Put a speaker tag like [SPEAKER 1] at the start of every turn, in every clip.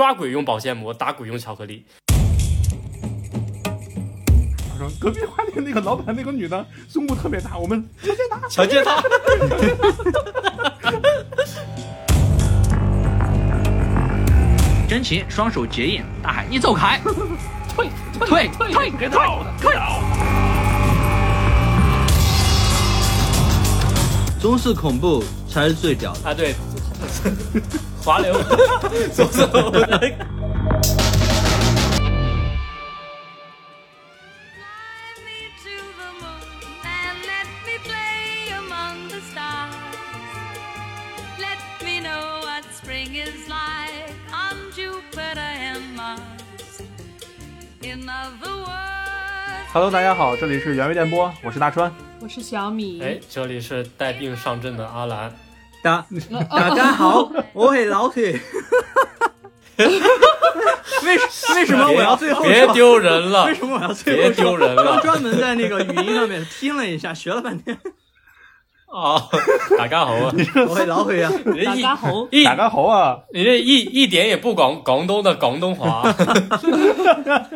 [SPEAKER 1] 抓鬼用保鲜膜，打鬼用巧克力。
[SPEAKER 2] 他说隔壁花店那个老板那个女的胸部特别大，我们直接拿。
[SPEAKER 1] 强奸他！
[SPEAKER 3] 真奇双手结印，大喊：“你走开！退退退退退！”
[SPEAKER 4] 中式恐怖才是最屌的。
[SPEAKER 1] 啊，对，滑流，走走。
[SPEAKER 5] Fly me to the moon and let me play among the stars. Let me know what spring is like on Jupiter and Mars. In other words,
[SPEAKER 2] Hello，大家好，这里是原味电波，我是大川。
[SPEAKER 6] 我是小米。
[SPEAKER 1] 哎，这里是带病上阵的阿兰。
[SPEAKER 4] 大 大家好，我是老铁。为为什么我要最后
[SPEAKER 1] 别
[SPEAKER 4] 说？
[SPEAKER 1] 丢人了
[SPEAKER 4] 为，什么我要最后
[SPEAKER 1] 别
[SPEAKER 4] 说
[SPEAKER 1] 丢人
[SPEAKER 4] 我
[SPEAKER 1] 了
[SPEAKER 4] 专门在那个语音上面听了一下，学了半天。
[SPEAKER 1] 啊！大家好啊，
[SPEAKER 4] 我是老铁啊！
[SPEAKER 1] 人
[SPEAKER 6] 大
[SPEAKER 1] 一
[SPEAKER 6] 家好，
[SPEAKER 1] 一
[SPEAKER 2] 打个猴啊！
[SPEAKER 1] 你这一一点也不广广东的广东话，啊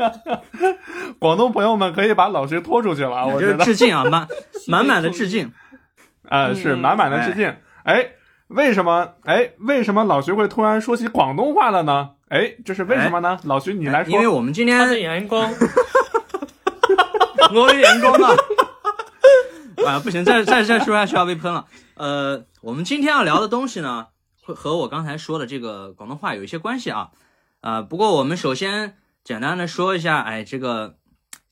[SPEAKER 2] 广东朋友们可以把老师拖出去了啊，我
[SPEAKER 4] 就
[SPEAKER 2] 觉
[SPEAKER 4] 是
[SPEAKER 2] 得
[SPEAKER 4] 致敬啊， 满满满的致敬。
[SPEAKER 2] 啊、是满满的致敬。哎，为什么？哎，为什么老徐会突然说起广东话了呢？哎，这是为什么呢？老徐，你来说。
[SPEAKER 4] 哎因为我们今天
[SPEAKER 1] 他的眼光
[SPEAKER 4] 我有眼光了。啊，不行，再再再说下去要被喷了。呃，我们今天要聊的东西呢，会和我刚才说的这个广东话有一些关系啊。啊、不过我们首先简单的说一下，哎，这个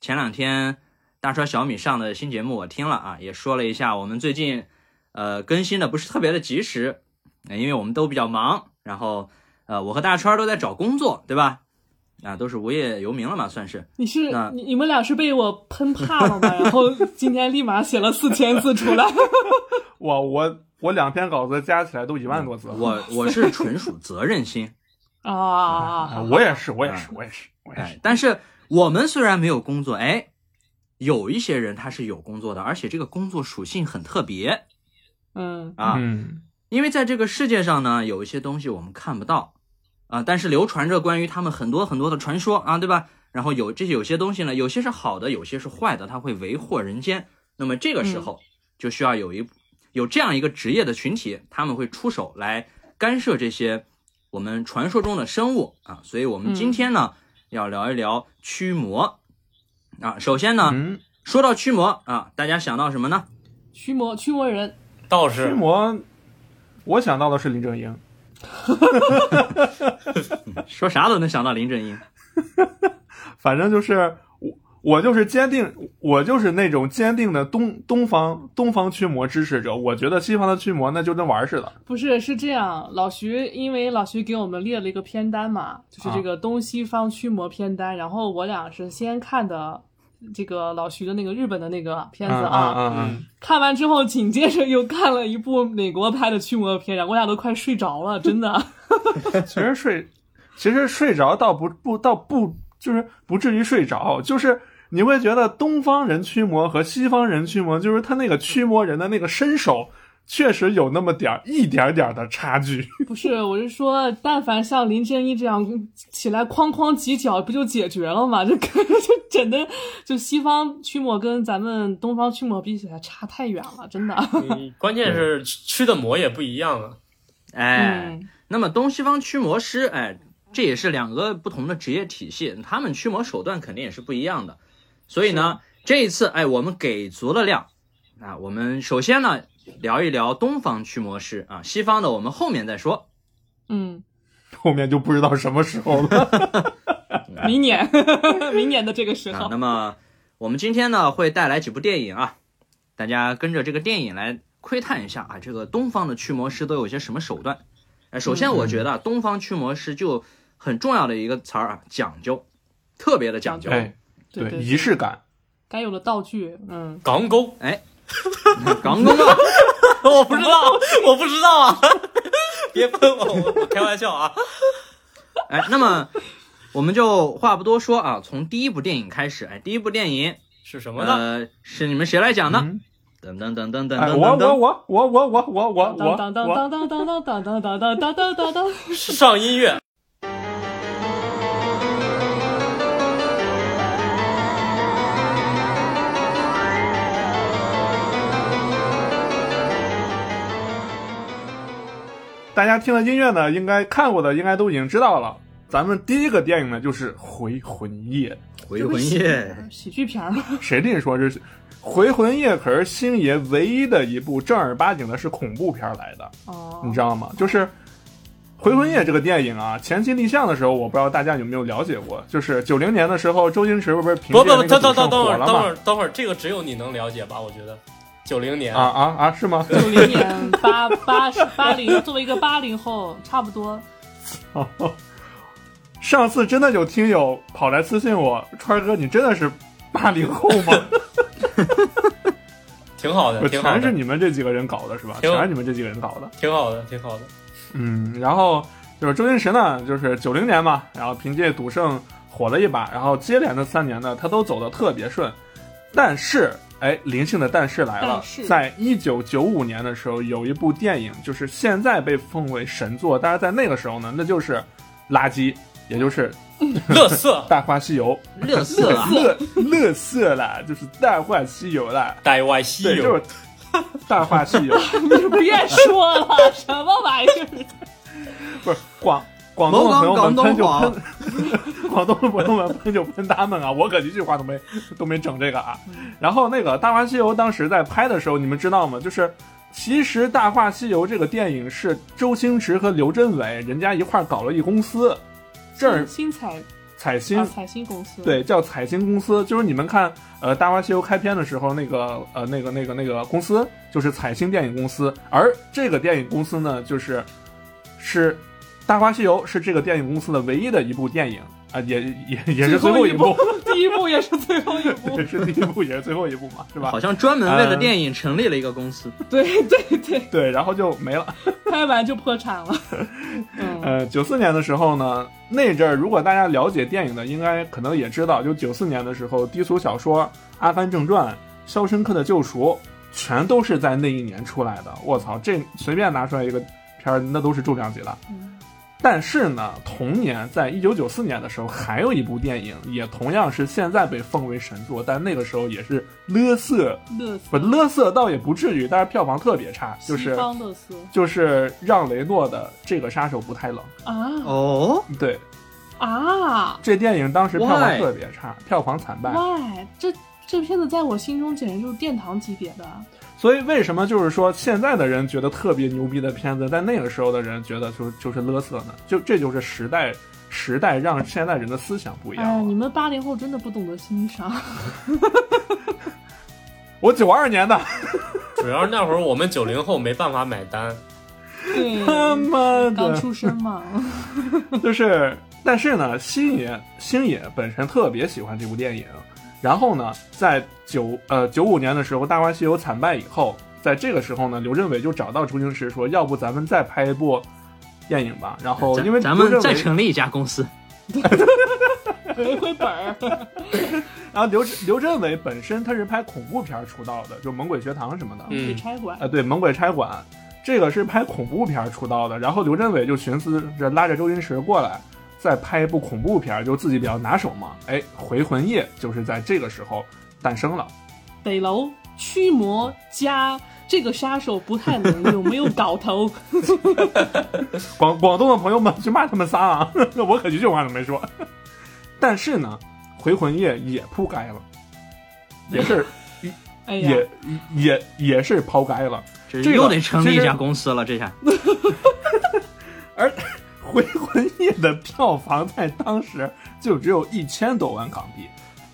[SPEAKER 4] 前两天大川小米上的新节目我听了啊，也说了一下我们最近呃更新的不是特别的及时、呃因为我们都比较忙，然后呃我和大川都在找工作，对吧？啊，都是无业游民了嘛，算是。
[SPEAKER 6] 你是
[SPEAKER 4] 那
[SPEAKER 6] 你你们俩是被我喷怕了吗？然后今天立马写了四千字出来，
[SPEAKER 2] 我我我两篇稿子加起来都一万多字了。
[SPEAKER 4] 我我是纯属责任心，
[SPEAKER 2] 啊，
[SPEAKER 6] 啊，
[SPEAKER 2] 我也是，我也是，我也是，我也是
[SPEAKER 4] 哎，。但是我们虽然没有工作，哎，有一些人他是有工作的，而且这个工作属性很特别
[SPEAKER 6] 嗯
[SPEAKER 4] 啊，
[SPEAKER 2] 嗯，
[SPEAKER 4] 因为在这个世界上呢，有一些东西我们看不到啊，但是流传着关于他们很多很多的传说啊，对吧？然后有这些有些东西呢，有些是好的，有些是坏的，它会为祸人间。那么这个时候就需要有一有这样一个职业的群体，他们会出手来干涉这些我们传说中的生物啊。所以我们今天呢，要聊一聊驱魔啊。首先呢，
[SPEAKER 2] 嗯
[SPEAKER 4] 说到驱魔啊，大家想到什么呢？
[SPEAKER 6] 驱魔驱魔人，
[SPEAKER 1] 倒
[SPEAKER 2] 驱
[SPEAKER 1] 是
[SPEAKER 2] 魔，我想到的是林正英。
[SPEAKER 4] 说啥都能想到林正英。
[SPEAKER 2] 反正就是我，我就是坚定，我就是那种坚定的东东方东方驱魔支持者。我觉得西方的驱魔那就跟玩儿似的。
[SPEAKER 6] 不是是这样，老徐因为老徐给我们列了一个片单嘛，就是这个东西方驱魔片单，然后我俩是先看的。这个老徐的那个日本的那个片子
[SPEAKER 2] 嗯
[SPEAKER 6] 啊，
[SPEAKER 2] 嗯嗯
[SPEAKER 6] 看完之后，紧接着又看了一部美国拍的驱魔片，然后我俩都快睡着了，真的。
[SPEAKER 2] 嗯，其实睡，其实睡着倒不不倒不就是不至于睡着，就是你会觉得东方人驱魔和西方人驱魔，就是他那个驱魔人的那个身手。确实有那么点儿一点儿点儿的差距，
[SPEAKER 6] 不是，我是说，但凡像林正英这样起来哐哐几脚，不就解决了吗？这 个这真的，就西方驱魔跟咱们东方驱魔比起来差太远了，真的。
[SPEAKER 1] 你关键是驱的魔也不一样啊。
[SPEAKER 4] 哎，
[SPEAKER 6] 嗯
[SPEAKER 4] 那么东西方驱魔师，哎，这也是两个不同的职业体系，他们驱魔手段肯定也是不一样的。所以呢，这一次，哎，我们给足了量。啊，我们首先呢聊一聊东方驱魔师啊，西方的我们后面再说。
[SPEAKER 6] 嗯，
[SPEAKER 2] 后面就不知道什么时候了。
[SPEAKER 6] 明年， 明年的这个时
[SPEAKER 4] 啊，
[SPEAKER 6] 候
[SPEAKER 4] 那，么我们今天呢会带来几部电影啊，大家跟着这个电影来窥探一下啊，这个东方的驱魔师都有些什么手段？哎，首先我觉得啊东方驱魔师就很重要的一个词儿啊，讲究，特别的讲究。
[SPEAKER 2] 哎，
[SPEAKER 6] 对对，
[SPEAKER 2] 仪式感，
[SPEAKER 6] 该有的道具，嗯，
[SPEAKER 1] 港沟，
[SPEAKER 4] 港工啊，
[SPEAKER 1] 我不知道，我不知道啊！ 别喷我，我我开玩笑啊！
[SPEAKER 4] 哎，那么我们就话不多说啊，从第一部电影开始。哎，第一部电影
[SPEAKER 1] 是什么呢？
[SPEAKER 4] 呃是你们谁来讲呢？
[SPEAKER 2] 嗯
[SPEAKER 4] 噔噔噔噔噔
[SPEAKER 2] 哎，
[SPEAKER 4] 噔
[SPEAKER 2] 我我
[SPEAKER 4] 噔噔，
[SPEAKER 2] 我我我我我我
[SPEAKER 6] 当
[SPEAKER 2] 我
[SPEAKER 6] 当当
[SPEAKER 2] 我
[SPEAKER 1] 嗯
[SPEAKER 6] 当当当当当当当当当当当当，
[SPEAKER 1] 上音乐，
[SPEAKER 5] Thank
[SPEAKER 2] 大家听了音乐呢，应该看过的应该都已经知道了。咱们第一个电影呢就是《回魂夜
[SPEAKER 4] 回魂夜，
[SPEAKER 6] 喜剧片儿，》，
[SPEAKER 2] 谁跟你说这是？《回魂夜》可是星爷唯一的一部正儿八经的是恐怖片儿来的。
[SPEAKER 6] 哦，
[SPEAKER 2] 你知道吗？就是《回魂夜》这个电影啊，前期立项的时候，我不知道大家有没有了解过，就是九零年的时候，周星驰不是凭
[SPEAKER 1] 不不
[SPEAKER 2] 借那
[SPEAKER 1] 不，
[SPEAKER 2] 个
[SPEAKER 1] 等等
[SPEAKER 2] 赌
[SPEAKER 1] 等
[SPEAKER 2] 圣
[SPEAKER 1] 等会
[SPEAKER 2] 火
[SPEAKER 1] 儿，
[SPEAKER 2] 了
[SPEAKER 1] 等会
[SPEAKER 2] 吗？
[SPEAKER 1] 儿，等会儿，这个只有你能了解吧？我觉得，九零年
[SPEAKER 2] 啊，啊啊！是吗？
[SPEAKER 6] 九零年八八十八零，作为一个八零后，差不多
[SPEAKER 2] 上次真的有听友跑来私信我，川儿哥，你真的是八零后吗？
[SPEAKER 1] 挺好的，
[SPEAKER 2] 我
[SPEAKER 1] 挺好
[SPEAKER 2] 全是
[SPEAKER 1] 的，
[SPEAKER 2] 你们这几个人搞的是吧？
[SPEAKER 1] 挺
[SPEAKER 2] 全是你们这几个人搞的。
[SPEAKER 1] 挺好的，挺好的。
[SPEAKER 2] 嗯，然后就是周星驰呢，就是九零年嘛，然后凭借《赌圣》火了一把，然后接连的三年呢，他都走的特别顺。但是，哎，灵性的但是来了
[SPEAKER 6] 但，是
[SPEAKER 2] 在一九九五年的时候，有一部电影，就是现在被奉为神作，但是在那个时候呢，那就是垃圾，也就是《
[SPEAKER 1] 乐色
[SPEAKER 2] 大话西游，
[SPEAKER 4] 乐色》啊
[SPEAKER 2] 乐乐色啦，就是《大话西游》啦，
[SPEAKER 1] 带外西
[SPEAKER 2] 对，就
[SPEAKER 1] 游
[SPEAKER 2] 是，《大话西游》，
[SPEAKER 6] 你别说了， 什么玩意儿？
[SPEAKER 2] 不是广广东的朋友
[SPEAKER 4] 广
[SPEAKER 2] 们
[SPEAKER 4] 东
[SPEAKER 2] 喷就
[SPEAKER 4] 话
[SPEAKER 2] 喷，广东的朋友们喷就 喷他们啊！我可一句话都没都没整这个啊。
[SPEAKER 4] 嗯
[SPEAKER 2] 然后那个《大话西游》当时在拍的时候，你们知道吗？就是其实《大话西游》这个电影是周星驰和刘镇伟人家一块儿搞了一公司，这
[SPEAKER 4] 嗯
[SPEAKER 2] 儿
[SPEAKER 6] 新彩
[SPEAKER 2] 彩
[SPEAKER 6] 啊
[SPEAKER 2] 星
[SPEAKER 6] 彩星公司，
[SPEAKER 2] 对，叫彩星公司，就是你们看，呃，《大话西游》开篇的时候，那个呃，那个那个那个公司就是彩星电影公司，而这个电影公司呢，就是是《大话西游》是这个电影公司的唯一的一部电影啊、也也也是最后一部，
[SPEAKER 6] 第一部也是最后一 部
[SPEAKER 2] 也，是第一部，也是最后一部嘛，是吧
[SPEAKER 4] 好？像专门为了
[SPEAKER 2] 嗯
[SPEAKER 4] 电影成立了一个公司。
[SPEAKER 6] 对对对，
[SPEAKER 2] 对，然后就没了。
[SPEAKER 6] 拍完就破产了。嗯，
[SPEAKER 2] 呃，九四年的时候呢，那阵儿如果大家了解电影的，应该可能也知道，就九四年的时候，低俗小说《阿甘正传》《肖申克的救赎》全都是在那一年出来的。我操，这随便拿出来一个片儿，那都是重量级的。
[SPEAKER 6] 嗯
[SPEAKER 2] 但是呢，同年在一九九四年的时候，还有一部电影，也同样是现在被奉为神作，但那个时候也是勒瑟，
[SPEAKER 6] 乐
[SPEAKER 2] 不勒瑟倒也不至于，但是票房特别差，就
[SPEAKER 6] 西
[SPEAKER 2] 是
[SPEAKER 6] 方乐斯
[SPEAKER 2] 就是让雷诺的《这个杀手不太冷
[SPEAKER 6] 啊
[SPEAKER 4] 哦，》，
[SPEAKER 2] 对。
[SPEAKER 6] 啊
[SPEAKER 2] 这电影当时票
[SPEAKER 4] Why？
[SPEAKER 2] 房特别差，票房惨败。
[SPEAKER 6] ！Why 这这片子在我心中简直就是殿堂级别的。
[SPEAKER 2] 所以为什么就是说现在的人觉得特别牛逼的片子，在那个时候的人觉得就是就是勒瑟呢？就这就是时代时代让现在人的思想不一样啊
[SPEAKER 6] 哎，
[SPEAKER 2] 了。
[SPEAKER 6] 你们八零后真的不懂得欣赏。
[SPEAKER 2] 我九二年的，
[SPEAKER 1] 主要是那会儿我们九零后没办法买 单，
[SPEAKER 6] 对，
[SPEAKER 2] 他 妈
[SPEAKER 6] 刚
[SPEAKER 2] 的，
[SPEAKER 6] 出生嘛。
[SPEAKER 2] 就是但是呢，星爷星爷本身特别喜欢这部电影，然后呢，在九呃九五年的时候，《大话西游》惨败以后，在这个时候呢，刘镇伟就找到周星驰说，要不咱们再拍一部电影吧？然后
[SPEAKER 4] 咱
[SPEAKER 2] 哦因为
[SPEAKER 4] 咱
[SPEAKER 2] 刘
[SPEAKER 4] 们
[SPEAKER 2] 镇
[SPEAKER 4] 再
[SPEAKER 2] 伟
[SPEAKER 4] 成立一家公司，
[SPEAKER 6] 回回本儿，
[SPEAKER 2] 然后刘镇刘镇伟本身他是拍恐怖片儿出道的，就《猛鬼学堂》什么的。
[SPEAKER 1] 嗯
[SPEAKER 6] 被拆管
[SPEAKER 2] 啊，对，《猛鬼差馆》这个是拍恐怖片儿出道的。然后刘镇伟就寻思着拉着周星驰过来，再拍一部恐怖片儿，就自己比较拿手嘛。哎，《回魂夜》就是在这个时候诞生了。
[SPEAKER 6] 北楼驱魔加这个杀手不太能，有没有搞头？
[SPEAKER 2] 广广东的朋友们去骂他们仨啊！ 我可一句话都没说。 但是呢，《回魂夜》也扑街了，也是
[SPEAKER 6] 哎呀，
[SPEAKER 2] 也也也是抛街了。
[SPEAKER 4] 这
[SPEAKER 2] 这个
[SPEAKER 4] 又得成立一
[SPEAKER 2] 其
[SPEAKER 4] 家
[SPEAKER 2] 实
[SPEAKER 4] 公司了，这下。
[SPEAKER 2] 《回魂夜》的票房在当时就只有一千多万港币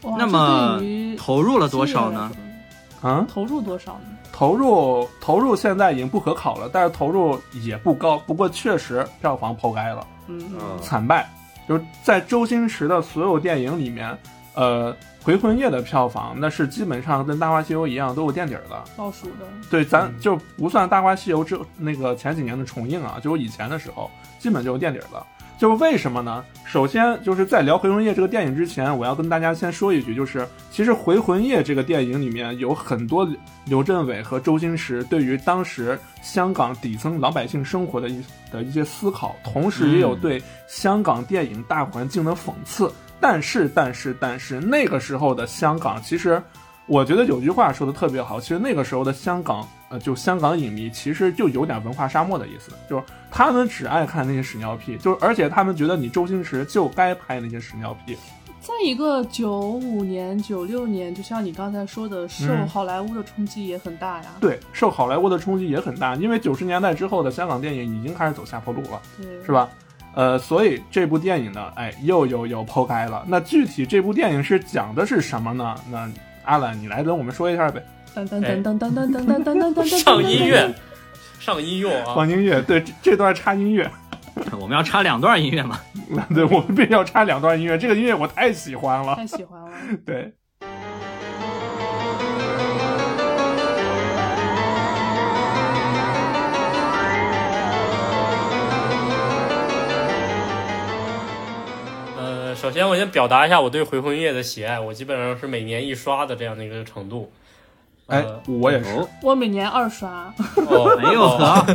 [SPEAKER 6] 哇
[SPEAKER 4] 那
[SPEAKER 6] 这
[SPEAKER 4] 么
[SPEAKER 6] 对于
[SPEAKER 4] 投入了多少呢？
[SPEAKER 6] 新人来
[SPEAKER 2] 啊
[SPEAKER 6] 说？投入多少呢？
[SPEAKER 2] 投入投入现在已经不可考了，但是投入也不高，不过确实票房抛开了，
[SPEAKER 6] 嗯，
[SPEAKER 1] 嗯，
[SPEAKER 2] 惨败。就是在周星驰的所有电影里面，呃，《回魂夜》的票房那是基本上跟《大话西游》一样都有垫底儿的。
[SPEAKER 6] 倒数的，
[SPEAKER 2] 对，咱就不算《大话西游》之那个前几年的重映啊，就以前的时候，基本就有垫底儿了。就是为什么呢？首先就是在聊《回魂夜》这个电影之前，我要跟大家先说一句，就是其实《回魂夜》这个电影里面有很多刘镇伟和周星驰对于当时香港底层老百姓生活的一的一些思考，同时也有
[SPEAKER 4] 嗯
[SPEAKER 2] 对香港电影大环境的讽刺。但是，但是，但是，那个时候的香港其实我觉得有句话说的特别好，其实那个时候的香港，呃，就香港影迷其实就有点文化沙漠的意思，就是他们只爱看那些屎尿屁，就是而且他们觉得你周星驰就该拍那些屎尿屁，
[SPEAKER 6] 在一个九五年、九六年，就像你刚才说的，受
[SPEAKER 2] 嗯
[SPEAKER 6] 好莱坞的冲击也很大呀。
[SPEAKER 2] 对，受好莱坞的冲击也很大，因为九十年代之后的香港电影已经开始走下坡路了，
[SPEAKER 6] 对，
[SPEAKER 2] 是吧？呃，所以这部电影呢，哎，又又又抛开了。那具体这部电影是讲的是什么呢？那阿兰，你来跟我们说一下呗。
[SPEAKER 6] 噔噔
[SPEAKER 2] 哎
[SPEAKER 6] 噔噔噔噔噔噔噔噔噔，
[SPEAKER 2] 嗯
[SPEAKER 1] 上音乐，上音乐啊！
[SPEAKER 2] 放音乐，对，这这段插音乐，
[SPEAKER 4] 我们要插两段音乐嘛？
[SPEAKER 2] 对我们必须要插两段音乐。这个音乐我太喜欢了，
[SPEAKER 6] 太喜欢了。
[SPEAKER 1] 嗯
[SPEAKER 2] 对。
[SPEAKER 1] 呃，首先我先表达一下我对回魂夜的喜爱，我基本上是每年一刷的这样的一个程度。
[SPEAKER 2] 哎
[SPEAKER 1] 呃，
[SPEAKER 2] 我也是，
[SPEAKER 4] 哦，
[SPEAKER 6] 我每年二刷，
[SPEAKER 1] 哦，
[SPEAKER 4] 没有
[SPEAKER 1] 哦，
[SPEAKER 4] 啊。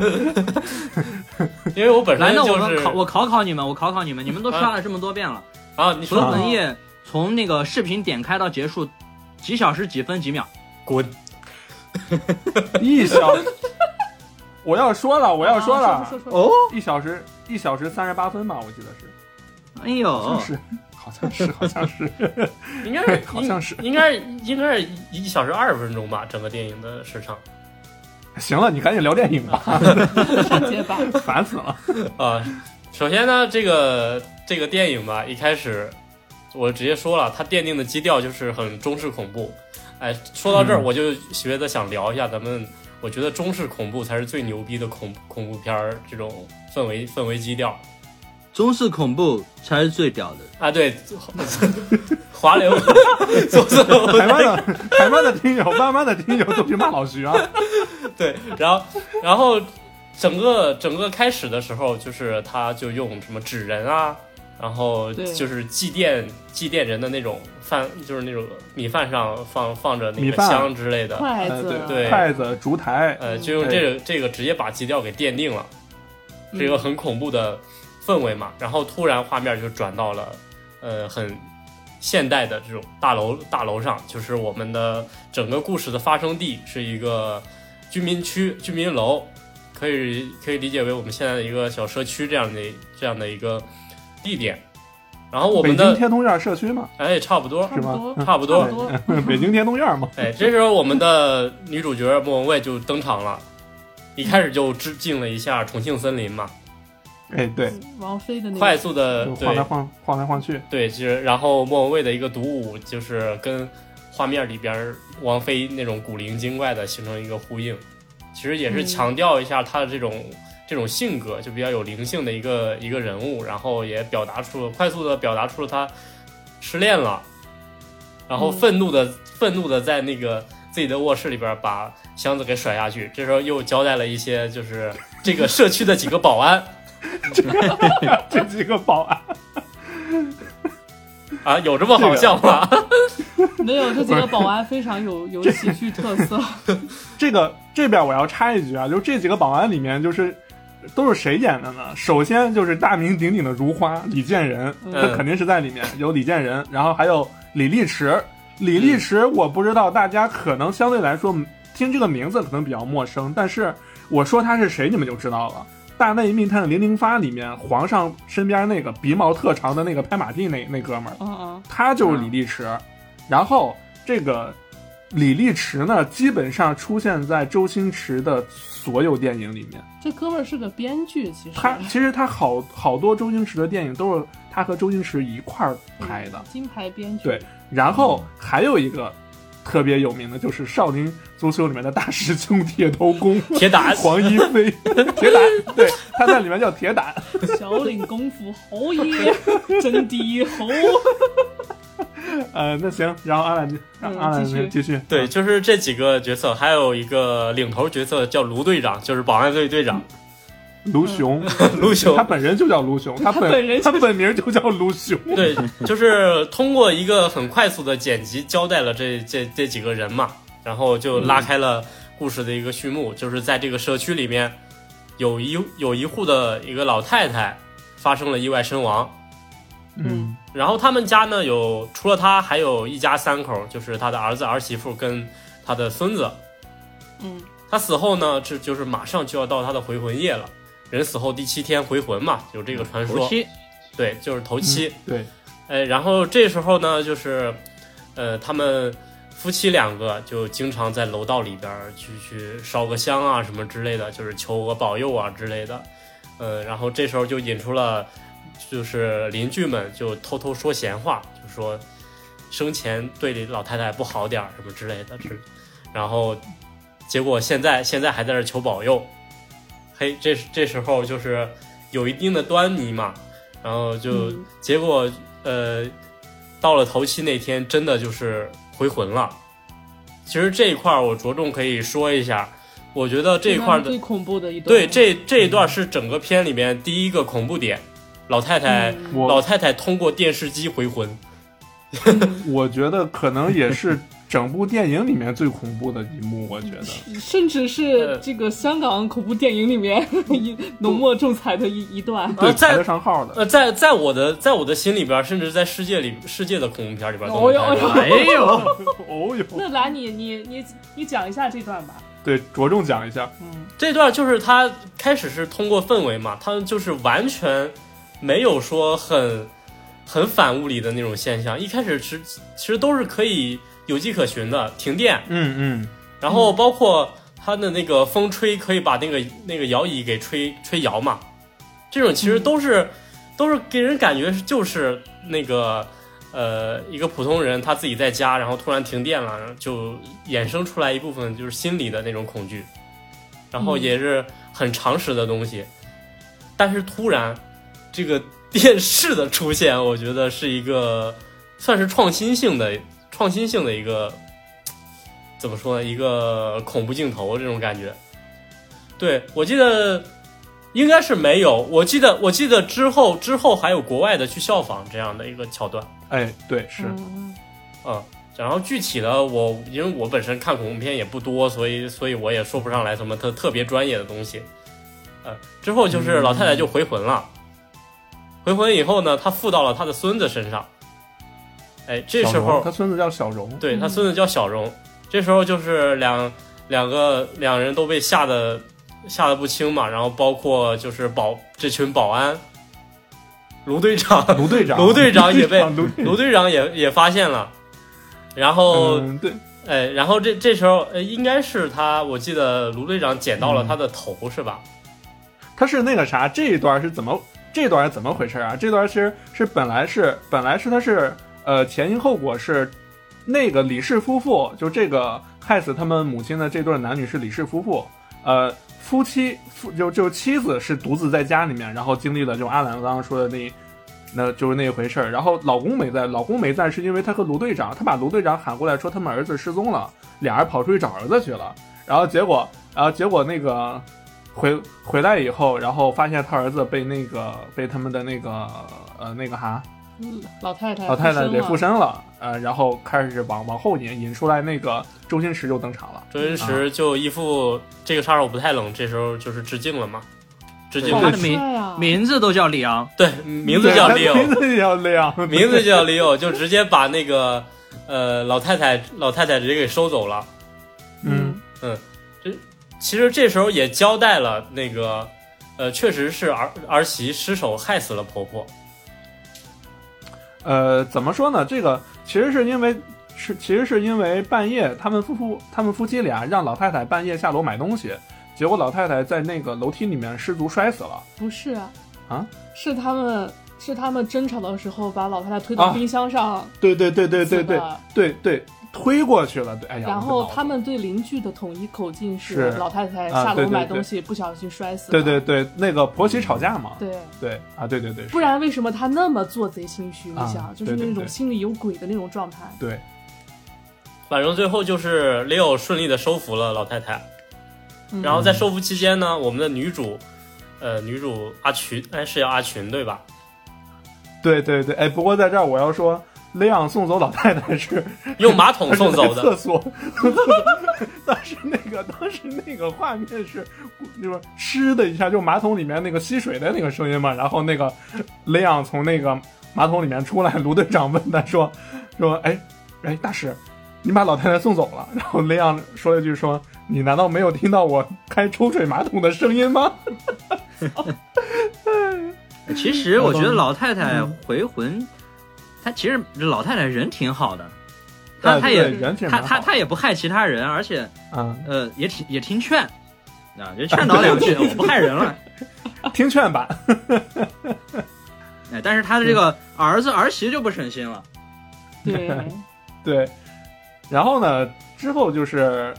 [SPEAKER 1] 因为我本
[SPEAKER 4] 来，
[SPEAKER 1] 身
[SPEAKER 4] 那
[SPEAKER 1] 就
[SPEAKER 4] 我们
[SPEAKER 1] 是
[SPEAKER 4] 考我考考你们，我考考你们，你们都刷了这么多遍了，
[SPEAKER 1] 啊，你
[SPEAKER 4] 除了
[SPEAKER 1] 说
[SPEAKER 4] 文页从那个视频点开到结束，几小时几分几秒？
[SPEAKER 1] 滚，
[SPEAKER 2] 一小，我要说了，我要说了，
[SPEAKER 6] 啊说说说
[SPEAKER 2] 一小时一小时三十八分吧，我记得是，
[SPEAKER 4] 哎
[SPEAKER 2] 好
[SPEAKER 4] 呦
[SPEAKER 1] 哦
[SPEAKER 2] 像，是，好像是，好像是，
[SPEAKER 1] 应该是
[SPEAKER 2] 好像是
[SPEAKER 1] 应应该是应该是一小时二十分钟吧，整个电影的时长
[SPEAKER 2] 行了，你赶紧聊电影吧，
[SPEAKER 6] 说上 街吧，
[SPEAKER 2] 烦死了。
[SPEAKER 1] 啊、首先呢，这个这个电影吧，一开始我直接说了，它奠定的基调就是很中式恐怖。哎，说到这儿，
[SPEAKER 2] 嗯
[SPEAKER 1] 我就觉得想聊一下咱们，我觉得中式恐怖才是最牛逼的恐恐怖片儿这种氛围氛围基调。
[SPEAKER 4] 中式恐怖才是最屌的。
[SPEAKER 1] 啊，对， 华流，左左
[SPEAKER 2] 台湾的台湾的听友，慢慢的听友都去骂老徐啊，
[SPEAKER 1] 对，然后然后整个整个开始的时候，就是他就用什么纸人啊，然后
[SPEAKER 6] 对
[SPEAKER 1] 就是祭奠祭奠人的那种饭，就是那种米饭上放放着那
[SPEAKER 2] 米
[SPEAKER 1] 个
[SPEAKER 2] 饭
[SPEAKER 1] 香之类的，
[SPEAKER 6] 筷
[SPEAKER 2] 呃
[SPEAKER 6] 子，啊
[SPEAKER 1] 对
[SPEAKER 2] 筷子、烛台，
[SPEAKER 1] 呃，就用这个这个直接把基调给奠定了，是一个很恐怖的氛围嘛。然后突然画面就转到了呃很现代的这种大楼大楼上，就是我们的整个故事的发生地是一个居民区居民楼，可以可以理解为我们现在的一个小社区这样的这样的一个地点。然后我
[SPEAKER 2] 北
[SPEAKER 1] 们
[SPEAKER 2] 京
[SPEAKER 1] 的
[SPEAKER 2] 天通苑社区 嘛，
[SPEAKER 1] 哎差不多
[SPEAKER 6] 差不多，
[SPEAKER 1] 差不
[SPEAKER 6] 不
[SPEAKER 1] 多
[SPEAKER 6] 差不多，
[SPEAKER 2] 北京天通苑嘛，
[SPEAKER 1] 哎，这时候我们的女主角莫文蔚就登场了，一开始就致敬了一下重庆森林嘛，
[SPEAKER 2] 哎对，
[SPEAKER 6] 嗯王菲的那
[SPEAKER 1] 快
[SPEAKER 6] 个，
[SPEAKER 1] 速的
[SPEAKER 2] 嗯就晃来
[SPEAKER 1] 呃对
[SPEAKER 2] 晃晃来晃去，
[SPEAKER 1] 对，就是然后莫文蔚的一个独舞，就是跟画面里边王菲那种古灵精怪的形成一个呼应，其实也是
[SPEAKER 6] 嗯
[SPEAKER 1] 强调一下她的这种。这种性格就比较有灵性的一个一个人物，然后也表达出了快速的表达出了她失恋了，然后
[SPEAKER 6] 嗯
[SPEAKER 1] 愤怒的、愤怒的在那个自己的卧室里边把箱子给甩下去。这时候又交代了一些就是这个社区的几个保安，
[SPEAKER 2] 这几个保安，
[SPEAKER 1] 啊，有这么好笑吗？
[SPEAKER 6] 没有这几个保安非常有有喜剧特色，
[SPEAKER 2] 这个这边我要插一句啊，就这几个保安里面就是。都是谁演的呢？首先就是大名鼎鼎的如花李建仁，
[SPEAKER 6] 嗯
[SPEAKER 2] 他肯定是在里面有李建仁，然后还有李立池。李立池，我不知道大家可能相对来说听这个名字可能比较陌生，但是我说他是谁，你们就知道了。《大内密探零零发》里面皇上身边那个鼻毛特长的那个拍马屁那那哥们儿，
[SPEAKER 6] 嗯嗯，
[SPEAKER 2] 他就是李立池。然后这个李立池呢，基本上出现在周星驰的所有电影里面。
[SPEAKER 6] 这哥们儿是个编剧，其实
[SPEAKER 2] 他其实他好好多周星驰的电影都是他和周星驰一块儿拍的。
[SPEAKER 6] 金牌编剧，
[SPEAKER 2] 对，然后还有一个特别有名的就是《少林足球》里面的大师兄铁头功
[SPEAKER 1] 铁打
[SPEAKER 2] 黄一飞，铁胆，对，他在里面叫铁胆。
[SPEAKER 6] 小领功夫侯爷， 真的侯，
[SPEAKER 2] 呃，那行，然后阿兰，让
[SPEAKER 6] 嗯
[SPEAKER 2] 阿兰
[SPEAKER 6] 继续
[SPEAKER 2] 继续，
[SPEAKER 1] 对，就是这几个角色，还有一个领头角色叫卢队长，就是保安队队长
[SPEAKER 2] 卢雄，
[SPEAKER 1] 卢雄
[SPEAKER 2] 他。本人就叫卢雄，他
[SPEAKER 6] 他本人
[SPEAKER 2] 他本名就叫卢雄。
[SPEAKER 1] 对，就是通过一个很快速的剪辑交代了这这这几个人嘛，然后就拉开了故事的一个序幕，就是在这个社区里面，有一有一户的一个老太太发生了意外身亡，
[SPEAKER 2] 嗯
[SPEAKER 1] 然后他们家呢有除了他，还有一家三口，就是他的儿子、儿媳妇跟他的孙子。
[SPEAKER 6] 嗯
[SPEAKER 1] 他死后呢，这就是马上就要到他的回魂夜了。人死后第七天回魂嘛，有这个传
[SPEAKER 4] 嗯头
[SPEAKER 1] 说。
[SPEAKER 4] 七，
[SPEAKER 1] 对，就是头七。
[SPEAKER 2] 嗯对，
[SPEAKER 1] 呃，然后这时候呢，就是，呃，他们夫妻两个就经常在楼道里边儿去去烧个香啊什么之类的，就是求我保佑啊之类的。呃，然后这时候就引出了，就是邻居们就偷偷说闲话，就说生前对老太太不好点儿什么之类的，是，然后结果现在现在还在这儿求保佑，嘿，这这时候就是有一定的端倪嘛，然后就、
[SPEAKER 6] 嗯
[SPEAKER 1] 结果呃，到了头七那天，真的就是回魂了。其实这一块儿我着重可以说一下，我觉得这一块儿
[SPEAKER 6] 是
[SPEAKER 1] 的
[SPEAKER 6] 最恐怖的一段，嗯
[SPEAKER 1] 对，这这一段是整个片里面第一个恐怖点，老太太、
[SPEAKER 6] 嗯
[SPEAKER 2] 我
[SPEAKER 1] 老太太通过电视机回魂。
[SPEAKER 2] 我觉得可能也是整部电影里面最恐怖的一幕，我觉得。
[SPEAKER 6] 甚至是
[SPEAKER 1] 呃
[SPEAKER 6] 这个香港恐怖电影里面一浓墨重彩的一一段。
[SPEAKER 1] 呃
[SPEAKER 2] 对，
[SPEAKER 1] 在
[SPEAKER 2] 排得上号 的，
[SPEAKER 1] 呃，在在我的在我的心里边儿，甚至在世界里世界的恐怖片里边儿都能
[SPEAKER 6] 哦
[SPEAKER 1] 拍
[SPEAKER 6] 哟哦
[SPEAKER 1] 到。
[SPEAKER 6] 哟，
[SPEAKER 4] 哎呦，
[SPEAKER 2] 哦哟，
[SPEAKER 6] 那来你你你你讲一下这段吧。
[SPEAKER 2] 对，着重讲一下，
[SPEAKER 6] 嗯
[SPEAKER 1] 这段就是他开始是通过氛围嘛，他就是完全没有说很很反物理的那种现象，一开始是其实都是可以有迹可循的，停电，
[SPEAKER 2] 嗯嗯，
[SPEAKER 1] 然后包括它的那个风吹可以把那个那个摇椅给吹吹摇嘛，这种其实都是、都是给人感觉是就是那个呃一个普通人他自己在家，然后突然停电了，然后就衍生出来一部分就是心理的那种恐惧，然后
[SPEAKER 6] 嗯
[SPEAKER 1] 也是很常识的东西，但是突然这个电视的出现，我觉得是一个算是创新性的创新性的一个怎么说呢？一个恐怖镜头这种感觉。对我记得应该是没有，我记得我记得之后之后还有国外的去效仿这样的一个桥段，
[SPEAKER 2] 哎，对，是，
[SPEAKER 6] 嗯
[SPEAKER 1] 嗯。然后具体的我，因为我本身看恐怖片也不多，所以所以我也说不上来什么特特别专业的东西。呃，之后就是老太太就回魂了，回魂以后呢，她附到了她的孙子身上。哎，这时
[SPEAKER 2] 小
[SPEAKER 1] 候
[SPEAKER 2] 荣他孙子叫小荣，
[SPEAKER 1] 对他
[SPEAKER 6] 嗯
[SPEAKER 1] 孙子叫小荣，这时候就是两两个两人都被吓得吓得不轻嘛，然后包括就是保这群保安，卢队长，
[SPEAKER 2] 卢队长，
[SPEAKER 1] 卢队长 也被
[SPEAKER 2] 卢
[SPEAKER 1] 卢队长也也发现了，然后、
[SPEAKER 2] 嗯，对，
[SPEAKER 1] 哎，然后这这时候呃应该是他，我记得卢队长捡到了他的头、是吧？
[SPEAKER 2] 他是那个啥，这一段是怎么，这段是怎么回事啊？这段其实是本来是本来是他是呃前因后果是那个李氏夫妇，就这个害死他们母亲的这对男女是李氏夫妇，呃，夫妻夫就就妻子是独自在家里面，然后经历了就阿兰刚刚说的那。那就是那一回事儿，然后老公没在，老公没在是因为他和卢队长，他把卢队长喊过来说他们儿子失踪了，俩人跑出去找儿子去了，然后结果，然后结果那个回回来以后，然后发现他儿子被那个被他们的那个呃那个哈
[SPEAKER 6] 嗯老太太
[SPEAKER 2] 老太太给附
[SPEAKER 6] 附身了
[SPEAKER 2] 身了，呃，然后开始往往后引引出来那个周星驰就登场了，
[SPEAKER 1] 周星驰就一副这个杀手不太冷，这时候就是致敬了嘛，致敬
[SPEAKER 4] 对
[SPEAKER 1] 了
[SPEAKER 4] 他的名
[SPEAKER 6] 帅啊
[SPEAKER 4] 名字都叫李昂，
[SPEAKER 1] 对名字叫
[SPEAKER 2] 对
[SPEAKER 1] Leo，
[SPEAKER 2] 名字叫 Leo，
[SPEAKER 1] 名字叫 Leo，就直接把那个呃老太太老太太直接给收走了。
[SPEAKER 2] 嗯，
[SPEAKER 1] 其实这时候也交代了那个呃，确实是儿儿媳失手害死了婆婆。
[SPEAKER 2] 呃，怎么说呢？这个其实是因为是其实是因为半夜他们夫妇他们夫妻俩让老太太半夜下楼买东西，结果老太太在那个楼梯里面失足摔死了。
[SPEAKER 6] 不是啊，
[SPEAKER 2] 啊
[SPEAKER 6] 是他们是他们争吵的时候把老太太推
[SPEAKER 2] 啊
[SPEAKER 6] 到冰箱上，
[SPEAKER 2] 对对对对对
[SPEAKER 6] 是
[SPEAKER 2] 对
[SPEAKER 6] 的
[SPEAKER 2] 对对，推过去了。对，哎呀，
[SPEAKER 6] 然
[SPEAKER 2] 我的
[SPEAKER 6] 后
[SPEAKER 2] 脑子
[SPEAKER 6] 他们对邻居的统一口径
[SPEAKER 2] 是
[SPEAKER 6] 是老太太
[SPEAKER 2] 啊
[SPEAKER 6] 下
[SPEAKER 2] 对
[SPEAKER 6] 楼
[SPEAKER 2] 对
[SPEAKER 6] 买
[SPEAKER 2] 对
[SPEAKER 6] 东西不小心摔死的，
[SPEAKER 2] 对对对，那个婆媳吵架嘛，
[SPEAKER 6] 对。
[SPEAKER 2] 对啊，对对对，是
[SPEAKER 6] 不然为什么他那么做贼心虚？你
[SPEAKER 2] 啊
[SPEAKER 6] 想，就
[SPEAKER 2] 对
[SPEAKER 6] 是
[SPEAKER 2] 对
[SPEAKER 6] 那种
[SPEAKER 2] 对
[SPEAKER 6] 心里有鬼的那种状态。
[SPEAKER 2] 对，
[SPEAKER 1] 反正最后就是 Leo 顺利的收服了老太太。
[SPEAKER 6] 嗯
[SPEAKER 1] 然后在收服期间呢，我们的女主呃女主阿群，哎是叫阿群对吧？
[SPEAKER 2] 对对对，哎，不过在这儿我要说，雷昂送走老太太是
[SPEAKER 1] 用马桶送 走
[SPEAKER 2] 厕
[SPEAKER 1] 的。
[SPEAKER 2] 所，当时那个当时那个画面是就是湿的一下，就马桶里面那个吸水的那个声音嘛，然后那个雷昂从那个马桶里面出来，卢队长问他说：“说哎哎，大师，你把老太太送走了。”然后雷昂说了一句说：“你难道没有听到我开抽水马桶的声音吗哎
[SPEAKER 4] 其实我觉得老太太回
[SPEAKER 2] 嗯
[SPEAKER 4] 魂，她其实老太太人挺好的，？”她
[SPEAKER 2] 哎
[SPEAKER 4] 她
[SPEAKER 2] 对
[SPEAKER 4] 也
[SPEAKER 2] 人挺
[SPEAKER 4] 她
[SPEAKER 2] 蛮
[SPEAKER 4] 她
[SPEAKER 2] 好
[SPEAKER 4] 她也不害其他人，而且
[SPEAKER 2] 啊，
[SPEAKER 4] 呃也挺也听劝，啊 就劝导两句，我不害人了。
[SPEAKER 2] 听劝吧。
[SPEAKER 4] 哎，但是她的这个
[SPEAKER 2] 嗯
[SPEAKER 4] 儿子儿媳就不省心了。
[SPEAKER 6] 对，
[SPEAKER 2] 对，然后呢，之后就是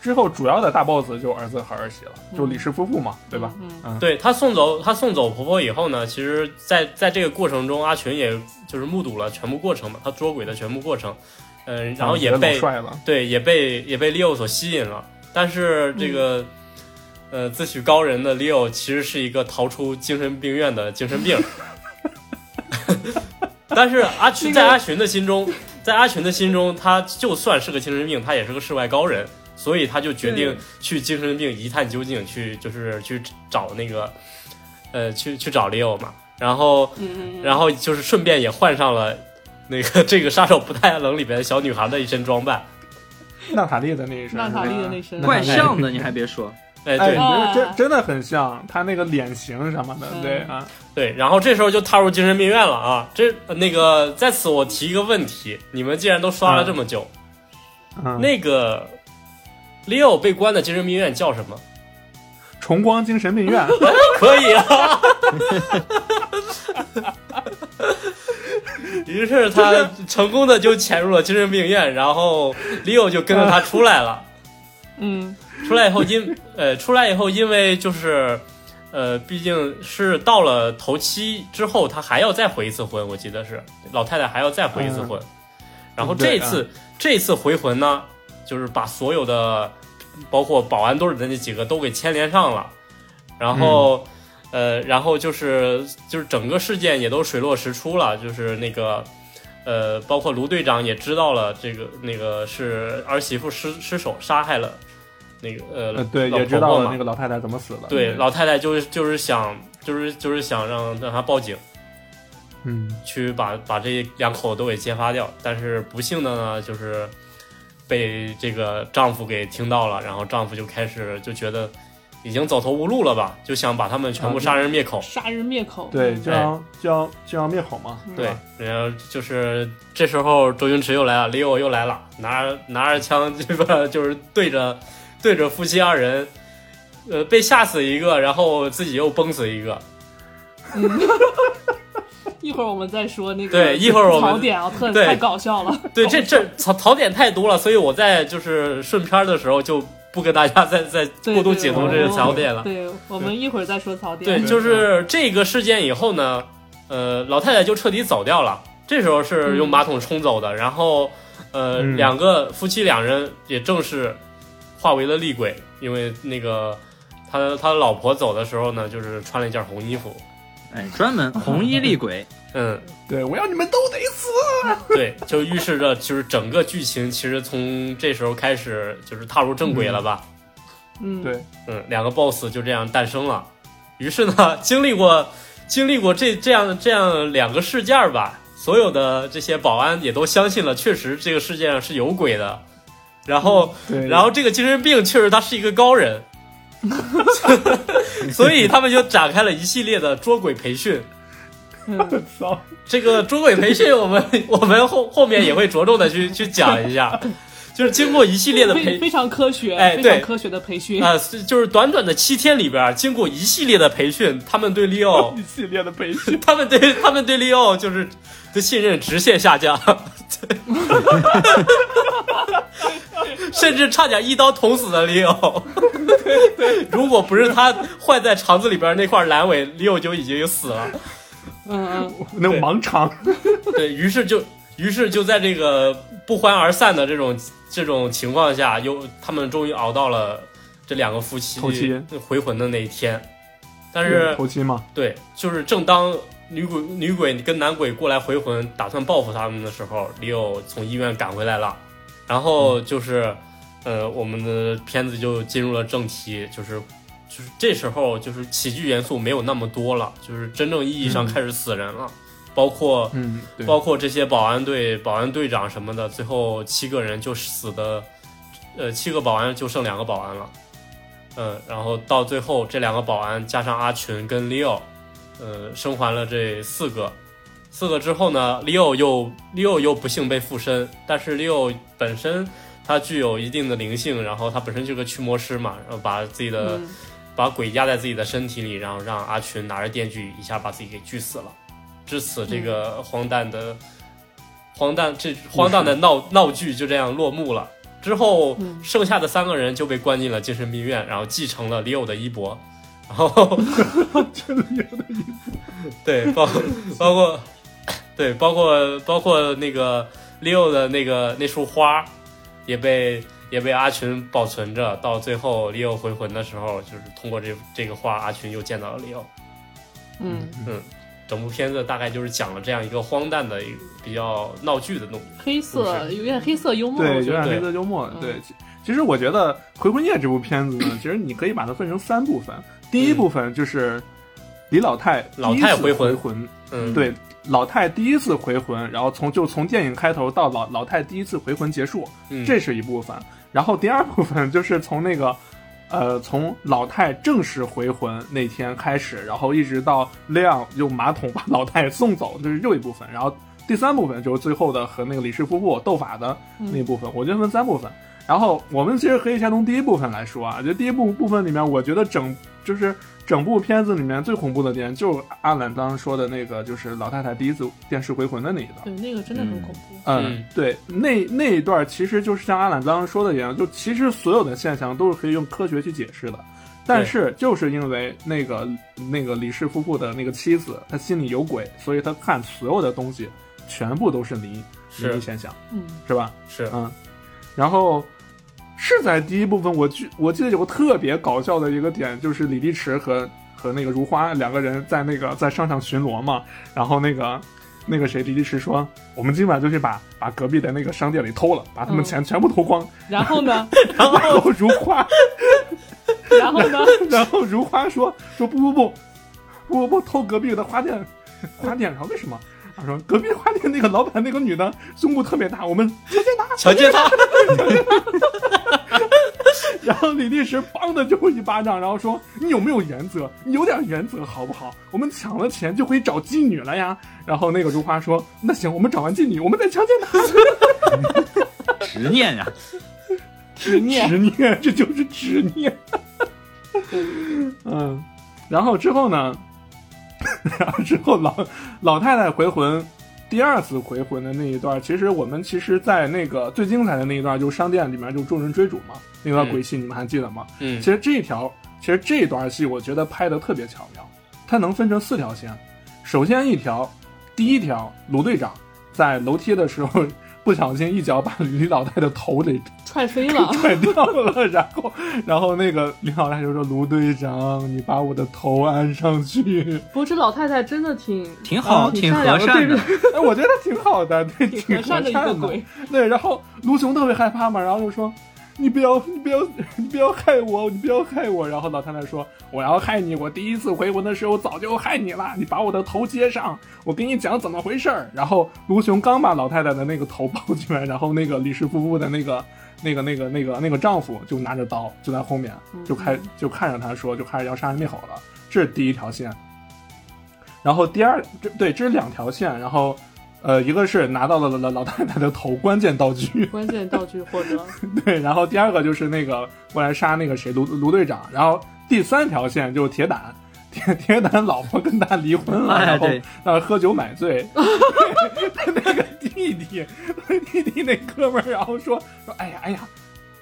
[SPEAKER 2] 之后主要的大 boss 就儿子和儿媳了，就李氏夫妇嘛，对吧？
[SPEAKER 6] 嗯
[SPEAKER 1] 对他送走他送走婆婆以后呢，其实在在这个过程中，阿群也就是目睹了全部过程嘛，他捉鬼的全部过程，嗯、然后也
[SPEAKER 2] 啊长得
[SPEAKER 1] 被
[SPEAKER 2] 老帅了，
[SPEAKER 1] 对也被也被 Leo 所吸引了，但是这
[SPEAKER 6] 嗯
[SPEAKER 1] 个、呃自诩高人的 Leo 其实是一个逃出精神病院的精神病， 但是阿群在阿群的心中，在阿群的心中，他就算是个精神病，他也是个世外高人，所以他就决定
[SPEAKER 6] 对
[SPEAKER 1] 去精神病一探究竟，去就是去找那个，呃，去去找 Leo 嘛。然后，
[SPEAKER 6] 嗯嗯
[SPEAKER 1] 然后就是顺便也换上了那个这个杀手不太冷里边的小女孩的一身装扮。
[SPEAKER 2] 娜塔莉的那一身，
[SPEAKER 6] 娜塔莉的那
[SPEAKER 2] 是吧
[SPEAKER 6] 身
[SPEAKER 4] 怪像的，你还别说，
[SPEAKER 1] 哎，对、
[SPEAKER 2] 哎，你这
[SPEAKER 6] 啊
[SPEAKER 2] 真真的很像她那个脸型什么的，
[SPEAKER 6] 嗯
[SPEAKER 2] 对啊，
[SPEAKER 1] 对，然后这时候就踏入精神病院了啊！这那个在此我提一个问题，你们既然都刷了这么久，
[SPEAKER 2] 嗯，
[SPEAKER 1] 那个 Leo 被关的精神病院叫什么？
[SPEAKER 2] 崇光精神病院，
[SPEAKER 1] 可以啊。 于是他成功的就潜入了精神病院，然后 Leo 就跟着他出来了。
[SPEAKER 6] 嗯，
[SPEAKER 1] 出来以后因呃出来以后，因为就是呃，毕竟是到了头七之后，他还要再回一次魂，我记得是老太太还要再回一次魂。然后这次、这次回魂呢，就是把所有的包括保安队的那几个都给牵连上了，然后。呃，然后就是就是整个事件也都水落石出了，就是那个呃，包括卢队长也知道了这个那个是儿媳妇失失手杀害了那个呃
[SPEAKER 2] 呃，对，
[SPEAKER 1] 老
[SPEAKER 2] 也知
[SPEAKER 1] 婆
[SPEAKER 2] 道
[SPEAKER 1] 婆
[SPEAKER 2] 了
[SPEAKER 1] 嘛
[SPEAKER 2] 那个嗯老太太怎么死的，
[SPEAKER 1] 对老太太就是就是想就是就是想让让他报警
[SPEAKER 2] 嗯，
[SPEAKER 1] 去把把这两口都给揭发掉，但是不幸的呢就是被这个丈夫给听到了，然后丈夫就开始就觉得已经走投无路了吧，就想把他们全部
[SPEAKER 2] 啊
[SPEAKER 1] 杀人灭口。
[SPEAKER 6] 杀人灭口，嗯
[SPEAKER 2] 对，
[SPEAKER 1] 哎
[SPEAKER 2] 就要就要就要灭口嘛，
[SPEAKER 1] 对
[SPEAKER 2] 吧，
[SPEAKER 1] 然后就是这时候周星驰又来了，Leo 又来了，拿着拿着枪，这个 就是对着对着夫妻二人，呃，被吓死一个，然后自己又崩死一个。
[SPEAKER 6] 一会儿我们再说那个，
[SPEAKER 1] 对一会儿我们
[SPEAKER 6] 槽点啊，特
[SPEAKER 1] 对
[SPEAKER 6] 太搞笑了，
[SPEAKER 1] 对，这这槽槽点太多了，所以我在就是顺片儿的时候就不跟大家再再
[SPEAKER 6] 对
[SPEAKER 1] 过度解读这个槽点了。
[SPEAKER 6] 对我们一会儿再嗯说槽点，
[SPEAKER 1] 对，就是这个事件以后呢，呃，老太太就彻底走掉了。这时候是用马桶冲走
[SPEAKER 6] 嗯
[SPEAKER 1] 的，然后，呃，
[SPEAKER 2] 嗯
[SPEAKER 1] 两个夫妻两人也正式化为了厉鬼，因为那个他他老婆走的时候呢，就是穿了一件红衣服，
[SPEAKER 4] 哎，专门红衣厉鬼，
[SPEAKER 1] 嗯，
[SPEAKER 2] 对，我要你们都得死，
[SPEAKER 1] 对，就预示着就是整个剧情其实从这时候开始就是踏入正轨了吧，
[SPEAKER 6] 嗯，
[SPEAKER 2] 对，
[SPEAKER 1] 嗯，两个 boss 就这样诞生了。于是呢，经历过经历过这这样这样两个事件儿吧，所有的这些保安也都相信了，确实这个世界上是有鬼的。然后，
[SPEAKER 2] 对，
[SPEAKER 1] 然后这个精神病确实他是一个高人，所以他们就展开了一系列的捉鬼培训。
[SPEAKER 2] 我操，
[SPEAKER 1] 这个捉鬼培训，我们 我们后后面也会着重的去去讲一下，就是经过一系列的培
[SPEAKER 6] 非非常科学，
[SPEAKER 1] 哎
[SPEAKER 6] 非
[SPEAKER 1] 对
[SPEAKER 6] 常科学的培训，
[SPEAKER 1] 啊、是就是短短的七天里边儿，啊经过一系列的培训，他们对 Leo，
[SPEAKER 2] 一系列的悲剧，
[SPEAKER 1] 他们对他们对 Leo 就是的信任直线下降，甚至差点一刀捅死了 Leo。如果不是他坏在肠子里边儿那块阑尾，Leo 就已经死了。
[SPEAKER 6] 嗯嗯，
[SPEAKER 2] 那个盲肠，
[SPEAKER 1] 对于是就于是就在这个不欢而散的这种这种情况下，又他们终于熬到了这两个夫妻
[SPEAKER 2] 头七
[SPEAKER 1] 回魂的那一天。但是
[SPEAKER 2] 头七嘛，
[SPEAKER 1] 对，就是正当女鬼女鬼跟男鬼过来回魂，打算报复他们的时候，李友从医院赶回来了。然后就是，呃，我们的片子就进入了正题，就是就是这时候就是喜剧元素没有那么多了，就是真正意义上开始死人了。包括
[SPEAKER 2] 嗯，对，
[SPEAKER 1] 包括这些保安队、保安队长什么的，最后七个人就死的，呃，七个保安就剩两个保安了，嗯，然后到最后这两个保安加上阿群跟 Leo，呃，生还了这四个，四个之后呢，Leo 又 Leo 又不幸被附身，但是 Leo 本身他具有一定的灵性，然后他本身就是个驱魔师嘛，然后把自己的、
[SPEAKER 6] 嗯
[SPEAKER 1] 把鬼压在自己的身体里，然后让阿群拿着电锯一下把自己给锯死了。至此，这个荒诞的、荒诞这荒诞的闹闹剧就这样落幕了。之后，
[SPEAKER 6] 嗯
[SPEAKER 1] 剩下的三个人就被关进了精神病院，然后继承了 Leo 的衣钵，然后对，包包括对，包括包括那个 Leo 的那个那束花也被也被阿群保存着，到最后 Leo 回魂的时候，就是通过这这个花，阿群又见到了 Leo。
[SPEAKER 6] 嗯，
[SPEAKER 1] 整部片子大概就是讲了这样一个荒诞的、一个比较闹剧的东西。
[SPEAKER 6] 黑色有点黑色幽默，我
[SPEAKER 2] 对，
[SPEAKER 6] 觉
[SPEAKER 2] 有点
[SPEAKER 6] 得
[SPEAKER 1] 对
[SPEAKER 2] 黑色幽默。
[SPEAKER 6] 嗯
[SPEAKER 2] 对，其其实我觉得《回魂夜》这部片子呢，其实你可以把它分成三部分。第一部分就是李老太
[SPEAKER 1] 老
[SPEAKER 2] 第一
[SPEAKER 1] 太
[SPEAKER 2] 次
[SPEAKER 1] 回
[SPEAKER 2] 回
[SPEAKER 1] 魂
[SPEAKER 2] 魂
[SPEAKER 1] 嗯，，
[SPEAKER 2] 对，老太第一次回魂，然后从就从电影开头到老老太第一次回魂结束，
[SPEAKER 1] 嗯、
[SPEAKER 2] 这是一部分。然后第二部分就是从那个，呃，从老太正式回魂那天开始，然后一直到亮用马桶把老太送走，这是又一部分。然后第三部分就是最后的和那个李氏夫妇斗法的那部分，我觉得分三部分。然后我们其实可以先从第一部分来说啊，就第一部部分里面，我觉得整就是整部片子里面最恐怖的点，就是阿兰刚刚说的那个，就是老太太第一次电视回魂的那一段。
[SPEAKER 6] 对那个真的很恐怖。
[SPEAKER 2] 嗯
[SPEAKER 1] 嗯，
[SPEAKER 2] 对，那那一段其实就是像阿懒刚刚说的一样，就其实所有的现象都是可以用科学去解释的，但是就是因为那个那个李氏夫妇的那个妻子，她心里有鬼，所以她看所有的东西全部都是灵
[SPEAKER 1] 是
[SPEAKER 2] 灵异现象，
[SPEAKER 6] 嗯，
[SPEAKER 2] 是吧？
[SPEAKER 1] 是，
[SPEAKER 2] 嗯，然后是在第一部分，我记我记得有个特别搞笑的一个点，就是李立池和和那个如花两个人在那个在商场巡逻嘛，然后那个那个谁李立池说，我们今晚就去把把隔壁的那个商店里偷了，把他们
[SPEAKER 6] 嗯
[SPEAKER 2] 钱全部偷光，
[SPEAKER 6] 然后呢，
[SPEAKER 2] 然后如花
[SPEAKER 6] 然后呢，
[SPEAKER 2] 然后如花说说不不不不不不偷隔壁的花店花店，然后为什么？他说隔壁花店那个老板那个女的胸部特别大，我们直接拿。
[SPEAKER 1] 强奸他，
[SPEAKER 2] 然后李立石梆的就一巴掌，然后说：“你有没有原则？你有点原则好不好？我们抢了钱就可以找妓女了呀。”然后那个如花说：“那行，我们找完妓女，我们再强奸她。
[SPEAKER 4] 执念啊，”
[SPEAKER 2] 执念，执念，这就是执 念。嗯，然后之后呢？然后之后老老太太回魂，第二次回魂的那一段，其实我们其实，在那个最精彩的那一段，就是商店里面就众人追逐嘛，那段
[SPEAKER 1] 嗯
[SPEAKER 2] 鬼戏你们还记得吗？
[SPEAKER 1] 嗯
[SPEAKER 2] 其，实这一条，其实这一段戏，我觉得拍的特别巧妙，它能分成四条线。首先一条，第一条，卢队长在楼梯的时候不小心一脚把李老太的头给
[SPEAKER 6] 踹飞了，
[SPEAKER 2] 踹掉了，然后，然后那个李老太就说：“卢队长，你把我的头安上去。
[SPEAKER 6] 不过这老太太真的挺
[SPEAKER 4] 挺好，
[SPEAKER 6] 啊
[SPEAKER 4] 挺
[SPEAKER 6] 善
[SPEAKER 4] 和
[SPEAKER 6] 良
[SPEAKER 4] 善的。”
[SPEAKER 2] 哎，我觉得挺好的，对，
[SPEAKER 6] 挺
[SPEAKER 2] 挺
[SPEAKER 6] 和善的一个鬼。
[SPEAKER 2] 对，然后卢雄特别害怕嘛，然后就说：“你不要，你不要，你不要害我，你不要害我。”然后老太太说：“我要害你，我第一次回魂的时候早就害你了，你把我的头接上，我给你讲怎么回事儿。”然后卢雄刚把老太太的那个头抱起来，然后那个李氏夫妇的那个。那个、那个、那个、那个丈夫就拿着刀就在后面，就开就看着他说，就开始要杀人灭口了。这是第一条线。然后第二，这对，这是两条线。然后，呃，一个是拿到了老老太太的头，关键道具，
[SPEAKER 6] 关键道具获 得，
[SPEAKER 2] 对。然后第二个就是那个过来杀那个谁卢卢队长。然后第三条线就是铁胆，铁铁胆老婆跟他离婚了，
[SPEAKER 4] 哎
[SPEAKER 2] 然后
[SPEAKER 4] 对
[SPEAKER 2] 呃喝酒买醉， 他那个弟弟，他弟弟那哥们儿，然后说说哎呀哎呀，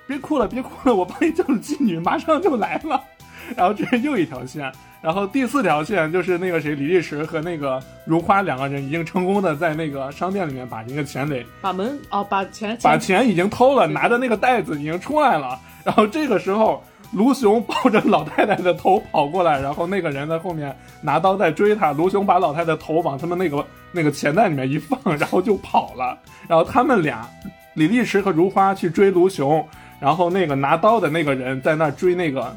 [SPEAKER 2] 别哭了别哭了，我帮你叫妓女，马上就来了。 然后这是又一条线，然后第四条线就是那个谁李立石和那个如花两个人已经成功的在那个商店里面把人家钱给
[SPEAKER 6] 把门哦，把钱
[SPEAKER 2] 把
[SPEAKER 6] 钱
[SPEAKER 2] 钱已经偷了，
[SPEAKER 6] 对
[SPEAKER 2] 拿着那个袋子已经出来了。然后这个时候，卢雄抱着老太太的头跑过来，然后那个人在后面拿刀在追他。卢雄把老太太头往他们那个那个钱袋里面一放，然后就跑了。然后他们俩，李立石和如花去追卢雄，然后那个拿刀的那个人在那儿追那个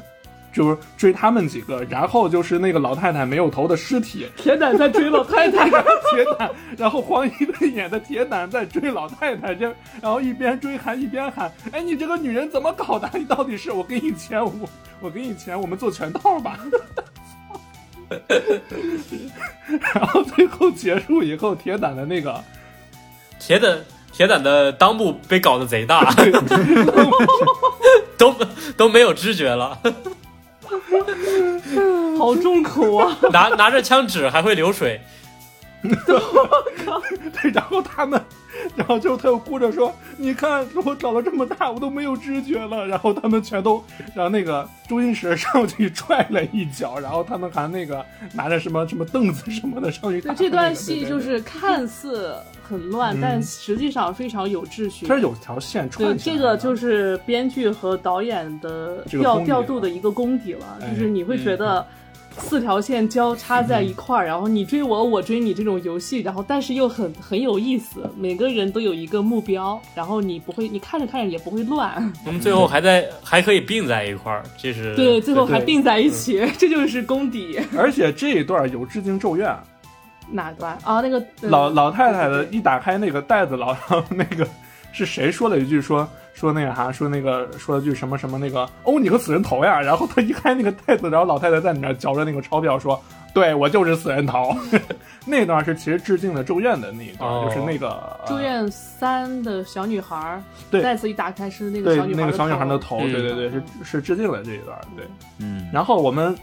[SPEAKER 2] 就是追他们几个，然后就是那个老太太没有头的尸体，铁胆在追老太太，铁胆，然后黄奕的演的铁胆在追老太太，这然后一边追还一边喊：“哎，你这个女人怎么搞的？你到底是我给你钱，我我给你钱，我们做全套吧。”然后最后结束以后，铁胆的那个
[SPEAKER 1] 铁胆铁胆的裆部被搞得贼大， 都都没有知觉了，
[SPEAKER 6] 好重口啊！
[SPEAKER 1] 拿拿着枪指还会流水，
[SPEAKER 2] 对， 然后他们，然后就他又哭着说：“你看，我找了这么大，我都没有知觉了。”然后他们全都，然后那个周星驰上去踹了一脚，然后他们还那个拿着什么什么凳子什么的上去打、
[SPEAKER 6] 对，
[SPEAKER 2] 那个。
[SPEAKER 6] 这段
[SPEAKER 2] 对
[SPEAKER 6] 戏
[SPEAKER 2] 对
[SPEAKER 6] 就
[SPEAKER 2] 对
[SPEAKER 6] 是看似很乱，
[SPEAKER 2] 嗯
[SPEAKER 6] 但实际上非常有秩序。
[SPEAKER 2] 它是有条线
[SPEAKER 6] 对，
[SPEAKER 2] 串起来
[SPEAKER 6] 这
[SPEAKER 2] 的。啊
[SPEAKER 6] 个就是编剧和导演的
[SPEAKER 2] 这个
[SPEAKER 6] 调
[SPEAKER 2] 功底
[SPEAKER 6] 调
[SPEAKER 2] 了
[SPEAKER 6] 度的一个功底了，
[SPEAKER 2] 哎嗯
[SPEAKER 6] 就是你会觉得四条线交叉在一块儿，然后你追我，我追你这种游戏，然后但是又很很有意思，每个人都有一个目标，然后你不会，你看着看着也不会乱，
[SPEAKER 1] 我嗯们最后还在还可以并在一块儿，这是
[SPEAKER 6] 对，最后还
[SPEAKER 2] 对嗯
[SPEAKER 6] 并在一起，这就是功底。
[SPEAKER 2] 而且这一段有致敬《咒怨》，啊
[SPEAKER 6] 哪段啊？那个呃
[SPEAKER 2] 老老太太的
[SPEAKER 6] 对对
[SPEAKER 2] 一打开那个袋子，老然后那个是谁说了一句说 说那个啥说那个说了句什么什么那个哦你个死人头呀，然后他一开那个袋子，然后老太太在里面嚼着那个钞票说，对我就是死人头。 那段是其实致敬的《咒怨》的那一段，
[SPEAKER 1] 哦
[SPEAKER 2] 就是那个
[SPEAKER 6] 《咒怨三》的小女孩儿，
[SPEAKER 2] 对
[SPEAKER 6] 再次一打开是那个
[SPEAKER 2] 呃对
[SPEAKER 6] 小女孩
[SPEAKER 2] 那
[SPEAKER 6] 儿
[SPEAKER 2] 个小女孩的
[SPEAKER 6] 的
[SPEAKER 2] 头，
[SPEAKER 1] 嗯
[SPEAKER 2] 对对对是是致敬了这一段，对。
[SPEAKER 4] 嗯，
[SPEAKER 2] 然后我们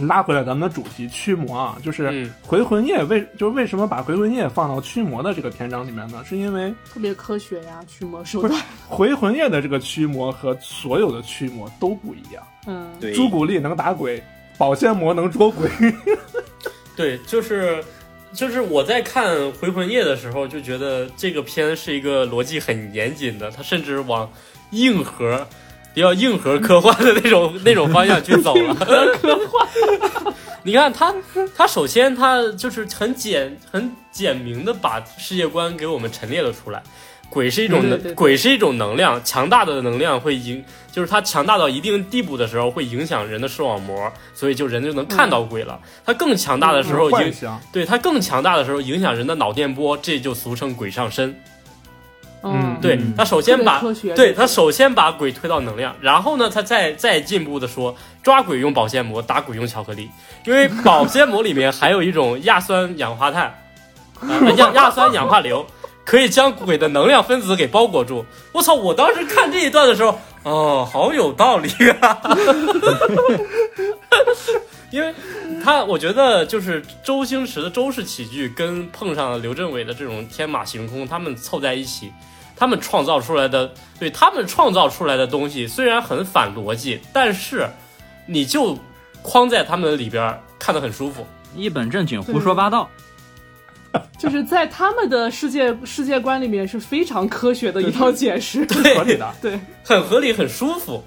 [SPEAKER 2] 拉回来咱们的主题驱魔啊，就是
[SPEAKER 1] 嗯
[SPEAKER 2] 《回魂夜》为就是为什么把《回魂夜》放到驱魔的这个篇章里面呢？是因为《
[SPEAKER 6] 特别科学呀，驱魔 手段，
[SPEAKER 2] 回魂夜》的这个驱魔和所有的驱魔都不一样。
[SPEAKER 6] 嗯，
[SPEAKER 4] 对，
[SPEAKER 2] 朱古力能打鬼，保鲜膜能捉鬼。
[SPEAKER 1] 对，就是就是我在看《回魂夜》的时候，就觉得这个片是一个逻辑很严谨的，它甚至往硬核、比较硬核科幻的那种那种方向去走了。你看他，他首先他就是很简很简明的把世界观给我们陈列了出来。鬼是一种
[SPEAKER 6] 对
[SPEAKER 1] 能，
[SPEAKER 6] 对对
[SPEAKER 1] 鬼是一种能量，强大的能量会影，就是它强大到一定地步的时候，会影响人的视网膜，所以就人就能看到鬼了。它更强大的时候，
[SPEAKER 2] 幻
[SPEAKER 1] 影
[SPEAKER 2] 想，
[SPEAKER 1] 对它更强大的时候，影响人的脑电波，这就俗称鬼上身。
[SPEAKER 2] 嗯
[SPEAKER 1] 对，它首先把
[SPEAKER 6] 特别科学
[SPEAKER 1] 对它首先把鬼推到能量，然后呢，它再再进一步的说，抓鬼用保鲜膜，打鬼用巧克力，因为保鲜膜里面含有一种亚酸氧化碳，呃亚亚酸氧化硫，可以将鬼的能量分子给包裹住。我操！我当时看这一段的时候，哦，好有道理啊！ 因为他，我觉得就是周星驰的周氏喜剧跟碰上了刘镇伟的这种天马行空，他们凑在一起，他们创造出来的，对他们创造出来的东西虽然很反逻辑，但是你就框在他们的里边儿，看得很舒服。
[SPEAKER 4] 一本正经胡说八道，
[SPEAKER 6] 就是在他们的世界世界观里面是非常科学的一套解释。
[SPEAKER 2] 合理的。
[SPEAKER 6] 对，嗯
[SPEAKER 1] 很合理，很舒服，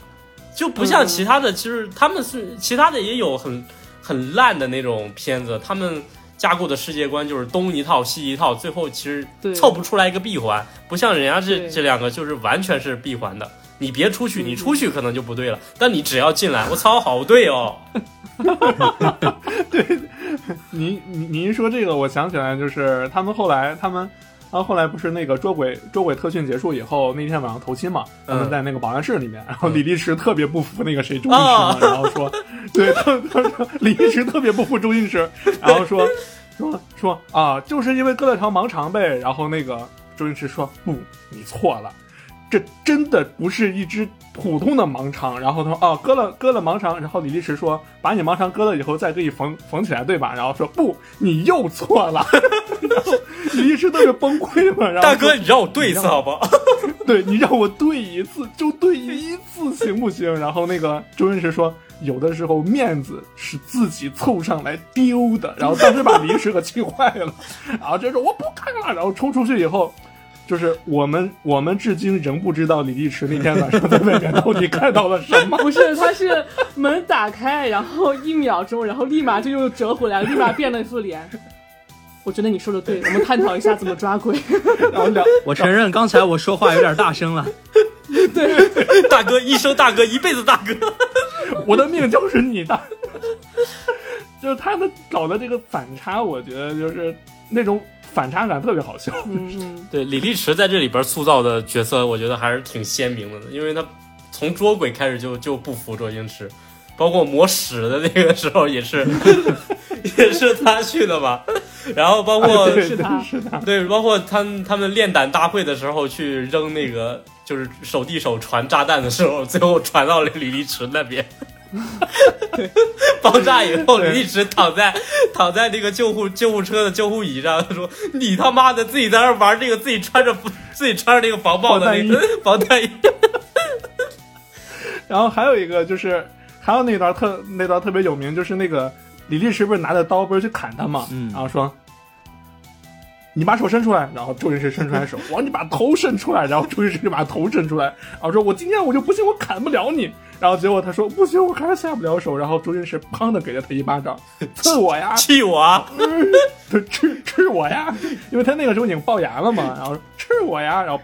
[SPEAKER 1] 就不像其他的，其实他们是其他的也有很很烂的那种片子，他们架构的世界观就是东一套西一套，最后其
[SPEAKER 6] 对
[SPEAKER 1] 实凑不出来一个闭环，不像人家这
[SPEAKER 6] 对
[SPEAKER 1] 这两个就是完全是闭环的。你别出去，
[SPEAKER 6] 嗯
[SPEAKER 1] 你出去可能就不对了，但你只要进来，我操，好对哦！
[SPEAKER 2] 你你你一说这个，我想起来就是他们后来他们。啊然后后来不是那个捉鬼捉鬼特训结束以后，那天晚上头七嘛，他
[SPEAKER 1] 嗯
[SPEAKER 2] 们在那个保安室里面，然后
[SPEAKER 1] 嗯
[SPEAKER 2] 李立池特别不服那个谁周星驰嘛，
[SPEAKER 1] 啊
[SPEAKER 2] 然后说，对，他他说 李立池特别不服周星驰，然后说说说啊，就是因为割了条盲肠呗。然后那个周星驰说不，你错了，这真的不是一只普通的盲肠。然后他说啊，割了割了盲肠。然后李立池说，把你盲肠割了以后再给你缝缝起来，对吧？然后说不，你又错了。 然后李立池特别崩溃嘛。然后
[SPEAKER 1] 大
[SPEAKER 2] 说
[SPEAKER 1] 哥，你让我对一次好不好？
[SPEAKER 2] 对你让我对一次就对一次行不行？然后那个周星驰说，有的时候面子是自己凑上来丢的。然后当时把李石给气坏了，然后就说我不看了，然后冲出去以后。就是我们，我们至今仍不知道李立池那天晚上在外面到底看到了什么。
[SPEAKER 6] 不是，他是门打开，然后一秒钟，然后立马就又折回来，立马变了一副脸。我觉得你说的对，我们探讨一下怎么 抓鬼。
[SPEAKER 2] 然后两
[SPEAKER 4] 我承认刚才我说话有点大声了，
[SPEAKER 1] 大哥，一生大哥，一辈子大哥。
[SPEAKER 2] 我的命就是你的， 就是他的搞的这个反差，我觉得就是那种反差感特别好笑。
[SPEAKER 6] 嗯
[SPEAKER 1] 对，李立池在这里边塑造的角色，我觉得还是挺鲜明的，因为他从捉鬼开始就就不服周星驰，包括抹屎的那个时候也是， 也是他去的吧，然后包括、
[SPEAKER 2] 对
[SPEAKER 6] 是
[SPEAKER 2] 对
[SPEAKER 6] 他
[SPEAKER 2] 是他，
[SPEAKER 1] 对，包括他们他们练胆大会的时候去扔那个，就是手递手传炸弹的时候，最后传到了李立池那 边。爆炸以后，李立池躺在躺在那个救护救护车的救护椅上，他说：“你他妈的自己在那玩这个，自己穿着自己穿着那个防爆的那个防弹衣。！
[SPEAKER 2] 然后还有一个就是，还有那段特那段特别有名，就是那个李立池不是拿着刀不是去砍他嘛，
[SPEAKER 4] 嗯
[SPEAKER 2] 然后说。你把手伸出来，然后周星驰伸出来手，我让你把头伸出来，然后周星驰就把头伸出来，然后说：“我今天我就不信我砍不了你。”然后结果他说：“不行，我还是下不了手。”然后周星驰砰的给了他一巴掌，刺我呀
[SPEAKER 1] 气我啊！
[SPEAKER 2] 他 吃吃我呀！因为他那个时候已经龅牙了嘛，然后说吃我呀，然后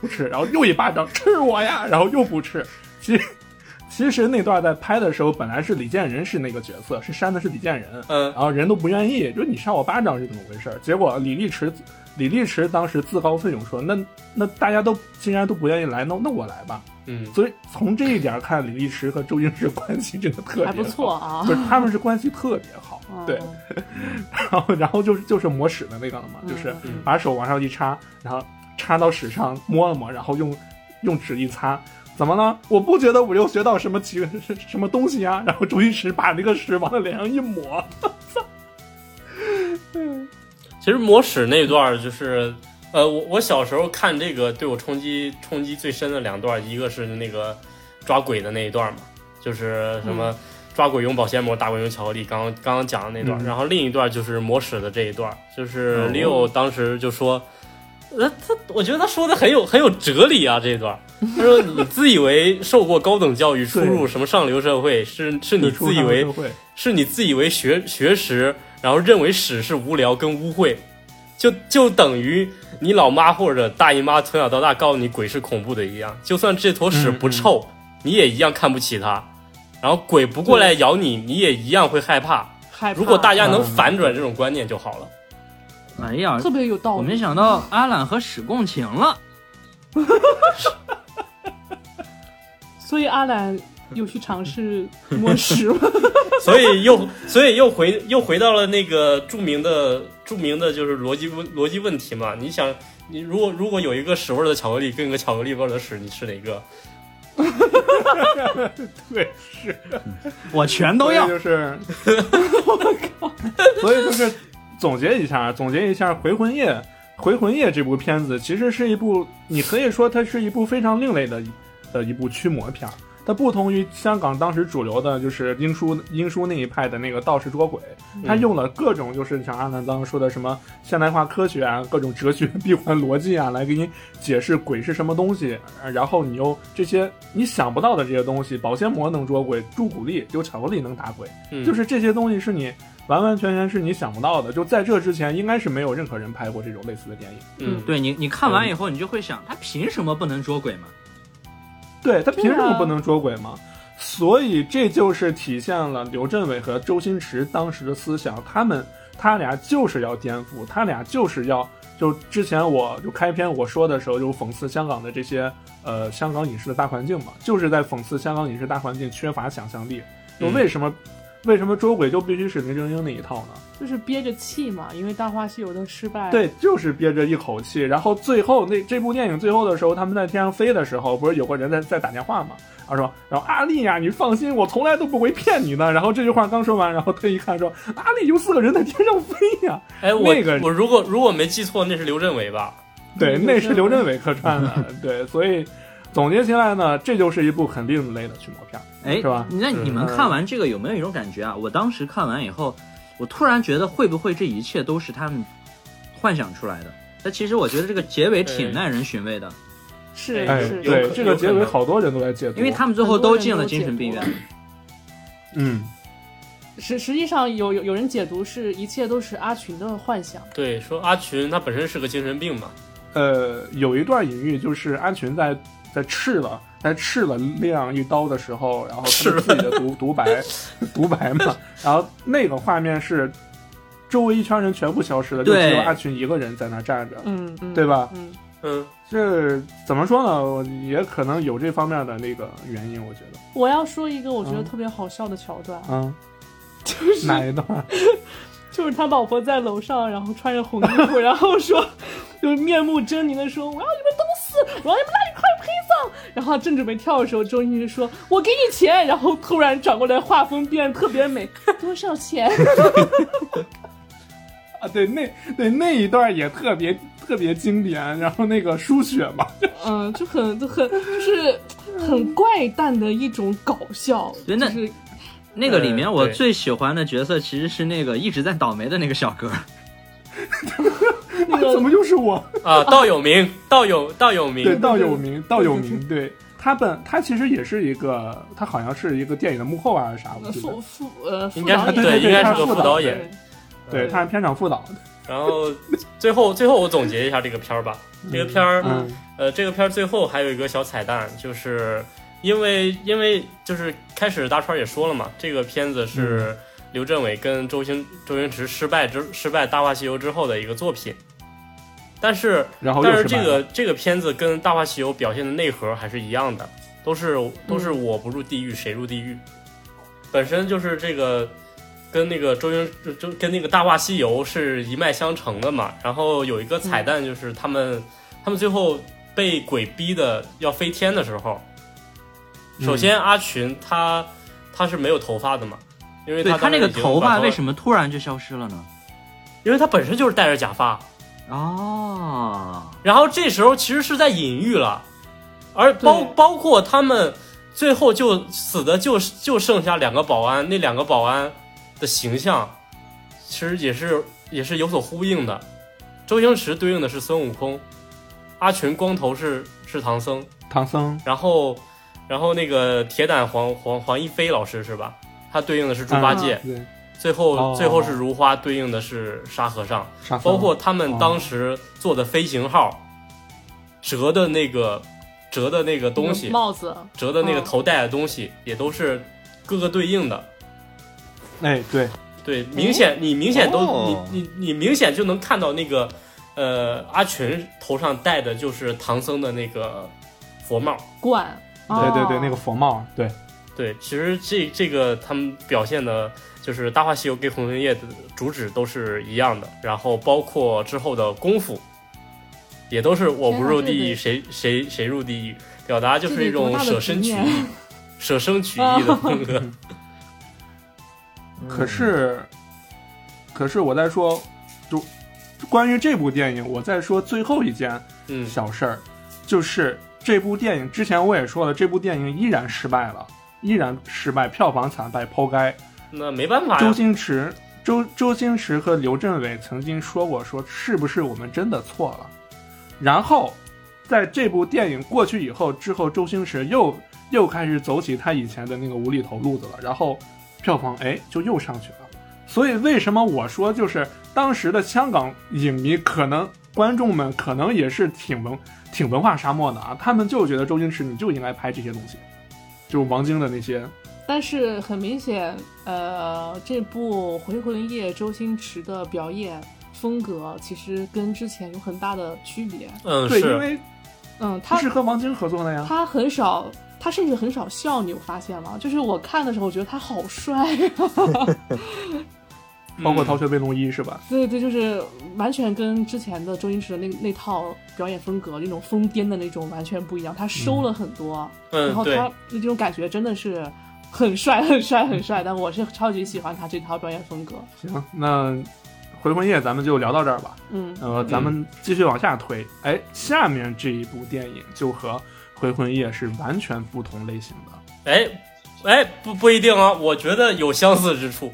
[SPEAKER 2] 不吃，然后又一巴掌吃我呀，然后又不吃。其实其实那段在拍的时候，本来是李建仁是那个角色，是扇的是李建仁，
[SPEAKER 1] 嗯
[SPEAKER 2] 然后人都不愿意，就你扇我巴掌是怎么回事儿？结果李立池李立池当时自告奋勇说，那那大家都竟然都不愿意来，那那我来吧。
[SPEAKER 1] 嗯，
[SPEAKER 2] 所以从这一点看，李立池和周星驰关系真的特别
[SPEAKER 6] 嗯，还不
[SPEAKER 2] 好
[SPEAKER 6] 错，啊
[SPEAKER 2] 不。是他们是关系特别好，对。
[SPEAKER 6] 嗯
[SPEAKER 2] 然后然后就是就是抹屎的那个了嘛，
[SPEAKER 6] 嗯
[SPEAKER 2] 就是
[SPEAKER 1] 嗯
[SPEAKER 2] 把手往上一插，然后插到屎上摸了摸，然后用用纸一擦。怎么了？我不觉得我又学到什么奇 什什么东西啊！然后周星驰把那个屎往他脸上一抹，
[SPEAKER 1] 其实抹屎那段儿就是，呃，我我小时候看这个对我冲击冲击最深的两段儿，一个是那个抓鬼的那一段儿嘛，就是什么抓鬼用保鲜膜，打鬼用巧克力，刚刚刚刚讲的那段儿，
[SPEAKER 2] 嗯
[SPEAKER 1] 然后另一段儿就是抹屎的这一段儿，就是
[SPEAKER 2] 哦
[SPEAKER 1] Leo 当时就说。呃，他我觉得他说的很有很有哲理啊，这一段儿。他说：“你自以为受过高等教育，出入什么上流社会，是是你自以为
[SPEAKER 2] 就出社会
[SPEAKER 1] 是你自以为学学识，然后认为屎是无聊跟污秽，就就等于你老妈或者大姨妈从小到大告诉你鬼是恐怖的一样。就算这坨屎不臭，你也一样看不起它。然后鬼不过来咬你，你也一样会害怕。
[SPEAKER 2] 嗯
[SPEAKER 6] 害怕
[SPEAKER 1] 如果大家能反转这种观念就好了。
[SPEAKER 4] 哎呀，
[SPEAKER 6] 特别有道
[SPEAKER 4] 我
[SPEAKER 6] 理，
[SPEAKER 4] 没想到阿懒和史共情了。
[SPEAKER 6] 所以阿兰有去尝试摸石吗？
[SPEAKER 1] 所以又 所以又回又回到了那个著名的著名的就是逻辑问逻辑问题嘛。你想，你如果如果有一个屎味儿的巧克力跟一个巧克力味儿的屎，你吃哪个？
[SPEAKER 2] 对是
[SPEAKER 4] 我全都要
[SPEAKER 2] 所以。就是，所以就是总结一下，总结一下《回魂夜》《回魂夜》这部片子其实是一部，你可以说它是一部非常另类的一的一部驱魔片儿。它不同于香港当时主流的，就是英叔英叔那一派的那个道士捉鬼，
[SPEAKER 4] 嗯
[SPEAKER 2] 他用了各种就是像阿南刚刚说的什么现代化科学啊，各种哲学闭环逻辑啊，来给你解释鬼是什么东西，呃然后你又这些你想不到的这些东西，保鲜膜能捉鬼，朱古力有巧克力能打鬼，
[SPEAKER 1] 嗯，
[SPEAKER 2] 就是这些东西是你完完全全是你想不到的。就在这之前，应该是没有任何人拍过这种类似的电影。
[SPEAKER 1] 嗯，
[SPEAKER 4] 对你，你看完以后，你就会想，他凭什么不能捉鬼嘛？
[SPEAKER 2] 对他凭什
[SPEAKER 6] 对
[SPEAKER 2] 么
[SPEAKER 6] 啊
[SPEAKER 2] 不能捉鬼嘛？所以这就是体现了刘镇伟和周星驰当时的思想，他们他俩就是要颠覆，他俩就是要就之前我就开篇我说的时候就讽刺香港的这些呃香港影视的大环境嘛，就是在讽刺香港影视大环境缺乏想象力。就
[SPEAKER 1] 嗯
[SPEAKER 2] 为什么、为什么捉鬼就必须是林正英那一套呢？
[SPEAKER 6] 就是憋着气嘛，因为《大话西游》的失败，，
[SPEAKER 2] 对，就是憋着一口气，然后最后那这部电影最后的时候，他们在天上飞的时候，不是有个人在在打电话吗？他说，然后阿丽呀、你放心，我从来都不会骗你的。然后这句话刚说完，然后他一看说，阿丽有四个人在天上飞呀、
[SPEAKER 1] 哎，我
[SPEAKER 2] 那个
[SPEAKER 1] 我如果如果没记错，那是刘镇伟吧？
[SPEAKER 2] 对，
[SPEAKER 6] 嗯
[SPEAKER 2] 那是刘镇伟客串的。对，所以总结起来呢，这就是一部很另类的驱魔片儿。
[SPEAKER 4] 哎，
[SPEAKER 2] 是吧
[SPEAKER 4] 那你们看完这个有没有一种感觉啊？我当时看完以后，我突然觉得会不会这一切都是他们幻想出来的？但其实我觉得这个结尾挺耐人寻味的，
[SPEAKER 6] 是
[SPEAKER 1] 哎
[SPEAKER 2] 哎，
[SPEAKER 6] 是，
[SPEAKER 1] 有
[SPEAKER 2] 对
[SPEAKER 1] 可，
[SPEAKER 2] 这个
[SPEAKER 1] 有可
[SPEAKER 2] 结尾
[SPEAKER 1] 能
[SPEAKER 2] 好多人都在解读，
[SPEAKER 4] 因为他们最后都进了精神病院。
[SPEAKER 2] 嗯，
[SPEAKER 6] 实实际上有有有人解读是一切都是阿群的幻想，
[SPEAKER 1] 对，说阿群他本身是个精神病嘛，
[SPEAKER 2] 呃，有一段隐喻就是安群在在赤了在赤了亮一刀的时候，然后他们自己的独独白 独白嘛，然后那个画面是周围一圈人全部消失了，就只
[SPEAKER 4] 对
[SPEAKER 2] 有安群一个人在那站着，
[SPEAKER 6] 嗯嗯，
[SPEAKER 2] 对吧？
[SPEAKER 6] 嗯，
[SPEAKER 1] 嗯，
[SPEAKER 2] 这怎么说呢？我也可能有这方面的那个原因，我觉得，
[SPEAKER 6] 我要说一个我觉得
[SPEAKER 2] 嗯
[SPEAKER 6] 特别好笑的桥段，
[SPEAKER 2] 嗯，
[SPEAKER 6] 就是
[SPEAKER 2] 哪一段？
[SPEAKER 6] 就是他老婆在楼上，然后穿着红衣服，然 后说，就是面目狰狞的说：“我要你们都死，我要你们拉一块陪葬。”然后他正准备跳的时候，周星驰说：“我给你钱。”然后突然转过来，画风变得特别美，多 少钱？
[SPEAKER 2] 啊，对，那对那一段也特别特别经典，然后那个输血嘛，
[SPEAKER 6] 嗯，就很就很就是很怪诞的一种搞笑，
[SPEAKER 4] 对那
[SPEAKER 6] 就是
[SPEAKER 4] 那个里面我
[SPEAKER 1] 对
[SPEAKER 4] 最喜欢的角色其实是那个一直在倒霉的那个小 哥，
[SPEAKER 6] 那
[SPEAKER 2] 怎
[SPEAKER 6] 个
[SPEAKER 2] 么又是我？
[SPEAKER 1] 啊，道友明，道友道友
[SPEAKER 2] 对，
[SPEAKER 1] 明，
[SPEAKER 2] 道友明，道友明，对他本他其实也是一个，他好像是一个电影的幕后啊啥，我记得
[SPEAKER 6] 副，副呃副
[SPEAKER 1] 应该
[SPEAKER 6] 导
[SPEAKER 1] 是
[SPEAKER 6] 演
[SPEAKER 2] 对对
[SPEAKER 1] 应该
[SPEAKER 2] 他
[SPEAKER 1] 是
[SPEAKER 2] 是
[SPEAKER 1] 个
[SPEAKER 2] 副
[SPEAKER 1] 副
[SPEAKER 2] 导
[SPEAKER 1] 导
[SPEAKER 2] 演
[SPEAKER 1] 演。
[SPEAKER 2] 对，
[SPEAKER 1] 呃
[SPEAKER 2] 他是片场副导，
[SPEAKER 1] 然后最后最后我总结一下这个片儿吧，这个片儿
[SPEAKER 2] 嗯
[SPEAKER 1] 呃，这个片儿最后还有一个小彩蛋，就是因为因为就是开始大川也说了嘛，这个片子
[SPEAKER 2] 嗯
[SPEAKER 1] 是刘镇伟跟周星周星驰失败之失败《大话西游》之后的一个作品，但是
[SPEAKER 2] 然后又
[SPEAKER 1] 但是
[SPEAKER 2] 失
[SPEAKER 1] 这
[SPEAKER 2] 败
[SPEAKER 1] 个
[SPEAKER 2] 了
[SPEAKER 1] 这个片子跟《大话西游》表现的内核还是一样的，都是都是我不入地狱谁入地狱，本身就是这个跟那个周星就就跟那个《大话西游》是一脉相承的嘛。然后有一个彩蛋就是他们、他们最后被鬼逼的要飞天的时候，
[SPEAKER 4] 嗯
[SPEAKER 1] 首先阿群他他是没有头发的嘛，因为
[SPEAKER 4] 对
[SPEAKER 1] 他
[SPEAKER 4] 他那个头发为
[SPEAKER 1] 么？
[SPEAKER 4] 什么突然就消失了呢？
[SPEAKER 1] 因为他本身就是戴着假发。
[SPEAKER 4] 哦，
[SPEAKER 1] 然后这时候其实是在隐喻了，而包
[SPEAKER 6] 对
[SPEAKER 1] 包括他们最后就死的就就剩下两个保安，那两个保安的形象其实也是也是有所呼应的。周星驰对应的是孙悟空，阿群光头是是唐僧，
[SPEAKER 2] 唐僧，
[SPEAKER 1] 然后然后那个铁胆黄黄黄一飞老师是吧？他对应的是猪八戒，
[SPEAKER 2] 嗯对，
[SPEAKER 1] 最后、
[SPEAKER 2] 哦
[SPEAKER 1] 最后是如花对应的是沙和尚。
[SPEAKER 2] 沙僧
[SPEAKER 1] 包括他们当时做的飞行号，折的那个折的那个嗯东西，
[SPEAKER 6] 帽子，
[SPEAKER 1] 折的那个头戴的东西，也都是各个对应的。
[SPEAKER 2] 哎对，
[SPEAKER 1] 对，明显你明显都、
[SPEAKER 4] 哦
[SPEAKER 1] 你你你明显就能看到那个呃阿群头上戴的就是唐僧的那个佛帽。
[SPEAKER 6] 冠，
[SPEAKER 2] 对对对，
[SPEAKER 6] 哦
[SPEAKER 2] 那个佛帽，对，
[SPEAKER 1] 对，其实这这个他们表现的，就是《大话西游》跟《红莲叶》的主旨都是一样的，然后包括之后的功夫，也都是我不入地狱谁谁谁入地狱，表达就是一种舍身取
[SPEAKER 6] 这得多大的
[SPEAKER 1] 义、舍生取义的风格。
[SPEAKER 2] 可是，可是我在说，就关于这部电影，我在说最后一件
[SPEAKER 1] 嗯，
[SPEAKER 2] 小事儿，就是这部电影之前我也说了，这部电影依然失败了，依然失败，票房惨败，抛开。
[SPEAKER 1] 那没办法
[SPEAKER 2] 周
[SPEAKER 1] 呀，
[SPEAKER 2] 星驰、周周星驰和刘镇伟曾经说过，说是不是我们真的错了？然后，在这部电影过去以后，之后周星驰又又开始走起他以前的那个无厘头路子了，然后票房哎就又上去了。所以为什么我说就是当时的香港影迷可能观众们可能也是挺文挺文化沙漠的啊，他们就觉得周星驰你就应该拍这些东西，就是王晶的那些
[SPEAKER 6] 但是很明显，呃，这部《回魂夜》周星驰的表演风格其实跟之前有很大的区别。
[SPEAKER 1] 嗯，
[SPEAKER 2] 对，因
[SPEAKER 1] 是，
[SPEAKER 2] 为
[SPEAKER 6] 嗯，
[SPEAKER 2] 他
[SPEAKER 6] 他
[SPEAKER 2] 是和王晶合作的呀。
[SPEAKER 6] 他很少，他甚至很少笑，你有发现吗？就是我看的时候，我觉得他好帅、啊，
[SPEAKER 2] 包括《逃学威龙一》是吧？
[SPEAKER 6] 对对，就是完全跟之前的周星驰的那那套表演风格，那种疯癫的那种完全不一样，他收了很多。然
[SPEAKER 1] 嗯，
[SPEAKER 6] 后
[SPEAKER 1] 对
[SPEAKER 6] 他，这种感觉真的是很帅、很帅、很帅，但我是超级喜欢他这套表演风格。
[SPEAKER 2] 行，那《回魂夜》咱们就聊到这儿吧。
[SPEAKER 6] 嗯，
[SPEAKER 2] 呃，咱们继续往下推。哎，下面这一部电影就和《回魂夜》是完全不同类型的。
[SPEAKER 1] 哎哎，不不一定啊，我觉得有相似之处。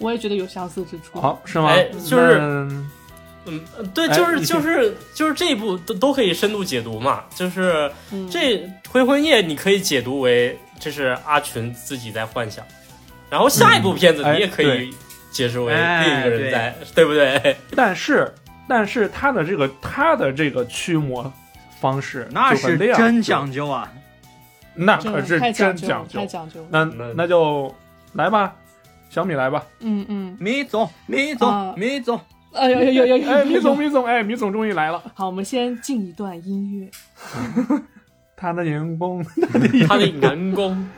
[SPEAKER 6] 我也觉得有相似之处。
[SPEAKER 2] 好，是吗？
[SPEAKER 1] 哎就是
[SPEAKER 2] 那
[SPEAKER 1] 嗯，呃对，
[SPEAKER 2] 哎
[SPEAKER 1] 就是
[SPEAKER 2] 你
[SPEAKER 1] 就是就是这一部都都可以深度解读嘛，就是
[SPEAKER 6] 嗯
[SPEAKER 1] 这《回魂夜》你可以解读为这是阿群自己在幻想，然后下一部片子
[SPEAKER 2] 嗯哎
[SPEAKER 1] 你也可
[SPEAKER 2] 对
[SPEAKER 1] 以解释为
[SPEAKER 4] 哎
[SPEAKER 1] 另一个人在，对不对？
[SPEAKER 2] 但是但是他的这个他的这个驱魔方式
[SPEAKER 4] 那
[SPEAKER 2] 就很
[SPEAKER 4] 是
[SPEAKER 2] 亮
[SPEAKER 4] 真讲究啊！
[SPEAKER 2] 那
[SPEAKER 6] 真
[SPEAKER 2] 可
[SPEAKER 6] 的
[SPEAKER 2] 是
[SPEAKER 6] 太
[SPEAKER 2] 呃真
[SPEAKER 6] 究
[SPEAKER 2] 讲
[SPEAKER 6] 了，
[SPEAKER 2] 究
[SPEAKER 6] 太。讲究了。
[SPEAKER 2] 那
[SPEAKER 1] 那
[SPEAKER 2] 那就来吧，小米来吧。
[SPEAKER 6] 嗯嗯，
[SPEAKER 4] 米总，米
[SPEAKER 6] 啊
[SPEAKER 4] 总，米总，
[SPEAKER 6] 哎呦呦呦呦呦！
[SPEAKER 2] 哎，米总，米总，哎，米总终于来了。
[SPEAKER 6] 好，我们先进一段音乐。
[SPEAKER 2] 他的员工，
[SPEAKER 1] 他的南宫，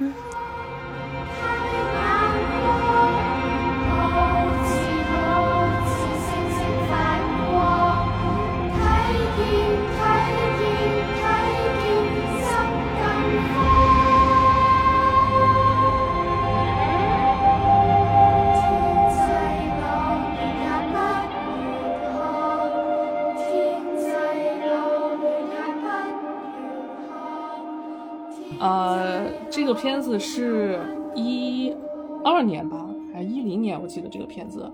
[SPEAKER 6] 呃，这个片子是一二年吧，还是一零年？我记得这个片子。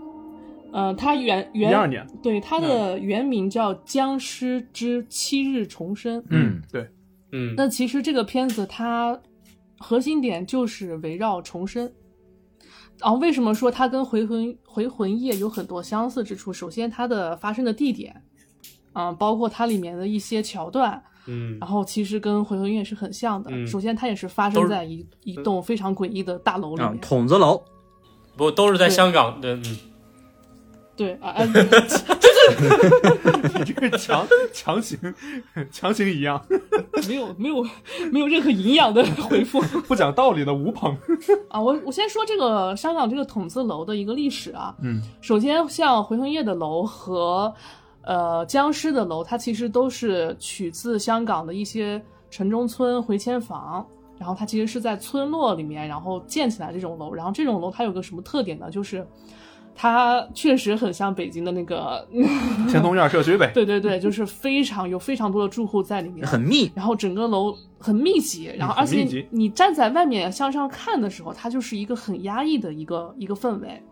[SPEAKER 6] 呃，它原原
[SPEAKER 2] 12年嗯
[SPEAKER 6] 对它的原名叫《僵尸之七日重生》。
[SPEAKER 2] 嗯，对，
[SPEAKER 1] 嗯，
[SPEAKER 6] 那其实这个片子它核心点就是围绕重生。然后为什么说它跟《回魂回魂夜》有很多相似之处？首先，它的发生的地点，嗯、包括它里面的一些桥段，
[SPEAKER 1] 嗯
[SPEAKER 6] 然后其实跟《回魂夜》是很像的。
[SPEAKER 1] 嗯
[SPEAKER 6] 首先，它也是发
[SPEAKER 1] 都
[SPEAKER 6] 生
[SPEAKER 1] 是
[SPEAKER 6] 在一一栋非常诡异的大楼里
[SPEAKER 4] 啊
[SPEAKER 6] 面，，
[SPEAKER 4] 筒子楼，
[SPEAKER 1] 不都是在
[SPEAKER 6] 对
[SPEAKER 1] 香港的，嗯，
[SPEAKER 6] 对啊，啊对
[SPEAKER 2] 你这个 强强行强行一样，
[SPEAKER 6] 没有没有没有任何营养的回复。
[SPEAKER 2] 不讲道理的吴 鹏。
[SPEAKER 6] 啊，我我先说这个香港这个筒子楼的一个历史啊。
[SPEAKER 2] 嗯，
[SPEAKER 6] 首先像回魂夜的楼和呃僵尸的楼，它其实都是取自香港的一些城中村回迁房。然后它其实是在村落里面，然后建起来这种楼。然后这种楼它有个什么特点呢？就是它确实很像北京的那个，
[SPEAKER 2] 天通苑社区呗。
[SPEAKER 6] 对对对，就是非常有非常多的住户在里面，
[SPEAKER 4] 很密，
[SPEAKER 6] 然后整个楼很密集，然后
[SPEAKER 2] 嗯很
[SPEAKER 6] 而且
[SPEAKER 2] 密集
[SPEAKER 6] 你站在外面向上看的时候，它就是一个很压抑的一个一个氛围。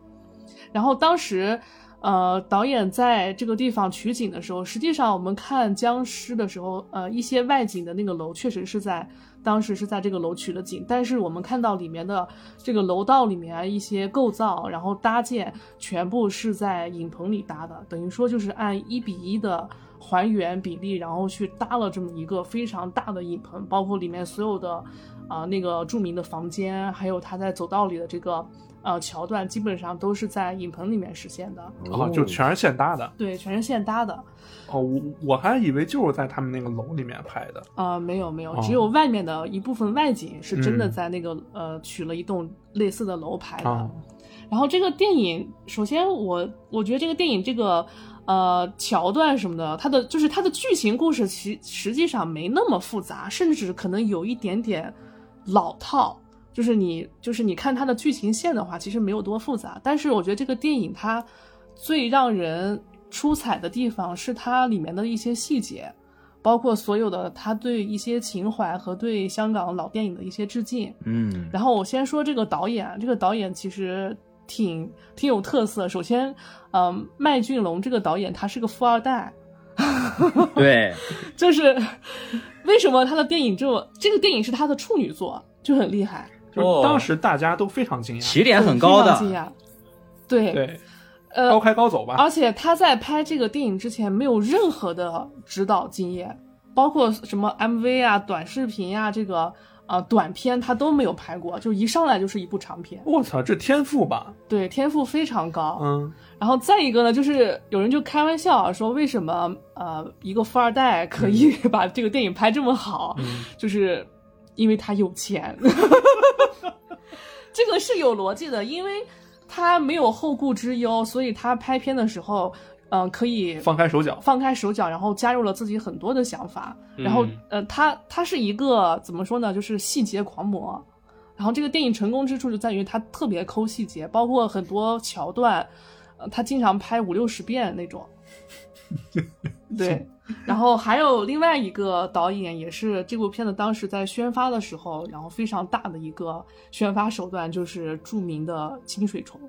[SPEAKER 6] 然后当时，呃，导演在这个地方取景的时候，实际上我们看僵尸的时候，呃，一些外景的那个楼确实是在当时是在这个楼取的景，但是我们看到里面的这个楼道里面一些构造，然后搭建全部是在影棚里搭的，等于说就是按一比一的还原比例，然后去搭了这么一个非常大的影棚，包括里面所有的啊、那个著名的房间，还有他在走道里的这个呃桥段，基本上都是在影棚里面实现的。
[SPEAKER 2] 哦，就全是现搭的。
[SPEAKER 6] 对，全是现搭的，
[SPEAKER 2] 哦，我我还以为就是在他们那个楼里面拍的。
[SPEAKER 6] 啊，没有没有
[SPEAKER 2] 哦，
[SPEAKER 6] 只有外面的一部分外景是真的
[SPEAKER 2] 嗯
[SPEAKER 6] 在那个、呃取了一栋类似的楼拍的。
[SPEAKER 2] 啊，
[SPEAKER 6] 然后这个电影，首先我我觉得这个电影这个呃桥段什么的，它的就是它的剧情故事其实际上没那么复杂，甚至可能有一点点老套。就是你就是你看它的剧情线的话，其实没有多复杂。但是我觉得这个电影它最让人出彩的地方是它里面的一些细节，包括所有的它对一些情怀和对香港老电影的一些致敬。
[SPEAKER 4] 嗯，
[SPEAKER 6] 然后我先说这个导演，这个导演其实挺挺有特色。首先，嗯、麦浚龙这个导演他是个富二代，
[SPEAKER 4] 对，
[SPEAKER 6] 就是 为什么他的电影这么这个电影是他的处女作，就很厉害，
[SPEAKER 2] 就是当时大家都非常惊讶。
[SPEAKER 4] 起点很高
[SPEAKER 6] 我非常惊
[SPEAKER 4] 的，
[SPEAKER 6] 讶。对，
[SPEAKER 2] 对，
[SPEAKER 6] 呃，
[SPEAKER 2] 高开高走吧。
[SPEAKER 6] 而且他在拍这个电影之前没有任何的指导经验，包括什么 MV 啊、短视频啊、这个呃短片他都没有拍过，就一上来就是一部长片，
[SPEAKER 2] 我操，这天赋吧，
[SPEAKER 6] 对，天赋非常高。
[SPEAKER 2] 嗯，
[SPEAKER 6] 然后再一个呢，就是有人就开玩笑啊，说为什么呃一个富二代可以
[SPEAKER 2] 嗯
[SPEAKER 6] 把这个电影拍这么好，就是因为他有钱。 这个是有逻辑的，因为他没有后顾之忧，所以他拍片的时候，嗯、可以
[SPEAKER 2] 放开手脚，
[SPEAKER 6] 放开手脚，然后加入了自己很多的想法。然后、
[SPEAKER 1] 嗯
[SPEAKER 6] 呃，他他是一个怎么说呢，就是细节狂魔。然后这个电影成功之处就在于它特别抠细节，包括很多桥段，呃，他经常拍五六十遍那种。对，然后还有另外一个导演，也是这部片子当时在宣发的时候，然后非常大的一个宣发手段就是著名的清水虫。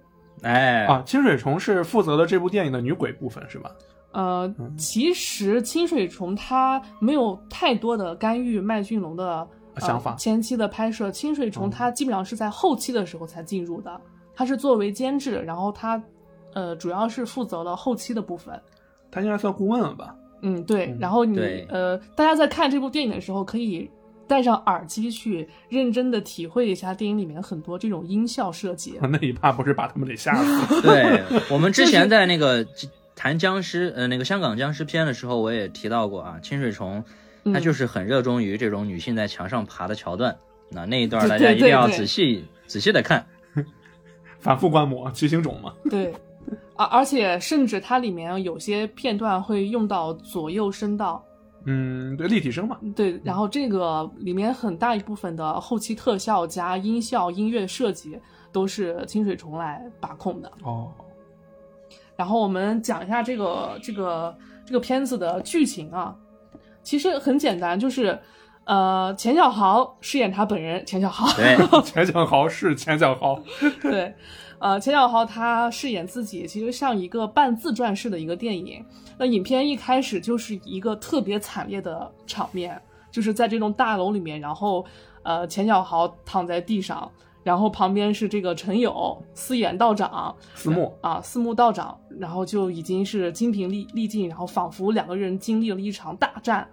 [SPEAKER 4] 哎，
[SPEAKER 2] 啊，清水虫是负责了这部电影的女鬼部分是吧？
[SPEAKER 6] 呃，其实清水虫它没有太多的干预麦浚龙的、呃、
[SPEAKER 2] 想法
[SPEAKER 6] 前期的拍摄，清水虫它基本上是在后期的时候才进入的，它是作为监制，然后它呃主要是负责了后期的部分。
[SPEAKER 2] 他应该算顾问了吧？
[SPEAKER 6] 嗯，对。然后你
[SPEAKER 4] 对
[SPEAKER 6] 呃，大家在看这部电影的时候，可以戴上耳机去认真的体会一下电影里面很多这种音效 设计。
[SPEAKER 2] 那一趴不是把他们给吓 死？
[SPEAKER 4] 对我们之前在那个谈僵尸，呃，那个香港僵尸片的时候，我也提到过啊，清水虫它
[SPEAKER 6] 嗯
[SPEAKER 4] 就是很热衷于这种女性在墙上爬的桥段。那那一段
[SPEAKER 6] 对
[SPEAKER 4] 大家一定
[SPEAKER 6] 对
[SPEAKER 4] 要
[SPEAKER 6] 对
[SPEAKER 4] 仔细仔细的看。
[SPEAKER 2] 反复观摩骑行种嘛，
[SPEAKER 6] 对，而而且甚至它里面有些片段会用到左右声道，
[SPEAKER 2] 嗯，对，立体声嘛，
[SPEAKER 6] 对，然后这个里面很大一部分的后期特效加音效、音乐设计都是清水虫来把控的。
[SPEAKER 2] 哦，
[SPEAKER 6] 然后我们讲一下这个这个这个片子的剧情啊，其实很简单，就是呃，钱小豪饰演他本人，钱小豪，
[SPEAKER 4] 对，
[SPEAKER 2] 钱小豪是钱小豪，
[SPEAKER 6] 对，呃，钱小豪他饰演自己，其实像一个半自传式的一个电影。那影片一开始就是一个特别惨烈的场面，就是在这栋大楼里面，然后呃，钱小豪躺在地上，然后旁边是这个陈友四眼道长
[SPEAKER 2] 私募
[SPEAKER 6] 啊，四目道长，然后就已经是精疲力力尽，然后仿佛两个人经历了一场大战。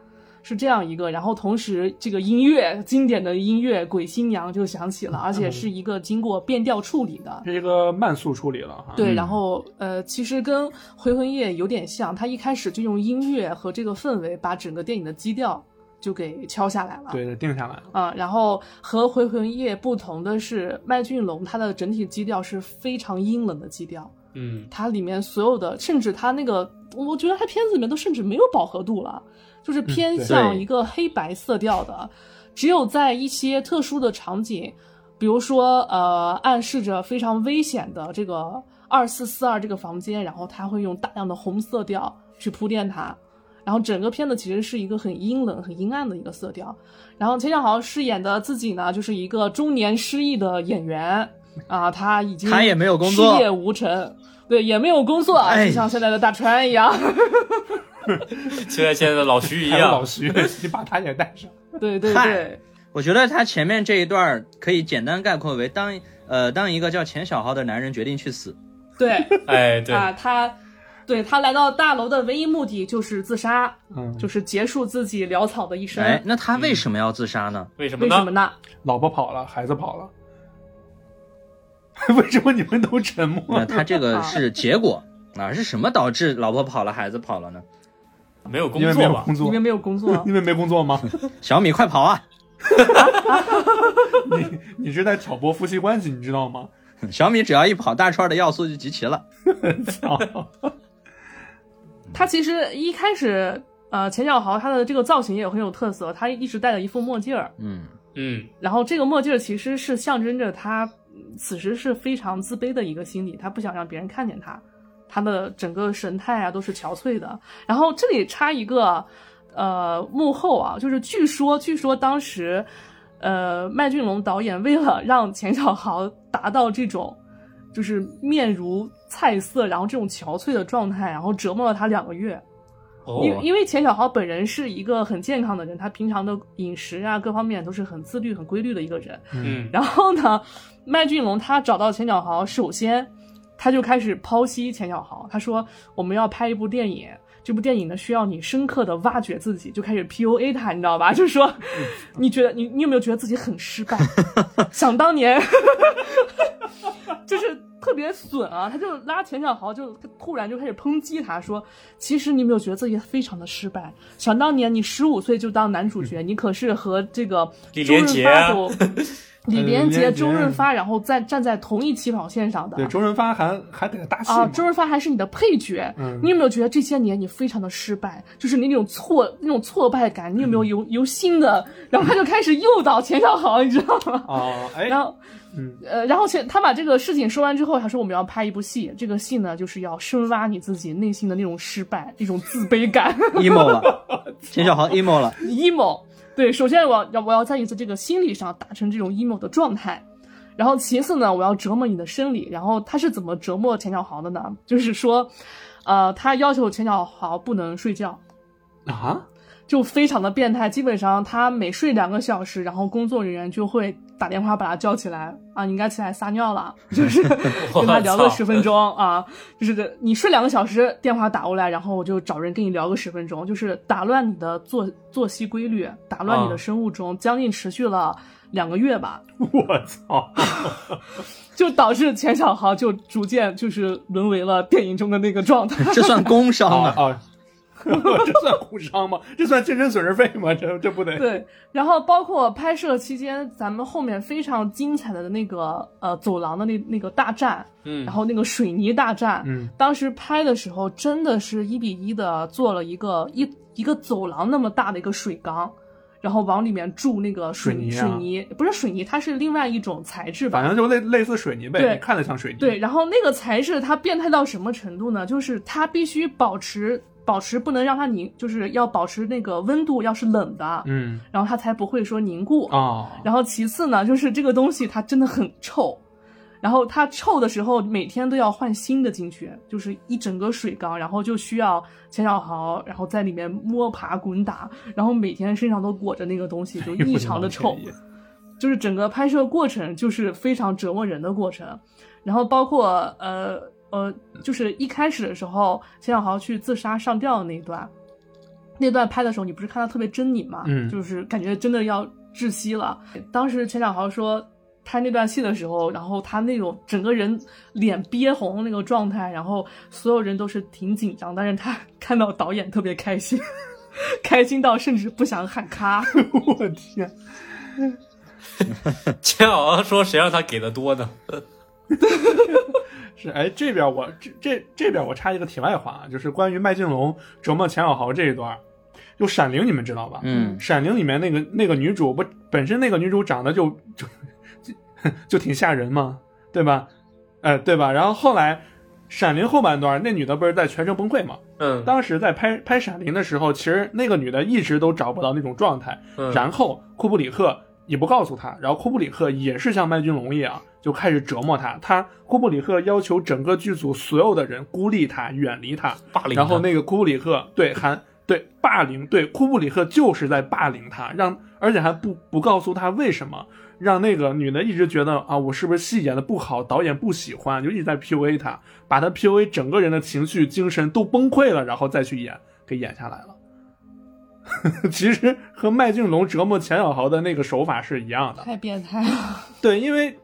[SPEAKER 6] 是这样一个，然后同时这个音乐经典的音乐《鬼新娘》就响起了，而且是一个经过变调处理的，
[SPEAKER 2] 是一个慢速处理了哈。
[SPEAKER 6] 对，
[SPEAKER 4] 嗯
[SPEAKER 6] 然后呃，其实跟《回魂夜》有点像，它一开始就用音乐和这个氛围把整个电影的基调就给敲下来了。
[SPEAKER 2] 对对，定下来了。
[SPEAKER 6] 啊，然后和《回魂夜》不同的是，麦浚龙他的整体基调是非常阴冷的基调，
[SPEAKER 1] 嗯，
[SPEAKER 6] 它里面所有的，甚至它那个，我觉得它片子里面都甚至没有饱和度了，就是偏
[SPEAKER 2] 对
[SPEAKER 6] 向
[SPEAKER 4] 嗯对
[SPEAKER 6] 一个黑白色调的，只有在一些特殊的场景，比如说呃，暗示着非常危险的这个二四四二这个房间，然后它会用大量的红色调去铺垫它。然后整个片子其实是一个很阴冷、很阴暗的一个色调。然后钱小豪饰演的自己呢，就是一个中年失意的演员啊，他已经
[SPEAKER 4] 他也没有工作
[SPEAKER 6] 事业无成，对，也没有工作，
[SPEAKER 4] 哎
[SPEAKER 6] 就像现在的大川一样。
[SPEAKER 1] 就像现在的老徐一
[SPEAKER 2] 还有老
[SPEAKER 1] 样，
[SPEAKER 2] 徐， 你把他也带上。
[SPEAKER 6] 对对
[SPEAKER 4] 嗨
[SPEAKER 6] 对，
[SPEAKER 4] 我觉得他前面这一段儿可以简单概括为当呃当一个叫钱小豪的男人决定去死，
[SPEAKER 6] 对
[SPEAKER 1] 哎，对，
[SPEAKER 6] 啊，他对他来到大楼的唯一目的就是自杀，
[SPEAKER 2] 嗯，
[SPEAKER 6] 就是结束自己潦草的一生。
[SPEAKER 4] 哎，那他为什么要自杀呢？
[SPEAKER 1] 为什么
[SPEAKER 6] 为什么
[SPEAKER 1] 呢？
[SPEAKER 6] 呢？
[SPEAKER 2] 老婆跑了，孩子跑了， 为什么你们都沉默
[SPEAKER 4] 那？他这
[SPEAKER 6] 嗯
[SPEAKER 4] 个是结果啊，是什么导致老婆跑了，孩子跑了呢？
[SPEAKER 1] 没有工
[SPEAKER 2] 因为没
[SPEAKER 1] 作
[SPEAKER 2] 有
[SPEAKER 1] 吧？
[SPEAKER 2] 工
[SPEAKER 6] 因
[SPEAKER 2] 作，
[SPEAKER 6] 为，没有工作
[SPEAKER 2] 因为没工作吗？
[SPEAKER 4] 小米快跑啊！
[SPEAKER 2] 你你是在挑拨夫妻关系，你知道吗？
[SPEAKER 4] 小米只要一跑，大串的要素就集齐了。
[SPEAKER 2] 操，
[SPEAKER 6] 他其实一开始。呃，钱小豪他的这个造型也很有特色，他一直戴着一副墨镜儿，
[SPEAKER 4] 嗯，
[SPEAKER 1] 嗯，
[SPEAKER 6] 然后这个墨镜儿其实是象征着他嗯此时是非常自卑的一个心理，他不想让别人看见他，他的整个神态啊都是憔悴的。然后这里插一个，呃，幕后啊，就是据说，据说当时，呃，麦浚龙导演为了让钱小豪达到这种。就是面如菜色，然后这种憔悴的状态，然后折磨了他两个月。
[SPEAKER 1] 哦
[SPEAKER 6] 因，为因为钱小豪本人是一个很健康的人，他平常的饮食啊各方面都是很自律、很规律的一个人。
[SPEAKER 1] 嗯，
[SPEAKER 6] 然后呢，麦浚龙他找到钱小豪，首先他就开始剖析钱小豪，他说我们要拍一部电影。这部电影呢，需要你深刻的挖掘自己，就开始 PUA 他，你知道吧？ 就是说，你觉得你你有没有觉得自己很失败？想当年， 就是特别损啊！他就拉钱小豪，就突然就开始抨击他说：“其实你有没有觉得自己非常的失败？想当年你十五岁就当男主角，你可是和这个
[SPEAKER 1] 嗯李
[SPEAKER 6] 周
[SPEAKER 1] 连
[SPEAKER 6] 润
[SPEAKER 1] 杰
[SPEAKER 6] 发
[SPEAKER 1] 啊
[SPEAKER 6] 所李连
[SPEAKER 2] 李连
[SPEAKER 6] 杰、
[SPEAKER 2] 呃杰嗯
[SPEAKER 6] 周润发，然后站站在同一起跑线上的
[SPEAKER 2] 对，周润发还还给他搭戏
[SPEAKER 6] 啊，
[SPEAKER 2] 嘛
[SPEAKER 6] 周润发还是你的配角。
[SPEAKER 2] 嗯
[SPEAKER 6] 你有没有觉得这些年你非常的失败，就是你那种挫那种挫败感，你有没
[SPEAKER 2] 嗯
[SPEAKER 6] 有由由心的？然后他就开始诱导钱小豪，你知道吗？
[SPEAKER 2] 哦，哎，
[SPEAKER 6] 然后
[SPEAKER 2] 嗯，
[SPEAKER 6] 呃，然后钱他把这个事情说完之后，他说我们要拍一部戏，这个戏呢就是要深挖你自己内心的那种失败、那种自卑感。
[SPEAKER 4] emo 了，钱小豪 emo 了。
[SPEAKER 6] emo。对，首先我要我要在你的这个心理上达成这种 emo 的状态，然后其次呢，我要折磨你的生理。然后他是怎么折磨钱小豪的呢？就是说，呃，他要求钱小豪不能睡觉，
[SPEAKER 2] 啊，
[SPEAKER 6] 就非常的变态。基本上他每睡两个小时，然后工作人员就会打电话把他叫起来啊，你应该起来撒尿了，就是跟他聊个十分钟啊，就是这你睡两个小时，电话打过来，然后我就找人跟你聊个十分钟，就是打乱你的作作息规律，打乱你
[SPEAKER 1] 啊
[SPEAKER 6] 的生物钟，将近持续了两个月吧，
[SPEAKER 2] 我操！
[SPEAKER 6] 就导致钱小豪就逐渐就是沦为了电影中的那个状态。
[SPEAKER 4] 这算工伤
[SPEAKER 2] 啊
[SPEAKER 4] 啊！
[SPEAKER 2] 啊！ 这算误伤吗？这算精神损失费吗？这这不得？
[SPEAKER 6] 对，然后包括拍摄期间，咱们后面非常精彩的那个呃走廊的那那个大战，
[SPEAKER 1] 嗯
[SPEAKER 6] 然，后那个水泥大战，
[SPEAKER 2] 嗯
[SPEAKER 6] 当时拍的时候真的是一比一的做了一个一一个走廊那么大的一个水缸，然后往里面注那个水
[SPEAKER 2] 水泥啊
[SPEAKER 6] 水泥不是水泥，它是另外一种材质吧
[SPEAKER 2] 反？正就类类似水泥呗，
[SPEAKER 6] 对
[SPEAKER 2] 你看着像水泥。
[SPEAKER 6] 对，，然后那个材质它变态到什么程度呢？就是它必须保持保持不能让它凝，就是要保持那个温度要是冷的，
[SPEAKER 2] 嗯
[SPEAKER 6] 然后它才不会说凝固。
[SPEAKER 2] 啊，
[SPEAKER 6] 然后其次呢，就是这个东西它真的很臭，然后它臭的时候每天都要换新的进去，就是一整个水缸，然后就需要钱小豪，然后在里面摸爬滚打，然后每天身上都裹着那个东西，就
[SPEAKER 2] 哎呦
[SPEAKER 6] 异常的
[SPEAKER 2] 我
[SPEAKER 6] 臭
[SPEAKER 2] 的。妈呀
[SPEAKER 6] 就是整个拍摄过程就是非常折磨人的过程，然后包括呃呃，就是一开始的时候，钱小豪去自杀上吊的那一段，那段拍的时候，你不是看他特别狰狞嘛，
[SPEAKER 2] 嗯
[SPEAKER 6] 就是感觉真的要窒息了。当时钱小豪说拍那段戏的时候，然后他那种整个人脸憋红那个状态，然后所有人都是挺紧张，但是他 看到导演特别开心， 开心到甚至不想喊咔。
[SPEAKER 2] 我天！
[SPEAKER 1] 钱小豪说谁让他给的多呢？
[SPEAKER 2] 是哎，这边我这这这边我插一个题外话啊，就是关于麦浚龙折磨钱小豪这一段儿，就《闪灵》，你们知道吧？
[SPEAKER 4] 嗯，
[SPEAKER 2] 闪灵》里面那个那个女主不本身那个女主长得就就就就挺吓人嘛，对吧？呃，对吧？然后后来《闪灵》后半段那女的不是在全程崩溃嘛？
[SPEAKER 1] 嗯，
[SPEAKER 2] 当时在拍拍《闪灵》的时候，其实那个女的一直都找不到那种状态。
[SPEAKER 1] 嗯
[SPEAKER 2] 然后库布里克也不告诉她，然后库布里克也是像麦浚龙一样，就开始折磨她。他库布里克要求整个剧组所有的人孤立她，远离她。
[SPEAKER 1] 霸凌他。
[SPEAKER 2] 然后那个库布里克对还对霸凌，对库布里克就是在霸凌她，让而且还不不告诉她为什么，让那个女的一直觉得啊，我是不是戏演的不好，导演不喜欢，就一直在 PUA 她，把她 PUA 整个人的情绪、精神都崩溃了，然后再去演，给演下来了。 其实和麦浚龙折磨钱小豪的那个手法是一样的，
[SPEAKER 6] 太变态了。
[SPEAKER 2] 对，因为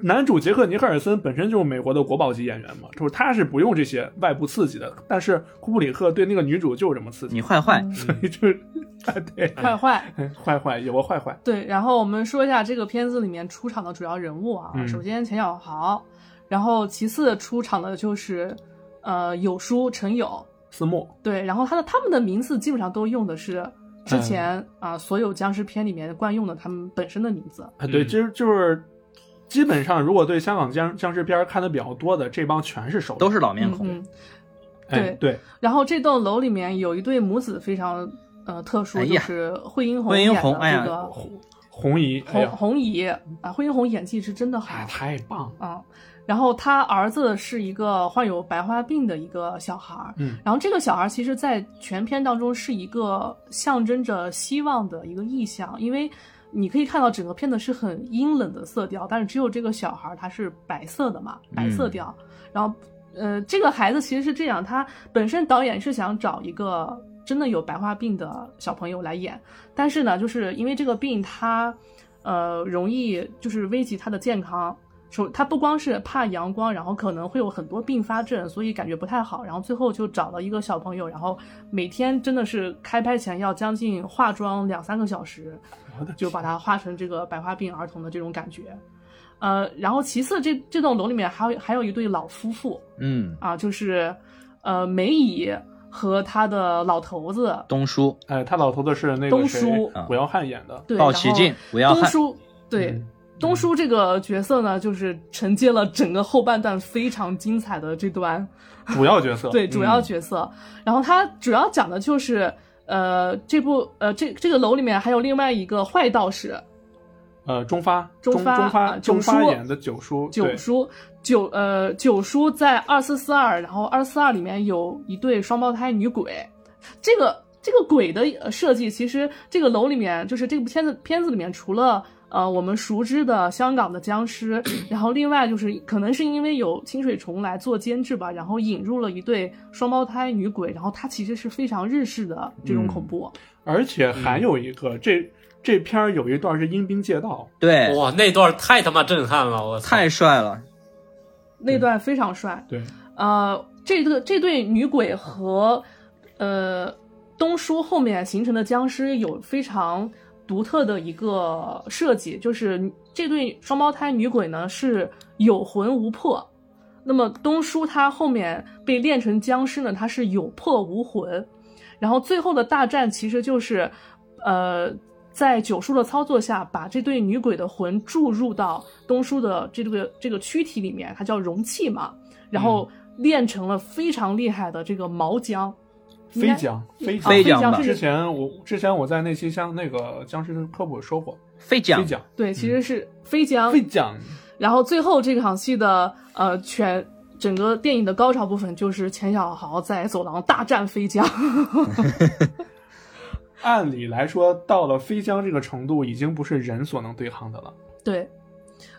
[SPEAKER 2] 男主杰克尼克尔森本身就是美国的国宝级演员嘛，就是他是不用这些外部刺激的，但是库布里克对那个女主就是这么刺激，
[SPEAKER 4] 你坏坏，
[SPEAKER 2] 所以就是 啊，对，
[SPEAKER 6] 坏坏，
[SPEAKER 2] 坏坏有个坏坏，
[SPEAKER 6] 对，然后我们说一下这个片子里面出场的主要人物啊，
[SPEAKER 2] 嗯
[SPEAKER 6] 首先钱小豪，然后其次出场的就是呃有叔陈友，
[SPEAKER 2] 思墨，
[SPEAKER 6] 对，然后他的他们的名字基本上都用的是
[SPEAKER 4] 嗯
[SPEAKER 6] 之前啊、所有僵尸片里面惯用的他们本身的名字，
[SPEAKER 2] 啊，对，
[SPEAKER 1] 嗯
[SPEAKER 2] 就是就是。基本上，如果对香港僵僵尸片看的比较多的，这帮全是熟人，
[SPEAKER 4] 都是老面
[SPEAKER 6] 嗯
[SPEAKER 4] 孔。
[SPEAKER 6] 嗯。
[SPEAKER 2] 哎对，
[SPEAKER 6] 然后这栋楼里面有一对母子非常呃特殊，
[SPEAKER 4] 哎
[SPEAKER 6] 就
[SPEAKER 4] 呀
[SPEAKER 6] 是惠英红
[SPEAKER 4] 惠
[SPEAKER 6] 演
[SPEAKER 4] 英
[SPEAKER 6] 的
[SPEAKER 4] 红哎
[SPEAKER 6] 这
[SPEAKER 4] 呀
[SPEAKER 6] 个
[SPEAKER 2] 红姨，哎
[SPEAKER 6] 红
[SPEAKER 2] 呀，
[SPEAKER 6] 红姨啊，惠英红演技是真的好
[SPEAKER 2] 哎，，太棒了，
[SPEAKER 6] 嗯，然后他儿子是一个患有白化病的一个小孩儿，
[SPEAKER 2] 嗯
[SPEAKER 6] 然后这个小孩儿其实，在全片当中是一个象征着希望的一个意象，因为你可以看到整个片子是很阴冷的色调，但是只有这个小孩儿他是白色的嘛，白色调，然后。呃，这个孩子其实是这样，他本身导演是想找一个真的有白化病的小朋友来演，但是呢，就是因为这个病他，呃，容易就是危及他的健康。首，他不光是怕阳光，然后可能会有很多并发症，所以感觉不太好。然后最后就找了一个小朋友，然后每天真的是开拍前要将近化妆两三个小时，
[SPEAKER 2] 我的
[SPEAKER 6] 就把它画成这个白化病儿童的这种感觉。呃，然后其次这这栋楼里面还有还有一对老夫妇
[SPEAKER 4] 嗯，
[SPEAKER 6] 啊，就是呃梅姨和她的老头子，
[SPEAKER 4] 东叔、
[SPEAKER 2] 哎，他老头子是那个
[SPEAKER 6] 东
[SPEAKER 2] 谁
[SPEAKER 6] 叔
[SPEAKER 4] 啊
[SPEAKER 2] 武耀汉演的，
[SPEAKER 6] 对，
[SPEAKER 4] 鲍
[SPEAKER 6] 然
[SPEAKER 4] 奇
[SPEAKER 6] 后
[SPEAKER 4] 进、吴耀
[SPEAKER 6] 东
[SPEAKER 4] 汉，
[SPEAKER 6] 叔对。
[SPEAKER 2] 嗯
[SPEAKER 6] 东叔这个角色呢，就是承接了整个后半段非常精彩的这段
[SPEAKER 2] 主要角色，
[SPEAKER 6] 对主要角色。然后他主要讲的就是，呃，这部呃这这个楼里面还有另外一个坏道士
[SPEAKER 2] 呃，中发，
[SPEAKER 6] 中
[SPEAKER 2] 中
[SPEAKER 6] 发
[SPEAKER 2] 发，
[SPEAKER 6] 啊
[SPEAKER 2] 中
[SPEAKER 6] 九
[SPEAKER 2] 发
[SPEAKER 6] 叔
[SPEAKER 2] 演的九叔，
[SPEAKER 6] 九
[SPEAKER 2] 对
[SPEAKER 6] 叔九呃九叔在二四四二，然后二四二里面有一对双胞胎女鬼，这个这个鬼的呃设计，其实这个楼里面就是这部片子片子里面除了。呃我们熟知的香港的僵尸，然后另外就是可能是因为有清水崇来做监制吧，然后引入了一对双胞胎女鬼，然后它其实是非常日式的
[SPEAKER 2] 嗯
[SPEAKER 6] 这种恐怖。
[SPEAKER 2] 而且还有一个，这这片儿有一段是阴兵借道，
[SPEAKER 4] 对，
[SPEAKER 1] 哇，那段太他妈震撼了，我操！
[SPEAKER 4] 哎太帅了，
[SPEAKER 6] 那段非常帅。
[SPEAKER 2] 对，
[SPEAKER 6] 呃，这个这对女鬼和呃东叔后面形成的僵尸有非常独特的一个设计，就是这对双胞胎女鬼呢是有魂无魄。那么东叔他后面被练成僵尸呢，他是有魄无魂。然后最后的大战其实就是，呃，在九叔的操作下，把这对女鬼的魂注入到东叔的这个这个躯体里面，它叫容器嘛，
[SPEAKER 2] 嗯
[SPEAKER 6] 然后炼成了非常厉害的这个毛浆，应
[SPEAKER 2] 飞
[SPEAKER 6] 该
[SPEAKER 2] 将，飞
[SPEAKER 6] 啊
[SPEAKER 4] 飞
[SPEAKER 6] 将
[SPEAKER 4] 将吧
[SPEAKER 2] 之
[SPEAKER 6] 是
[SPEAKER 2] 前我之前我在那期像那个僵尸科普说过，
[SPEAKER 4] 飞
[SPEAKER 2] 飞
[SPEAKER 4] 奖，
[SPEAKER 2] 将，
[SPEAKER 6] 对，其实是飞
[SPEAKER 2] 嗯
[SPEAKER 6] 将，
[SPEAKER 2] 飞将，
[SPEAKER 6] 然后最后这场戏的呃全整个电影的高潮部分就是钱小豪在走廊大战飞将，
[SPEAKER 2] 按理来说到了飞将这个程度，已经不是人所能对抗的了。
[SPEAKER 6] 对，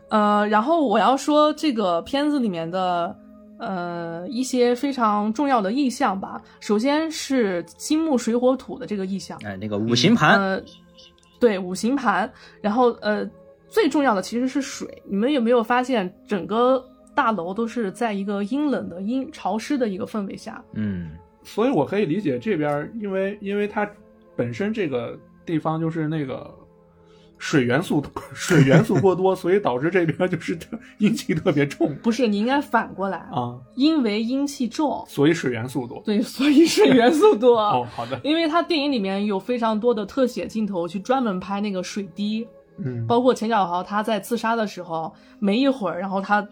[SPEAKER 6] 呃，然后我要说这个片子里面的呃一些非常重要的意象吧。首先是金木水火土的这个意象，
[SPEAKER 4] 哎，那个五行盘，
[SPEAKER 6] 呃，对五行盘，然后呃最重要的其实是水。你们有没有发现整个？大楼都是在一个阴冷的、阴潮湿的一个氛围下，
[SPEAKER 4] 嗯，
[SPEAKER 2] 所以我可以理解这边儿，因为因为它本身这个地方就是那个水元素 水元素过多，所以导致这边就是特 阴气特别重
[SPEAKER 6] 不是你应该反过来，
[SPEAKER 2] 啊，
[SPEAKER 6] 因为阴气重，
[SPEAKER 2] 所以水元素多。
[SPEAKER 6] 对，所以水元素多。
[SPEAKER 2] 哦，好的，
[SPEAKER 6] 因为它电影里面有非常多的特写镜头去专门拍那个水滴，
[SPEAKER 2] 嗯，
[SPEAKER 6] 包括钱小豪他在自杀的时候，没一会儿，然后他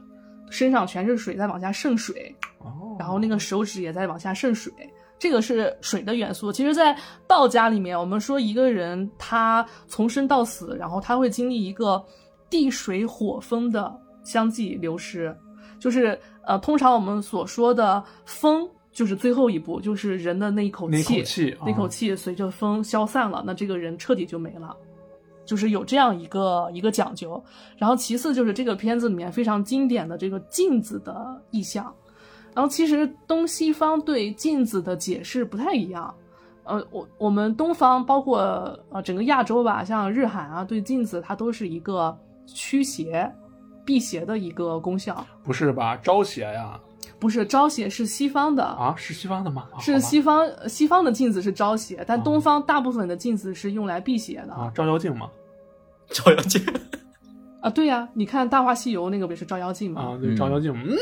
[SPEAKER 6] 身上全是水在往下渗水，
[SPEAKER 2] 哦
[SPEAKER 6] 然后那个手指也在往下渗水，这个是水的元素。其实，在道家里面，我们说一个人他从生到死，然后他会经历一个地水火风的相继流失，就是呃，通常我们所说的风。就是最后一步，就是人的那一口
[SPEAKER 2] 那
[SPEAKER 6] 气，
[SPEAKER 2] 口气，
[SPEAKER 6] 那口
[SPEAKER 2] 啊，
[SPEAKER 6] 气随着风消散了，那这个人彻底就没了，就是有这样一个一个讲究。然后其次就是这个片子里面非常经典的这个镜子的意象，然后其实东西方对镜子的解释不太一样。呃，我我们东方包括呃整个亚洲吧，像日韩啊，对镜子它都是一个驱邪、辟邪的一个功效，
[SPEAKER 2] 啊不是吧？招邪呀？
[SPEAKER 6] 不是招邪是西方的
[SPEAKER 2] 啊，是西方的吗？啊
[SPEAKER 6] 是西方西方的镜子是招邪，但
[SPEAKER 2] 哦
[SPEAKER 4] 啊
[SPEAKER 6] 东方大部分的镜子是用来辟邪的
[SPEAKER 2] 好吧啊，照妖镜嘛，
[SPEAKER 1] 照妖镜，
[SPEAKER 6] 啊。对呀、你看《大话西游》那个不是照妖镜吗？
[SPEAKER 2] 啊，对，照妖镜，嗯，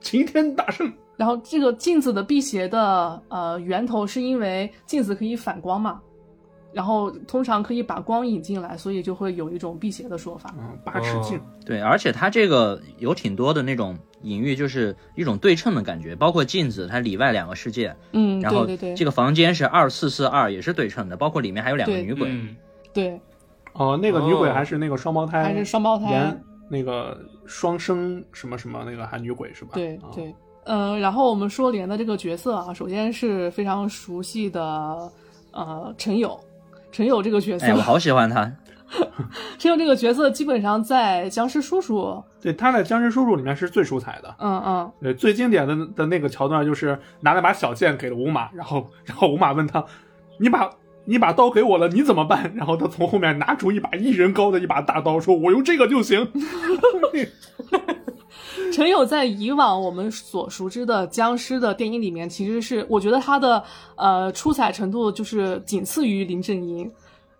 [SPEAKER 2] 齐天大圣，
[SPEAKER 6] 然后这个镜子的辟邪的呃源头是因为镜子可以反光嘛，然后通常可以把光引进来，所以就会有一种辟邪的说法。
[SPEAKER 2] 嗯，八尺镜，
[SPEAKER 4] 对，而且它这个有挺多的那种隐喻，就是一种对称的感觉，包括镜子，它里外两个世界，
[SPEAKER 6] 嗯，
[SPEAKER 4] 然后
[SPEAKER 6] 对对对，
[SPEAKER 4] 这个房间是二四四二，也是对称的，包括里面还有两个
[SPEAKER 6] 对
[SPEAKER 4] 女鬼，
[SPEAKER 1] 嗯，
[SPEAKER 6] 对
[SPEAKER 2] 哦，那个女鬼
[SPEAKER 1] 哦
[SPEAKER 2] 还是那个双胞胎，
[SPEAKER 6] 还是双胞
[SPEAKER 4] 啊
[SPEAKER 6] 胎
[SPEAKER 2] 连。那个双生什么什么那个还女鬼是吧？
[SPEAKER 6] 对
[SPEAKER 2] 啊
[SPEAKER 6] 对，呃，然后我们说莲的这个角色啊，首先是非常熟悉的呃陈友，陈友这个角色，
[SPEAKER 4] 哎，我好喜欢她，
[SPEAKER 6] 陈友这个角色基本上在僵尸叔叔，
[SPEAKER 2] 对，他在《僵尸叔叔》里面是最出彩的。
[SPEAKER 6] 嗯嗯，
[SPEAKER 2] 对，呃最经典的的那个桥段就是拿了把小剑给了五马，然后然后五马问他：“你把你把刀给我了，你怎么办？” 然后他从后面拿出一把一人高的一把大刀，说：“我用这个就行。
[SPEAKER 6] 陈友在以往我们所熟知的僵尸的电影里面，其实是我觉得他的呃出彩程度就是仅次于林正英。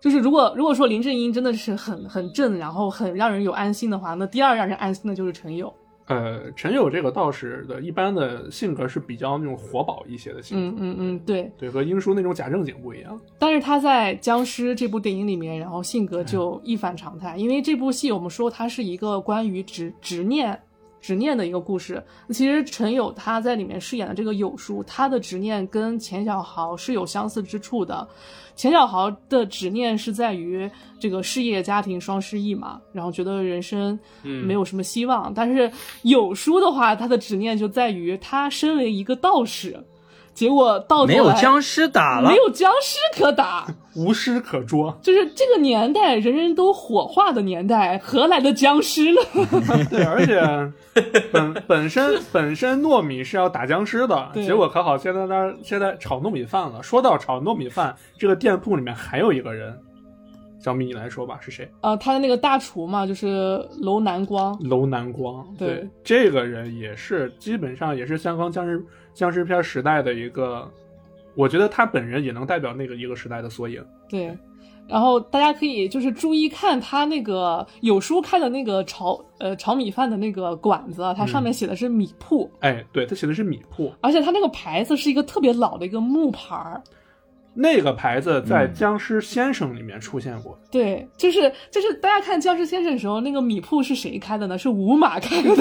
[SPEAKER 6] 就是如果如果说林正英真的是很很正，然后很让人有安心的话，那第二让人安心的就是陈友。”
[SPEAKER 2] 呃，陈友这个道士的一般的性格是比较那种活宝一些的性
[SPEAKER 6] 嗯
[SPEAKER 2] 格，
[SPEAKER 6] 嗯嗯，对。
[SPEAKER 2] 对，和英叔那种假正经不一样。
[SPEAKER 6] 但是他在《僵尸》这部电影里面，然后性格就一反常态，
[SPEAKER 4] 嗯
[SPEAKER 6] 因为这部戏我们说它是一个关于执执念。执念的一个故事，其实陈友他在里面饰演的这个友叔，他的执念跟钱小豪是有相似之处的。钱小豪的执念是在于这个事业、家庭双失意嘛，然后觉得人生
[SPEAKER 1] 嗯
[SPEAKER 6] 没有什么希望。但是友叔的话，他的执念就在于他身为一个道士，结果到头来
[SPEAKER 4] 没有僵尸打了
[SPEAKER 6] 哎没，有僵尸可打，
[SPEAKER 2] 无师可捉。
[SPEAKER 6] 就是这个年代人人都火化的年代，何来的僵尸呢？
[SPEAKER 2] 对，而且本本身本身糯米是要打僵尸的，
[SPEAKER 6] 对
[SPEAKER 2] 结果可好，现在那儿现在炒糯米饭了。说到炒糯米饭，这个店铺里面还有一个人，小米你来说吧，是谁？
[SPEAKER 6] 呃，他的那个大厨嘛，就是楼南光，
[SPEAKER 2] 楼南光。
[SPEAKER 6] 对
[SPEAKER 2] 这个人也是基本上也是香港僵尸僵尸片时代的一个，我觉得他本人也能代表那个一个时代的缩影。
[SPEAKER 6] 对。然后大家可以就是注意看他那个有书开的那个炒呃炒米饭的那个馆子啊，它上面写的是米铺，
[SPEAKER 2] 哎，对他写的是米铺，
[SPEAKER 6] 而且它那个牌子是一个特别老的一个木牌儿，
[SPEAKER 2] 那个牌子在《
[SPEAKER 4] 嗯
[SPEAKER 2] 僵尸先生》里面出现过。
[SPEAKER 6] 对，就是就是大家看《僵尸先生》的时候，那个米铺是谁开的呢？是吴马开的，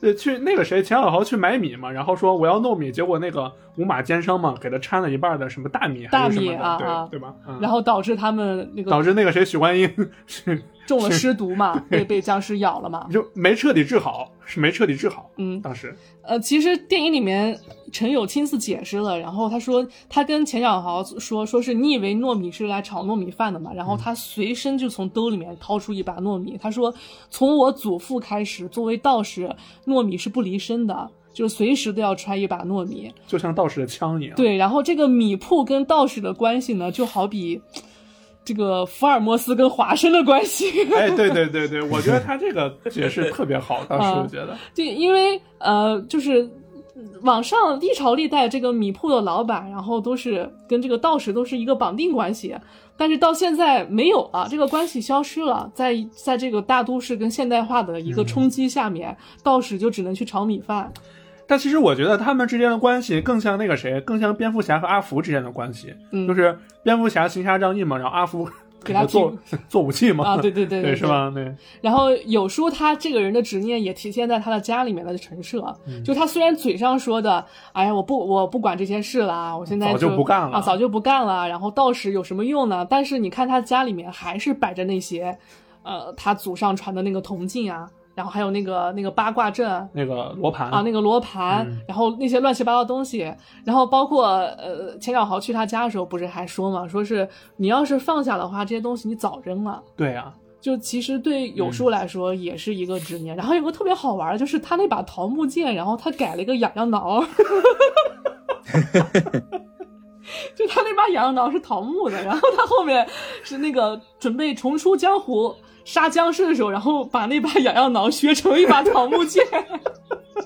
[SPEAKER 2] 对，呃去那个谁钱小豪去买米嘛，然后说我要糯米，结果那个五马奸商嘛，给他掺了一半的什么大米还是什么的，
[SPEAKER 6] 大米啊啊
[SPEAKER 2] 对对吧？嗯、
[SPEAKER 6] 然后导致他们那
[SPEAKER 2] 导
[SPEAKER 6] 个
[SPEAKER 2] 致那个谁许冠英是
[SPEAKER 6] 中了尸毒嘛，被被僵尸咬了嘛。
[SPEAKER 2] 就没彻底治好，是没彻底治好。
[SPEAKER 6] 嗯，
[SPEAKER 2] 当时
[SPEAKER 6] 呃，其实电影里面陈友亲自解释了，然后他说他跟钱小豪说，说是你以为糯米是来炒糯米饭的嘛？然后他随身就从兜里面掏出一把糯米，他说从我祖父开始，作为道士，糯米是不离身的，就是随时都要揣一把糯米。
[SPEAKER 2] 就像道士的枪一样，
[SPEAKER 6] 对，然后这个米铺跟道士的关系呢，就好比这个福尔摩斯跟华生的关系。
[SPEAKER 2] 哎，对对对对，我觉得他这个解释特别好，当时
[SPEAKER 6] 嗯
[SPEAKER 2] 我觉得，
[SPEAKER 6] 对，因为呃，就是网上历朝历代这个米铺的老板，然后都是跟这个道士都是一个绑定关系，但是到现在没有了，这个关系消失了，在在这个大都市跟现代化的一个冲击下面，道士就只能去炒米 饭。
[SPEAKER 2] 但其实我觉得他们之间的关系更像那个谁，更像蝙蝠侠和阿福之间的关系，
[SPEAKER 6] 嗯
[SPEAKER 2] 就是蝙蝠侠行侠仗义嘛，然后阿福
[SPEAKER 6] 给他
[SPEAKER 2] 做做武器嘛，
[SPEAKER 6] 啊，对对 对
[SPEAKER 2] 对是？吧？对。
[SPEAKER 6] 然后有叔他这个人的执念也体现在他的家里面的陈设，
[SPEAKER 2] 嗯
[SPEAKER 6] 就他虽然嘴上说的，哎呀，我不我不管这些事了啊，我现
[SPEAKER 2] 嗯
[SPEAKER 6] 在
[SPEAKER 2] 早就不干了
[SPEAKER 6] 啊，早就不干了，然后道士有什么用呢？但是你看他家里面还是摆着那些，呃，他祖上传的那个铜镜啊，然后还有那个那个八卦阵啊，
[SPEAKER 2] 那个罗盘
[SPEAKER 6] 啊，那个罗盘，
[SPEAKER 2] 嗯
[SPEAKER 6] 然后那些乱七八糟东西，然后包括呃，钱小豪去他家的时候不是还说嘛，说是你要是放下的话，这些东西你早扔了。
[SPEAKER 2] 对啊，
[SPEAKER 6] 就其实对有
[SPEAKER 4] 嗯
[SPEAKER 6] 叔来说也是一个执念。然后有个特别好玩儿的，就是他那把桃木剑，然后他改了一个痒痒挠， 就他那把痒痒挠是桃木的，然后他后面是那个准备重出江湖杀僵尸的时候，然后把那把痒痒挠学成一把桃木剑，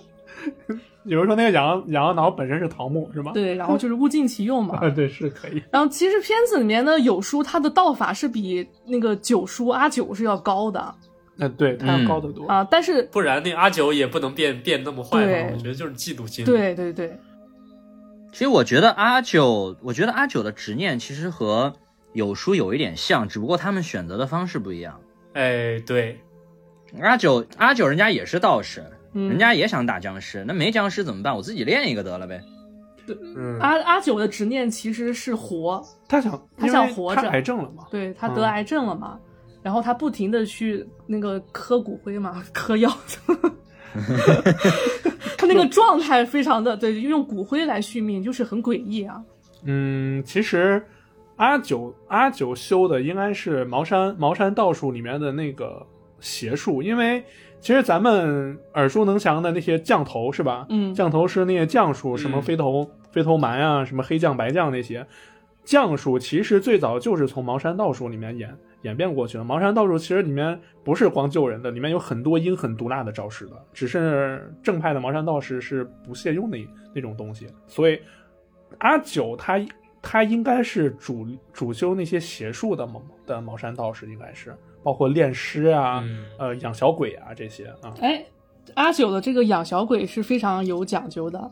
[SPEAKER 2] 有人说那个羊羊挠本身是桃木是吧？
[SPEAKER 6] 对，然后就是物尽其用嘛。
[SPEAKER 2] 啊， 对，是可以。
[SPEAKER 6] 然后其实片子里面呢，有叔他的道法是比那个九叔阿九是要高的
[SPEAKER 2] 那呃对它要
[SPEAKER 4] 嗯
[SPEAKER 2] 高得多。
[SPEAKER 6] 啊，但是
[SPEAKER 1] 不然那阿九也不能变变那么坏嘛。
[SPEAKER 6] 对
[SPEAKER 1] 我觉得就是嫉妒心。，
[SPEAKER 6] 对对对，
[SPEAKER 4] 其实我觉得阿九，我觉得阿九的执念其实和有叔有一点像，只不过他们选择的方式不一样。
[SPEAKER 1] 哎，对，
[SPEAKER 4] 阿九，阿九人家也是道士，
[SPEAKER 6] 嗯，
[SPEAKER 4] 人家也想打僵尸，那没僵尸怎么办？我自己练一个得了呗。
[SPEAKER 2] 嗯，
[SPEAKER 6] 阿阿九的执念其实是活，
[SPEAKER 2] 他想，
[SPEAKER 6] 他想
[SPEAKER 2] 因为
[SPEAKER 6] 活着
[SPEAKER 2] 他癌症了嘛？
[SPEAKER 6] 对他
[SPEAKER 4] 嗯
[SPEAKER 6] 得癌症了嘛，然后他不停的去那个磕骨灰嘛，磕药， 他那个状态非常的对，用骨灰来续命就是很诡异啊。
[SPEAKER 2] 嗯，其实阿九阿九修的应该是茅山茅山道术里面的那个邪术，因为其实咱们耳熟能详的那些降头是吧？
[SPEAKER 6] 嗯
[SPEAKER 2] 降头师那些降术，什么
[SPEAKER 1] 嗯
[SPEAKER 2] 飞头、飞头蛮啊，什么黑降白降那些降术，其实最早就是从茅山道术里面演演变过去的。茅山道术其实里面不是光救人的，里面有很多阴狠毒辣的招式的，只是正派的茅山道士是不屑用那那种东西。所以阿九他他应该是主主修那些邪术的茅的茅山道士，应该是包括炼尸啊。
[SPEAKER 1] 嗯，
[SPEAKER 2] 呃，养小鬼啊，这些啊，
[SPEAKER 6] 哎，阿九的这个养小鬼是非常有讲究的。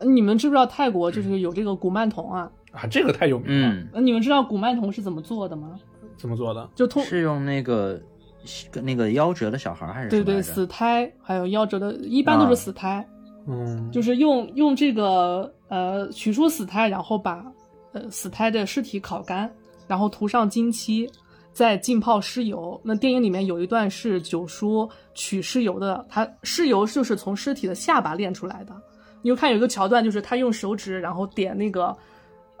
[SPEAKER 6] 你们知不知道泰国就是有这个古曼童啊？呃
[SPEAKER 2] 啊，这个太有名了，
[SPEAKER 4] 嗯，
[SPEAKER 6] 你们知道古曼童是怎么做的吗？
[SPEAKER 2] 怎么做的？
[SPEAKER 6] 就通
[SPEAKER 4] 是用那个那个夭折的小孩还是什
[SPEAKER 6] 对
[SPEAKER 4] 么来
[SPEAKER 6] 对
[SPEAKER 4] 着？
[SPEAKER 6] 死胎，还有夭折的，一般都是
[SPEAKER 4] 啊
[SPEAKER 6] 死胎。
[SPEAKER 2] 嗯，
[SPEAKER 6] 就是用用这个呃取出死胎，然后把呃死胎的尸体烤干，然后涂上金漆，再浸泡尸油。那电影里面有一段是九叔取尸油的，他尸油就是从尸体的下巴炼出来的。你就看有一个桥段，就是他用手指然后点那个。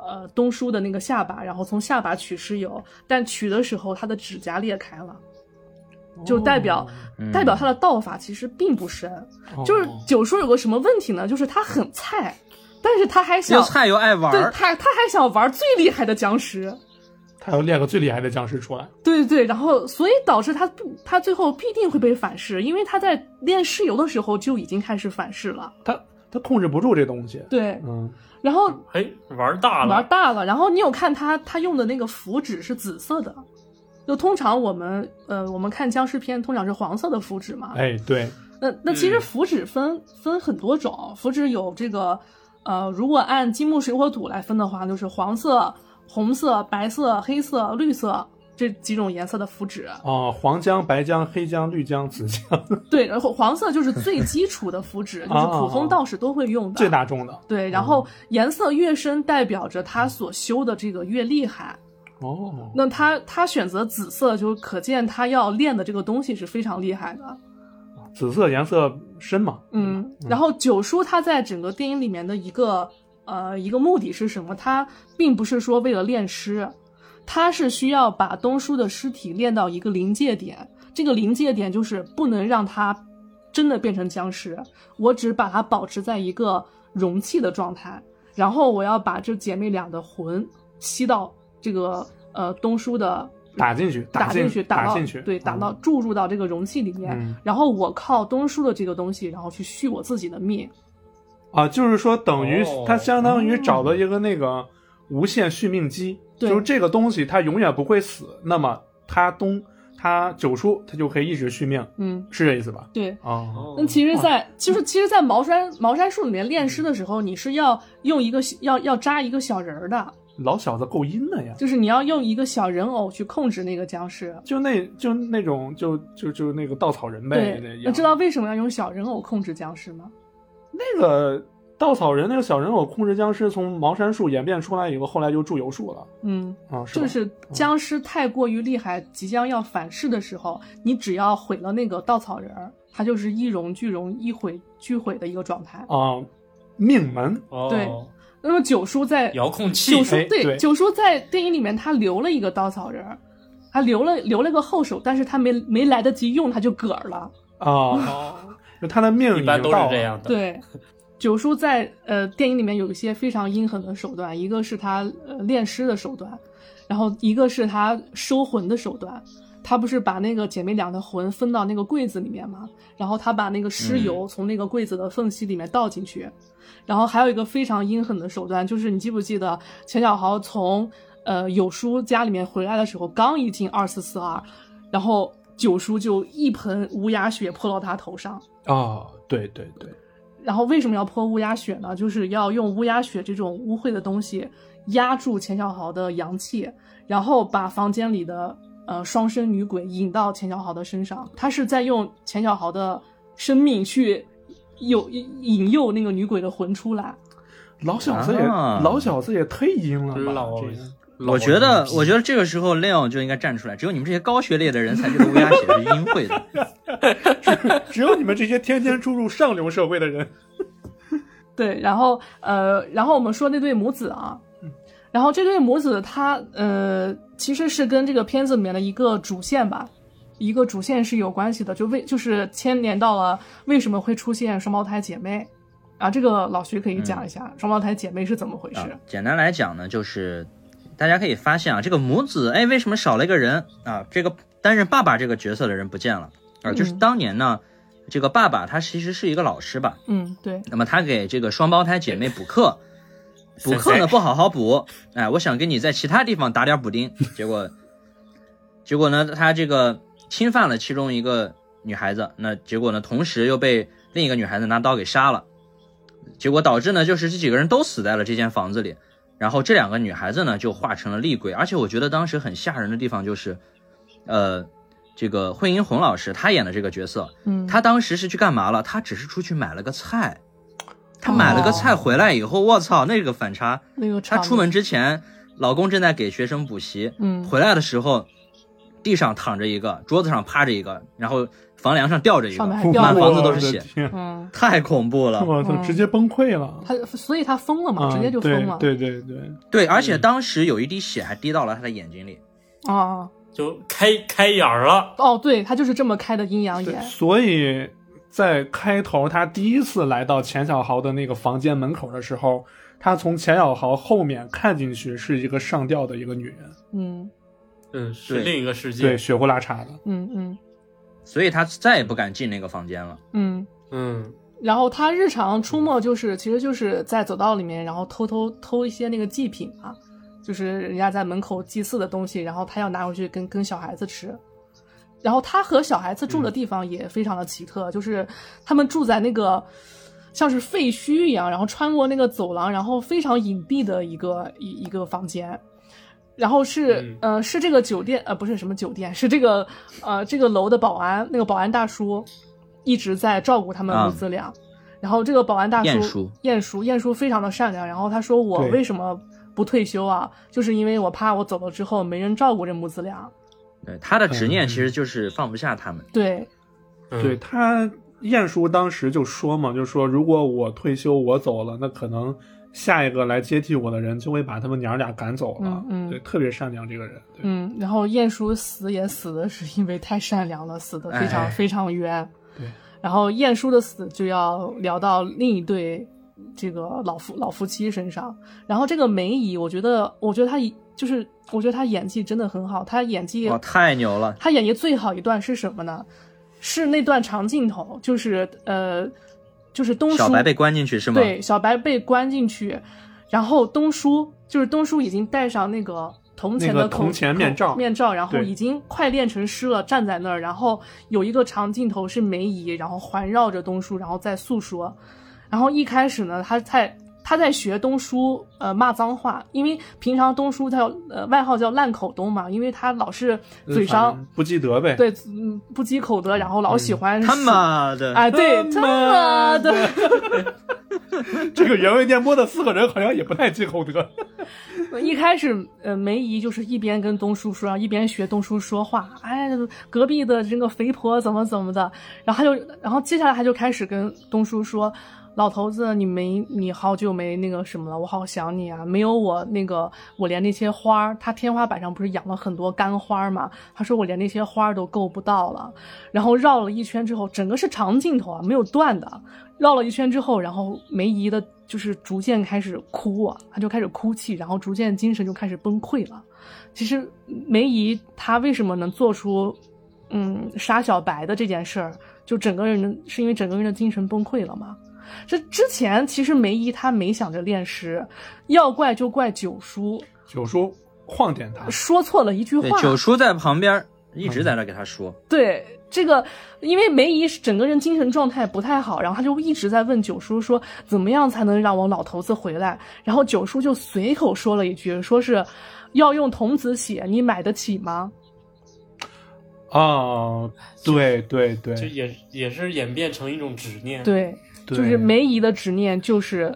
[SPEAKER 6] 呃，东叔的那个下巴，然后从下巴取蚩尤，但取的时候他的指甲裂开了，就代表、代表他的道法其实并不深。
[SPEAKER 2] 哦
[SPEAKER 6] 就是九叔有个什么问题呢？就是他很菜，但是他还
[SPEAKER 4] 又
[SPEAKER 6] 想
[SPEAKER 4] 菜又爱玩
[SPEAKER 6] 对
[SPEAKER 4] 儿，
[SPEAKER 6] 他他还想玩最厉害的僵尸，
[SPEAKER 2] 他要练个最厉害的僵尸出来，
[SPEAKER 6] 对对，然后所以导致他不他最后必定会被反噬，因为他在练蚩尤的时候就已经开始反噬了。
[SPEAKER 2] 他他控制不住这东西。
[SPEAKER 6] 对，
[SPEAKER 2] 嗯，
[SPEAKER 6] 然后
[SPEAKER 1] 哎，玩大
[SPEAKER 6] 玩
[SPEAKER 1] 了，
[SPEAKER 6] 大了，然后你有看他他用的那个符纸是紫色的，就通常我们呃我们看僵尸片通常是黄色的符纸嘛，
[SPEAKER 2] 哎，对，
[SPEAKER 6] 那那其实
[SPEAKER 1] 嗯
[SPEAKER 6] 符纸分、分很多种，符纸有这个，呃，如果按金木水火土来分的话，就是黄色、红色、白色、黑色、绿色这几种颜色的符纸。
[SPEAKER 2] 哦，黄姜、白姜、黑姜、绿姜、紫姜，
[SPEAKER 6] 对，然后黄色就是最 基础的符纸，就是普通道士都会用的。
[SPEAKER 2] 哦最大嗯众的。
[SPEAKER 6] 对，然后颜色越深，代表着
[SPEAKER 2] 嗯
[SPEAKER 6] 他所修的这个越厉害。
[SPEAKER 2] 哦，
[SPEAKER 6] 那他他选择紫色，就可见他要练的这个东西是非常厉害的。
[SPEAKER 2] 紫色颜色深嘛。
[SPEAKER 6] 嗯，然后九叔他在整个电影里面的一个呃一个目的是什么？他并不是说为了练尸，他是需要把东叔的尸体练到一个临界点，这个临界点就是不能让他真的变成僵尸，我只把它保持在一个容器的状态，然后我要把这姐妹俩的魂吸到这个呃东叔的
[SPEAKER 2] 打进去，
[SPEAKER 6] 打
[SPEAKER 2] 进
[SPEAKER 6] 进去，
[SPEAKER 2] 打
[SPEAKER 6] 到
[SPEAKER 2] 进去，
[SPEAKER 6] 对，打到
[SPEAKER 2] 嗯
[SPEAKER 6] 注入到这个容器里面，
[SPEAKER 2] 嗯
[SPEAKER 6] 然后我靠东叔的这个东西，然后去续我自己的命。
[SPEAKER 2] 啊，就是说等于
[SPEAKER 1] 哦
[SPEAKER 2] 他相当于找了一个那个无限续命机，
[SPEAKER 6] 嗯对
[SPEAKER 2] 就是这个东西它永远不会死，那么他东他九叔他就可以一直续命，
[SPEAKER 6] 嗯，
[SPEAKER 2] 是这意思吧？
[SPEAKER 6] 对。
[SPEAKER 2] 哦，
[SPEAKER 6] 那嗯其实在，就是其实，在茅山茅山术里面练尸的时候，你是要用一个要要扎一个小人儿的，
[SPEAKER 2] 老小子够阴的呀。
[SPEAKER 6] 就是你要用一个小人偶去控制那个僵尸。
[SPEAKER 2] 就那就那种就就就那个稻草人呗，那
[SPEAKER 6] 对，那
[SPEAKER 2] 样
[SPEAKER 6] 知道为什么要用小人偶控制僵尸吗？
[SPEAKER 2] 那个稻草人那个小人偶控制僵尸从茅山术演变出来以后，后来就祝由术了
[SPEAKER 6] 嗯，
[SPEAKER 2] 啊，是吧
[SPEAKER 6] 就是僵尸太过于厉害，即将要反噬的时候，你只要毁了那个稻草人儿，它就是一荣俱荣、一毁俱毁的一个状态。
[SPEAKER 2] 啊，命门
[SPEAKER 1] 哦，
[SPEAKER 6] 对那么九叔在
[SPEAKER 1] 遥控器
[SPEAKER 6] 九，叔
[SPEAKER 2] 哎对
[SPEAKER 6] 对九叔在电影里面他留了一个稻草人儿，他留了留了个后手，但是他没没来得及用，他就嗝儿了。
[SPEAKER 2] 啊，
[SPEAKER 1] 哦，
[SPEAKER 2] 就他的命
[SPEAKER 1] 一
[SPEAKER 2] 已
[SPEAKER 1] 般都
[SPEAKER 2] 经
[SPEAKER 1] 是
[SPEAKER 2] 到
[SPEAKER 1] 这
[SPEAKER 2] 了，
[SPEAKER 1] 样的。
[SPEAKER 6] 对，九叔在呃电影里面有一些非常阴狠的手段，一个是他呃炼尸的手段，然后一个是他收魂的手段。他不是把那个姐妹俩的魂分到那个柜子里面吗？然后他把那个尸油从那个柜子的缝隙里面倒进去，然后还有一个非常阴狠的手段，就是你记不记得钱小豪从呃有叔家里面回来的时候，刚一进二四四二，然后九叔就一盆乌鸦血泼到他头上，
[SPEAKER 2] 啊，对对对，
[SPEAKER 6] 然后为什么要泼乌鸦血呢？就是要用乌鸦血这种污秽的东西压住钱小豪的阳气，然后把房间里的呃双生女鬼引到钱小豪的身上。他是在用钱小豪的生命去诱引诱那个女鬼的魂出来。
[SPEAKER 2] 老小子也
[SPEAKER 4] 啊
[SPEAKER 2] 老小子也忒阴了吧？
[SPEAKER 1] 嗯老
[SPEAKER 2] 这个
[SPEAKER 1] 老
[SPEAKER 4] 我觉得，我觉
[SPEAKER 1] 得
[SPEAKER 4] 得这个时候 Leon 就应该站出来，只有你们这些高学历的人才觉得乌鸦血是阴晦的。
[SPEAKER 2] 只有你们这些天天出入上流社会的人，
[SPEAKER 6] 对，然后呃，然后我们说那对母子啊，
[SPEAKER 4] 嗯
[SPEAKER 6] 然后这对母子他呃其实是跟这个片子里面的一个主线吧，一个主线是有关系的，就为就是牵连到了为什么会出现双胞胎姐妹啊，这个老徐可以讲一下、双胞胎姐妹是怎么回事。
[SPEAKER 4] 嗯啊，简单来讲呢，就是大家可以发现啊，这个母子哎，为什么少了一个人啊？这个担任爸爸这个角色的人不见了啊，就是
[SPEAKER 6] 嗯
[SPEAKER 4] 当年呢，这个爸爸他其实是一个老师吧，
[SPEAKER 6] 嗯，对，
[SPEAKER 4] 那么他给这个双胞胎姐妹补课，补课
[SPEAKER 1] 谁谁
[SPEAKER 4] 呢不好好补，哎，我想给你在其他地方打点补丁，结果，结果呢，他这个侵犯了其中一个女孩子，那结果呢，同时又被另一个女孩子拿刀给杀了，结果导致呢，就是这几个人都死在了这间房子里，然后这两个女孩子呢就化成了厉鬼，而且我觉得当时很吓人的地方就是，呃，这个惠英红老师她演的这个角色，
[SPEAKER 6] 嗯，
[SPEAKER 4] 他当时是去干嘛了？他只是出去买了个菜，他
[SPEAKER 6] 哦
[SPEAKER 4] 买了个菜回来以后，我操，那个反差！
[SPEAKER 6] 那个
[SPEAKER 4] 他
[SPEAKER 6] 场
[SPEAKER 4] 出门之前，老公正在给学生补习，
[SPEAKER 6] 嗯
[SPEAKER 4] 回来的时候，地上躺着一个，桌子上趴着一个，然后房梁上吊着一
[SPEAKER 6] 上面
[SPEAKER 4] 个，
[SPEAKER 6] 还哎掉
[SPEAKER 4] 满
[SPEAKER 6] 了
[SPEAKER 4] 房子
[SPEAKER 6] 一
[SPEAKER 4] 都
[SPEAKER 6] 个
[SPEAKER 4] 是
[SPEAKER 2] 我的
[SPEAKER 4] 血，
[SPEAKER 2] 天
[SPEAKER 6] 嗯，
[SPEAKER 4] 太恐怖了。
[SPEAKER 2] 我操，
[SPEAKER 6] 嗯
[SPEAKER 2] 直接崩溃了，啊
[SPEAKER 6] 他所以他疯了嘛，
[SPEAKER 4] 啊
[SPEAKER 6] 直接就
[SPEAKER 2] 对
[SPEAKER 6] 疯了。
[SPEAKER 2] 对对对，
[SPEAKER 4] 对，而且当时有一滴血还滴到了他的眼睛里。
[SPEAKER 6] 啊，
[SPEAKER 1] 就开开眼儿了。
[SPEAKER 6] 哦，对他就是这么开的阴阳
[SPEAKER 2] 对
[SPEAKER 6] 眼，
[SPEAKER 2] 所以在开头他第一次来到钱小豪的那个房间门口的时候，他从钱小豪后面看进去是一个上吊的一个女人，
[SPEAKER 6] 嗯
[SPEAKER 1] 嗯，是
[SPEAKER 4] 对
[SPEAKER 1] 另一个世界
[SPEAKER 2] 对，。血呼拉碴的，
[SPEAKER 6] 嗯嗯
[SPEAKER 4] 所以他再也不敢进那个房间了。
[SPEAKER 6] 嗯。
[SPEAKER 1] 嗯，
[SPEAKER 6] 然后他日常出没就是，其实就是在走道里面，然后偷偷偷一些那个祭品啊嘛，就是人家在门口祭祀的东西，然后他要拿回去跟跟小孩子吃。然后他和小孩子住的地方也非常的奇特，就是他们住在那个像是废墟一样，然后穿过那个走廊，然后非常隐蔽的一个一一个房间。然后是、呃是这个酒店呃不是什么酒店，是这个呃这个楼的保安，那个保安大叔一直在照顾他们
[SPEAKER 4] 啊
[SPEAKER 6] 母子俩。然后这个保安大叔
[SPEAKER 4] 晏殊
[SPEAKER 6] 晏殊晏殊非常的善良，然后他说我
[SPEAKER 2] 对
[SPEAKER 6] 为什么不退休啊？就是因为我怕我走了之后没人照顾这母子俩。
[SPEAKER 4] 对，他的执念其实就是放不下他们。
[SPEAKER 6] 对，
[SPEAKER 1] 嗯
[SPEAKER 2] 对，他晏殊当时就说嘛，就说如果我退休我走了，那可能下一个来接替我的人就会把他们娘儿俩赶走了，
[SPEAKER 6] 嗯嗯
[SPEAKER 2] 对，特别善良这个人，对，
[SPEAKER 6] 嗯，然后晏殊死也死的是因为太善良了，死的非常
[SPEAKER 4] 哎
[SPEAKER 6] 非常冤。
[SPEAKER 2] 对，
[SPEAKER 6] 然后晏殊的死就要聊到另一对这个老夫老夫妻身上。然后这个梅姨，我觉得，我觉得她一就是，我觉得她演技真的很好，她演技
[SPEAKER 4] 哇，太牛了！
[SPEAKER 6] 他演绎最好一段是什么呢？是那段长镜头，就是呃，就是东叔
[SPEAKER 4] 小白被关进去是吗？
[SPEAKER 6] 对小白被关进去，然后东叔就是东叔已经戴上那个铜钱
[SPEAKER 2] 那
[SPEAKER 6] 的
[SPEAKER 2] 个
[SPEAKER 6] 口
[SPEAKER 2] 铜钱面罩
[SPEAKER 6] 口面罩，然后
[SPEAKER 2] 对
[SPEAKER 6] 已经快练成尸了，站在那儿，然后有一个长镜头是梅姨，然后环绕着东叔，然后在诉说，然后一开始呢，他在。他在学东叔，呃，骂脏话，因为平常东叔他有呃外号叫烂口东嘛，因为他老是嘴上
[SPEAKER 2] 呃反正不积德呗，嗯
[SPEAKER 6] 对，嗯，不积口德，然后老喜欢
[SPEAKER 4] 他
[SPEAKER 6] 数
[SPEAKER 4] 妈的！
[SPEAKER 2] 啊
[SPEAKER 6] 哎，对，
[SPEAKER 2] 他
[SPEAKER 6] 他妈的，
[SPEAKER 2] 这个原味电波的四个人好像也不太忌口德。
[SPEAKER 6] 一开始，呃，梅姨就是一边跟东叔说，一边学东叔说话。哎，隔壁的这个肥婆怎么怎么的，然后他就，然后接下来他就开始跟东叔说：“老头子，你没你好久没那个什么了，我好想你啊！没有我那个，我连那些花儿，他天花板上不是养了很多干花儿嘛？他说我连那些花儿都够不到了。然后绕了一圈之后，整个是长镜头啊，没有断的。绕了一圈之后，然后梅姨的就是逐渐开始哭啊，她就开始哭泣，然后逐渐精神就开始崩溃了。其实梅姨她为什么能做出嗯杀小白的这件事儿，就整个人是因为整个人的精神崩溃了嘛。这之前其实梅姨她没想着练尸，要怪就怪九叔
[SPEAKER 2] 九叔晃点他，
[SPEAKER 6] 说错了一句
[SPEAKER 4] 对
[SPEAKER 6] 话，
[SPEAKER 4] 九叔在旁边一直在那给他说，
[SPEAKER 6] 对这个，因为梅姨是整个人精神状态不太好，然后她就一直在问九叔说怎么样才能让我老头子回来。然后九叔就随口说了一句，说是要用童子血，你买得起吗？
[SPEAKER 2] 哦，对对对
[SPEAKER 1] 就也也是演变成一种执念。，
[SPEAKER 6] 对，
[SPEAKER 2] 对，
[SPEAKER 6] 就是梅姨的执念就是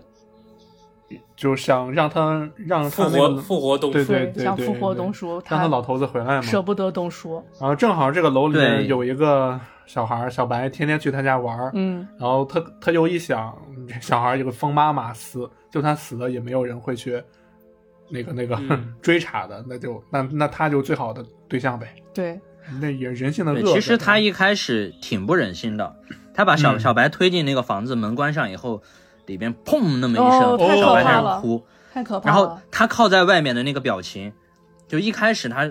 [SPEAKER 2] 就是想让他让
[SPEAKER 1] 复
[SPEAKER 2] 他那
[SPEAKER 1] 活
[SPEAKER 2] 个
[SPEAKER 1] 复活东
[SPEAKER 2] 对
[SPEAKER 1] 叔。
[SPEAKER 2] 对对
[SPEAKER 6] 想
[SPEAKER 2] 对
[SPEAKER 6] 复活
[SPEAKER 2] 对
[SPEAKER 6] 东叔，
[SPEAKER 2] 让他老头子回来嘛。
[SPEAKER 6] 舍不得东叔，
[SPEAKER 2] 然后正好这个楼里面
[SPEAKER 4] 对
[SPEAKER 2] 有一个小孩儿小白，天天去他家玩儿。
[SPEAKER 6] 嗯
[SPEAKER 2] 然后他他又一想，这小孩儿有个疯妈妈死，就他死了也没有人会去那个那个、
[SPEAKER 1] 嗯
[SPEAKER 2] 追查的，那就那那他就最好的对象呗。
[SPEAKER 6] 对
[SPEAKER 2] 那也人啊性的
[SPEAKER 4] 对，
[SPEAKER 2] 恶。
[SPEAKER 4] 其实
[SPEAKER 2] 对吧
[SPEAKER 4] 他一开始挺不忍心的，他把小、
[SPEAKER 2] 嗯
[SPEAKER 4] 小白推进那个房子，门关上以后，里边砰那么一
[SPEAKER 6] 哦
[SPEAKER 4] 声，
[SPEAKER 6] 太
[SPEAKER 4] 小白
[SPEAKER 2] 可
[SPEAKER 4] 开
[SPEAKER 2] 怕
[SPEAKER 4] 始
[SPEAKER 6] 了
[SPEAKER 4] 哭，
[SPEAKER 6] 太可
[SPEAKER 4] 然
[SPEAKER 6] 怕
[SPEAKER 4] 后
[SPEAKER 6] 了。
[SPEAKER 4] 他靠在外面的那个表情，就一开始他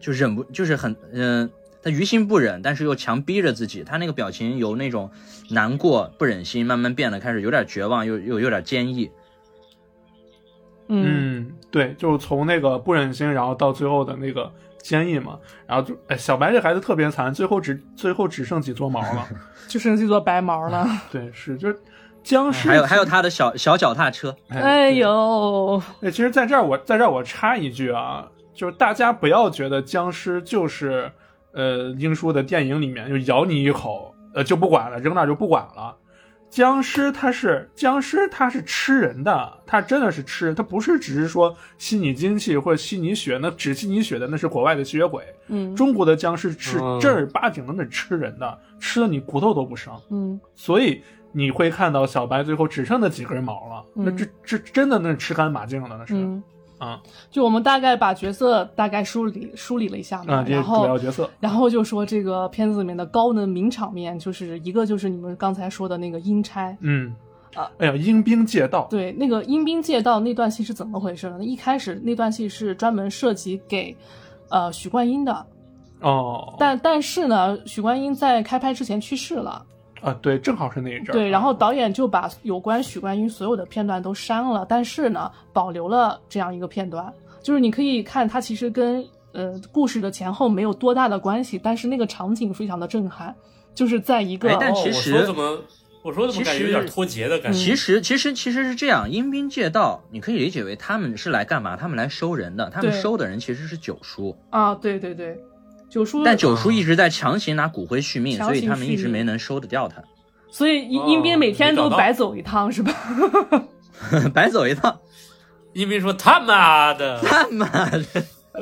[SPEAKER 4] 就忍不，就是很嗯、他于心不忍，但是又强逼着自己，他那个表情由那种难过、不忍心，慢慢变得开始有点绝望，又又有点坚毅。
[SPEAKER 6] 嗯，
[SPEAKER 2] 嗯，对，就是从那个不忍心，然后到最后的那个坚毅嘛，然后就哎，小白这孩子特别惨，最后只最后只剩几撮毛 了。
[SPEAKER 6] 就剩这座白毛了。
[SPEAKER 2] 对，是就是
[SPEAKER 6] 嗯
[SPEAKER 2] 僵尸，
[SPEAKER 4] 还有还有他的小小脚踏车，
[SPEAKER 6] 哎，呦，
[SPEAKER 2] 对哎，其实在这儿我在这儿我插一句啊，就是大家不要觉得僵尸就是呃英叔的电影里面就咬你一口，呃就不管了，扔那儿就不管了。僵尸它是僵尸，它是吃人的，它真的是吃，它不是只是说吸你精气或者吸你血，那只吸你血的那是国外的吸血鬼。
[SPEAKER 6] 嗯
[SPEAKER 2] 中国的僵尸吃
[SPEAKER 1] 嗯
[SPEAKER 2] 正儿八经的那吃人的，吃的你骨头都不伤，
[SPEAKER 6] 嗯
[SPEAKER 2] 所以你会看到小白最后只剩那几根毛了，
[SPEAKER 6] 嗯
[SPEAKER 2] 那这这真的那是吃干抹净了，那是
[SPEAKER 6] 嗯
[SPEAKER 2] 啊，
[SPEAKER 6] 就我们大概把角色大概梳理梳理了一下嘛，
[SPEAKER 2] 啊，这
[SPEAKER 6] 然
[SPEAKER 2] 是主
[SPEAKER 6] 后
[SPEAKER 2] 要角色，
[SPEAKER 6] 然后就说这个片子里面的高能名场面，就是一个就是你们刚才说的那个阴差，
[SPEAKER 2] 嗯
[SPEAKER 6] 啊，
[SPEAKER 2] 哎呀，阴兵借道，
[SPEAKER 6] 对，那个阴兵借道那段戏是怎么回事呢？一开始那段戏是专门设计给，呃，许冠英的，
[SPEAKER 2] 哦，
[SPEAKER 6] 但但是呢，许冠英在开拍之前去世了，
[SPEAKER 2] 啊，对，正好是那一阵儿，啊
[SPEAKER 6] 对，然后导演就把有关许冠英所有的片段都删了，但是呢，保留了这样一个片段，就是你可以看它其实跟呃故事的前后没有多大的关系，但是那个场景非常的震撼，就是在一个
[SPEAKER 4] 哎但
[SPEAKER 1] 哦
[SPEAKER 4] 其
[SPEAKER 1] 我
[SPEAKER 4] 实
[SPEAKER 1] 说怎么我说怎么感
[SPEAKER 4] 其
[SPEAKER 1] 觉
[SPEAKER 4] 实
[SPEAKER 1] 有点脱节的感觉？
[SPEAKER 4] 其
[SPEAKER 6] 嗯
[SPEAKER 4] 实其实其实是这样，阴兵借道，你可以理解为他们是来干嘛？他们来收人的，他们
[SPEAKER 6] 对
[SPEAKER 4] 收的人其实是九叔，
[SPEAKER 6] 啊，对对对，九叔，
[SPEAKER 4] 但九叔一直在强行拿骨灰续命，
[SPEAKER 6] 嗯强
[SPEAKER 4] 所以
[SPEAKER 6] 行
[SPEAKER 4] 他们
[SPEAKER 6] 续
[SPEAKER 4] 一直
[SPEAKER 6] 命
[SPEAKER 4] 没能收得掉他。
[SPEAKER 6] 所以
[SPEAKER 1] 哦
[SPEAKER 6] 阴阴兵每天
[SPEAKER 1] 没
[SPEAKER 6] 都
[SPEAKER 1] 找到
[SPEAKER 6] 白走一趟是吧？
[SPEAKER 4] 白走一趟，
[SPEAKER 1] 因为说他妈的，
[SPEAKER 4] 他妈的！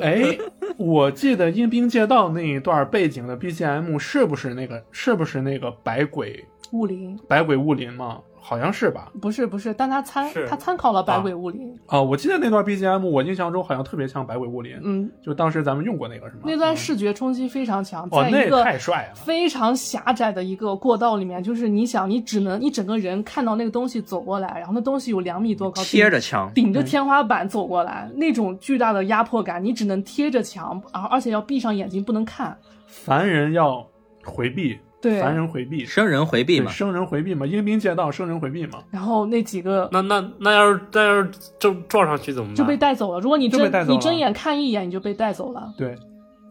[SPEAKER 2] 哎，我记得阴兵借道那一段背景的 BGM 是不是那个是不是那个百鬼
[SPEAKER 6] 雾林
[SPEAKER 2] 百鬼雾林吗？好像是吧？
[SPEAKER 6] 不是不是，但他参
[SPEAKER 1] 是
[SPEAKER 6] 他参考了百
[SPEAKER 1] 啊
[SPEAKER 6] 鬼雾林，
[SPEAKER 2] 啊、我记得那段 BGM，我印象中好像特别像百鬼雾林，
[SPEAKER 6] 嗯，
[SPEAKER 2] 就当时咱们用过那个是吗？嗯
[SPEAKER 6] 那段视觉冲击非常强，
[SPEAKER 2] 啊哦
[SPEAKER 6] 在，
[SPEAKER 2] 那
[SPEAKER 6] 一
[SPEAKER 2] 也
[SPEAKER 6] 个
[SPEAKER 2] 太帅了。
[SPEAKER 6] 非常狭窄的一个过道里面，就是你想，你只能你整个人看到那个东西走过来，然后那东西有两米多高，
[SPEAKER 4] 贴着
[SPEAKER 6] 顶
[SPEAKER 4] 墙，
[SPEAKER 6] 顶
[SPEAKER 2] 嗯
[SPEAKER 6] 着天花板走过来，那种巨大的压迫感，你只能贴着墙，而而且要闭上眼睛不能看。
[SPEAKER 2] 凡人要回避，
[SPEAKER 6] 对，
[SPEAKER 2] 凡人回避，
[SPEAKER 4] 生人回避
[SPEAKER 2] 对
[SPEAKER 4] 嘛。
[SPEAKER 2] 生人回避嘛，阴兵借道，生人回避嘛。
[SPEAKER 6] 然后那几个
[SPEAKER 1] 那那那要是那要是撞撞上去怎么办？
[SPEAKER 6] 就被带走了。如果你
[SPEAKER 2] 就被
[SPEAKER 6] 睁
[SPEAKER 2] 带走了
[SPEAKER 6] 你睁眼看一眼，你就被带走了。
[SPEAKER 2] 对，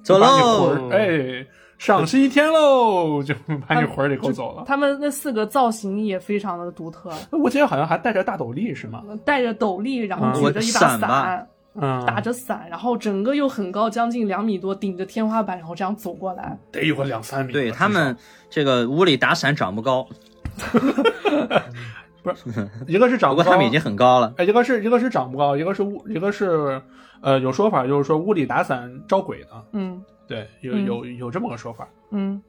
[SPEAKER 4] 走
[SPEAKER 2] 把你
[SPEAKER 4] 喽，
[SPEAKER 2] 魂儿，哎，赏西天喽，
[SPEAKER 4] 嗯
[SPEAKER 2] 就把你魂儿给
[SPEAKER 6] 就
[SPEAKER 2] 勾走了。
[SPEAKER 6] 他们那四个造型也非常的独特，呃
[SPEAKER 2] 我记得好像还带着大斗笠是
[SPEAKER 4] 嗯
[SPEAKER 2] 吗？
[SPEAKER 6] 戴着斗笠，然后
[SPEAKER 2] 嗯
[SPEAKER 6] 举着一把
[SPEAKER 4] 我伞吧
[SPEAKER 2] 嗯，
[SPEAKER 6] 打着伞，然后整个又很高，将近两米多，顶着天花板，然后这样走过来。
[SPEAKER 2] 得有个两三米吧。
[SPEAKER 4] 对他
[SPEAKER 2] 至少
[SPEAKER 4] 们这个屋里打伞长不高，
[SPEAKER 2] 一个是长不
[SPEAKER 4] 不过
[SPEAKER 2] 高，
[SPEAKER 4] 他们已经很高了。
[SPEAKER 2] 哎，一个是一个是长不高，一个是屋，一个是呃，有说法就是说屋里打伞招鬼的，
[SPEAKER 6] 嗯
[SPEAKER 2] 对，有
[SPEAKER 6] 嗯
[SPEAKER 2] 有有这么个说法。
[SPEAKER 6] 嗯，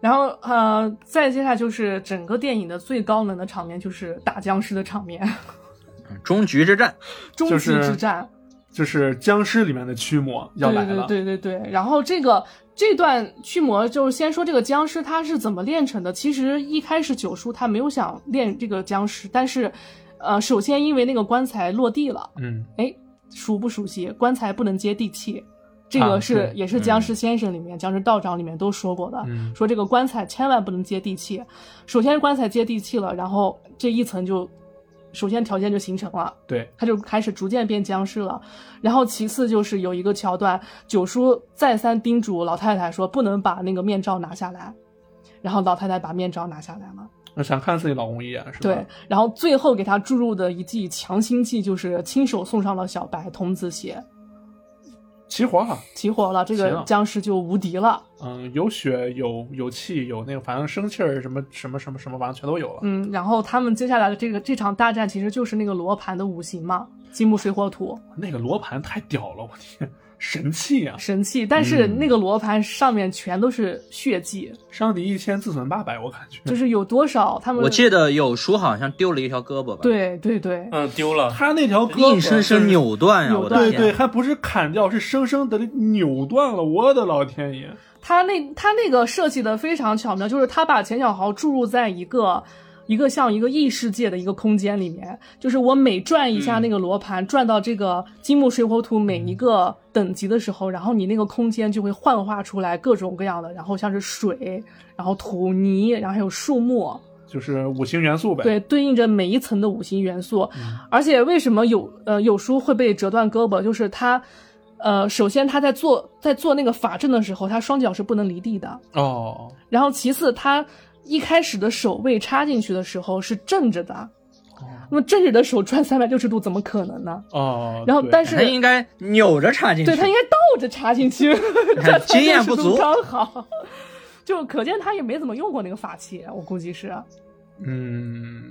[SPEAKER 6] 然后呃，再接下来就是整个电影的最高能的场面，就是打僵尸的场面， 嗯
[SPEAKER 4] 终局之战，
[SPEAKER 6] 终极
[SPEAKER 2] 就是
[SPEAKER 6] 之战。
[SPEAKER 2] 就是僵尸里面的驱魔要来了，
[SPEAKER 6] 对对对对对。然后这个这段驱魔，就是先说这个僵尸它是怎么炼成的。其实一开始九叔他没有想练这个僵尸，但是，呃，首先因为那个棺材落地了，
[SPEAKER 2] 嗯，
[SPEAKER 6] 哎，熟不熟悉？棺材不能接地气，这
[SPEAKER 2] 啊
[SPEAKER 6] 个是、
[SPEAKER 2] 是
[SPEAKER 6] 也是僵尸先生里面、僵尸道长里面都说过的，
[SPEAKER 2] 嗯
[SPEAKER 6] 说这个棺材千万不能接地气。首先棺材接地气了，然后这一层就，首先条件就形成了。
[SPEAKER 2] 对，
[SPEAKER 6] 他就开始逐渐变僵尸了，然后其次就是有一个桥段，九叔再三叮嘱老太太说不能把那个面罩拿下来，然后老太太把面罩拿下来了。
[SPEAKER 2] 那想看自己老公一眼是吧？
[SPEAKER 6] 对，，然后最后给他注入的一剂强心剂就是亲手送上了小白童子血，
[SPEAKER 2] 齐活了，
[SPEAKER 6] 起火了，这
[SPEAKER 2] 行
[SPEAKER 6] 个
[SPEAKER 2] 啊
[SPEAKER 6] 僵尸就无敌了。
[SPEAKER 2] 嗯，有血有有气有那个反正生气儿什么什么什么什么，反正全都有了。
[SPEAKER 6] 嗯，然后他们接下来的这个这场大战其实就是那个罗盘的五行嘛，金木水火土
[SPEAKER 4] 啊
[SPEAKER 2] 那个罗盘太屌了，我天，神器啊！
[SPEAKER 6] 神器，但是
[SPEAKER 4] 嗯
[SPEAKER 6] 那个罗盘上面全都是血迹，
[SPEAKER 2] 伤敌一千自损八百，我感觉。
[SPEAKER 6] 就是有多少他们
[SPEAKER 4] 我记得有叔好像丢了一条胳膊吧，，
[SPEAKER 6] 对对对，
[SPEAKER 1] 嗯丢了，
[SPEAKER 2] 他那条胳膊
[SPEAKER 4] 硬生生扭断呀、
[SPEAKER 6] 扭
[SPEAKER 4] 我
[SPEAKER 6] 断
[SPEAKER 4] 的
[SPEAKER 2] 对对，
[SPEAKER 4] 天，
[SPEAKER 2] 还不是砍掉，是生生的扭断了，我的老天爷！
[SPEAKER 6] 他那他那个设计的非常巧妙，就是他把钱小豪注入在一个一个像一个异世界的一个空间里面，就是我每转一下那个罗盘，转到这个金木水火土每一个等级的时候，然后你那个空间就会幻化出来各种各样的，然后像是水，然后土泥，然后还有树木，
[SPEAKER 2] 就是五行元素呗。
[SPEAKER 6] 对，对应着每一层的五行元素。
[SPEAKER 4] 嗯
[SPEAKER 6] 而且为什么有呃有书会被折断胳膊，就是他，呃，首先他在做在做那个法阵的时候，他双脚是不能离地的。
[SPEAKER 2] 哦，
[SPEAKER 6] 然后其次，他一开始的手位插进去的时候是正着的，
[SPEAKER 4] 哦
[SPEAKER 6] 那么正着的手转三百六十度怎么可能呢？
[SPEAKER 2] 哦，
[SPEAKER 6] 然后
[SPEAKER 2] 对
[SPEAKER 6] 但是
[SPEAKER 4] 他应该扭着插进去。
[SPEAKER 6] 对他应该倒着插进去，转
[SPEAKER 4] 经验不
[SPEAKER 6] 360度
[SPEAKER 4] 足
[SPEAKER 6] 刚好。就可见他也没怎么用过那个法器，我估计是。
[SPEAKER 2] 嗯，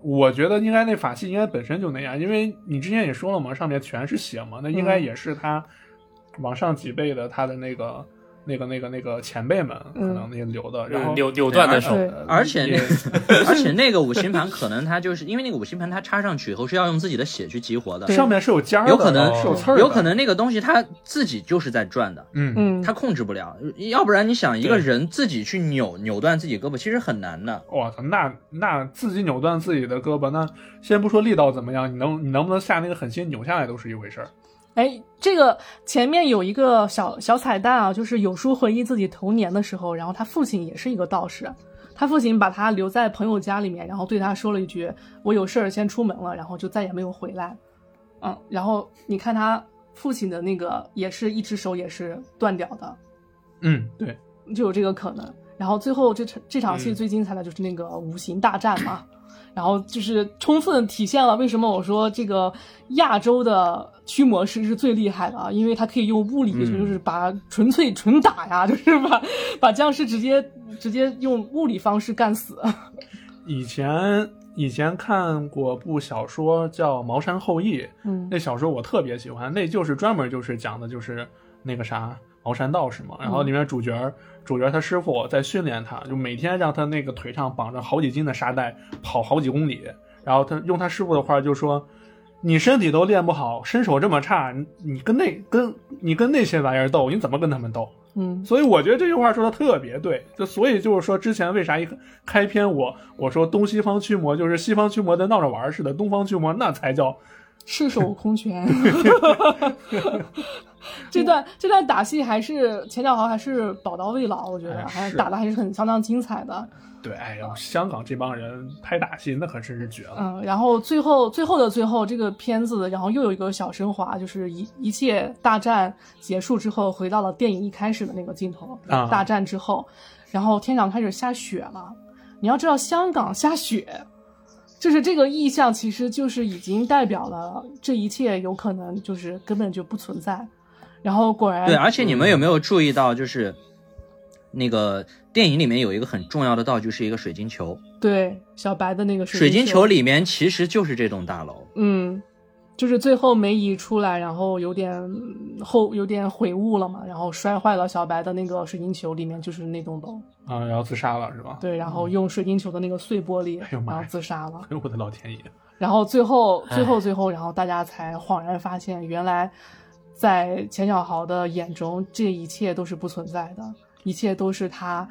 [SPEAKER 2] 我觉得应该那法系应该本身就那样，因为你之前也说了嘛，上面全是血嘛，那应该
[SPEAKER 6] 嗯
[SPEAKER 2] 也是他往上几倍的他的那个那个那个那个前辈们可
[SPEAKER 6] 嗯
[SPEAKER 2] 能那留的，然后呃
[SPEAKER 1] 扭扭断的手
[SPEAKER 6] 对
[SPEAKER 4] 而且那个， 而且那个五星盘可能它就是因为那个五星盘它插上去以后是要用自己的血去激活的，
[SPEAKER 6] 对
[SPEAKER 2] 上面是有尖儿的，
[SPEAKER 4] 有可能
[SPEAKER 2] 是有刺儿的，
[SPEAKER 4] 有可能那个东西它自己就是在转的，
[SPEAKER 2] 嗯，
[SPEAKER 6] 嗯，
[SPEAKER 4] 它控制不了。要不然你想一个
[SPEAKER 1] 对
[SPEAKER 4] 人自己去扭扭断自己胳膊，其实很难的。
[SPEAKER 2] 我操，那那自己扭断自己的胳膊，那先不说力道怎么样，你能你能不能下那个狠心扭下来都是一回事儿。
[SPEAKER 6] 哎，这个前面有一个小小彩蛋啊，就是有书回忆自己童年的时候，然后他父亲也是一个道士，他父亲把他留在朋友家里面，然后对他说了一句：“我有事儿先出门了。”然后就再也没有回来。嗯，然后你看他父亲的那个也是一只手也是断掉的，
[SPEAKER 2] 嗯，对，
[SPEAKER 6] 就有这个可能。然后最后这场这场戏
[SPEAKER 1] 嗯
[SPEAKER 6] 最精彩的就是那个五行大战嘛，然后就是充分体现了为什么我说这个亚洲的驱魔师是最厉害的啊，因为他可以用物理，
[SPEAKER 1] 嗯
[SPEAKER 6] 就是把纯粹纯打呀，就是把把僵尸直接直接用物理方式干死。
[SPEAKER 2] 以前以前看过部小说叫《茅山后裔》，
[SPEAKER 6] 嗯
[SPEAKER 2] 那小说我特别喜欢，那就是专门就是讲的就是那个啥茅山道士嘛，然后里面主角、主角他师傅在训练他，就每天让他那个腿上绑着好几斤的沙袋跑好几公里，然后他用他师傅的话就说。你身体都练不好，身手这么差，你你跟那跟你跟那些玩意儿斗，你怎么跟他们斗？
[SPEAKER 6] 嗯
[SPEAKER 2] 所以我觉得这句话说的特别对，就所以就是说之前为啥一开篇我我说东西方驱魔就是西方驱魔的闹着玩儿似的，东方驱魔那才叫
[SPEAKER 6] 赤手空拳。这段这段打戏还是钱小豪还是宝刀未老，我觉得
[SPEAKER 2] 哎
[SPEAKER 6] 还
[SPEAKER 2] 是
[SPEAKER 6] 打的还是很相当精彩的。
[SPEAKER 2] 对，哎呦，香港这帮人拍打戏那可真是绝了。
[SPEAKER 6] 嗯，然后最后最后的最后，这个片子，然后又有一个小升华，就是一一切大战结束之后，回到了电影一开始的那个镜头，
[SPEAKER 2] 啊
[SPEAKER 6] 大战之后，然后天上开始下雪了。你要知道，香港下雪，就是这个意象，其实就是已经代表了这一切有可能就是根本就不存在。然后果然，
[SPEAKER 4] 对，而且你们有
[SPEAKER 2] 嗯
[SPEAKER 4] 没有注意到，就是那个电影里面有一个很重要的道具是一个水晶球，
[SPEAKER 6] 对小白的那个
[SPEAKER 4] 水晶
[SPEAKER 6] 晶
[SPEAKER 4] 球里面其实就是这栋大楼。
[SPEAKER 6] 嗯，就是最后梅姨出来，然后有点嗯后有点悔悟了嘛，然后摔坏了小白的那个水晶球，里面就是那栋楼，
[SPEAKER 2] 啊，然后自杀了是吧？，
[SPEAKER 6] 对，然后用水晶球的那个碎玻璃，
[SPEAKER 2] 嗯哎呦妈
[SPEAKER 6] 然后
[SPEAKER 2] 呀
[SPEAKER 6] 自杀了，
[SPEAKER 2] 哎呦我的老天爷！
[SPEAKER 6] 然后最后
[SPEAKER 1] 唉
[SPEAKER 6] 最后最后，然后大家才恍然发现，原来在钱小豪的眼中，这一切都是不存在的，一切都是他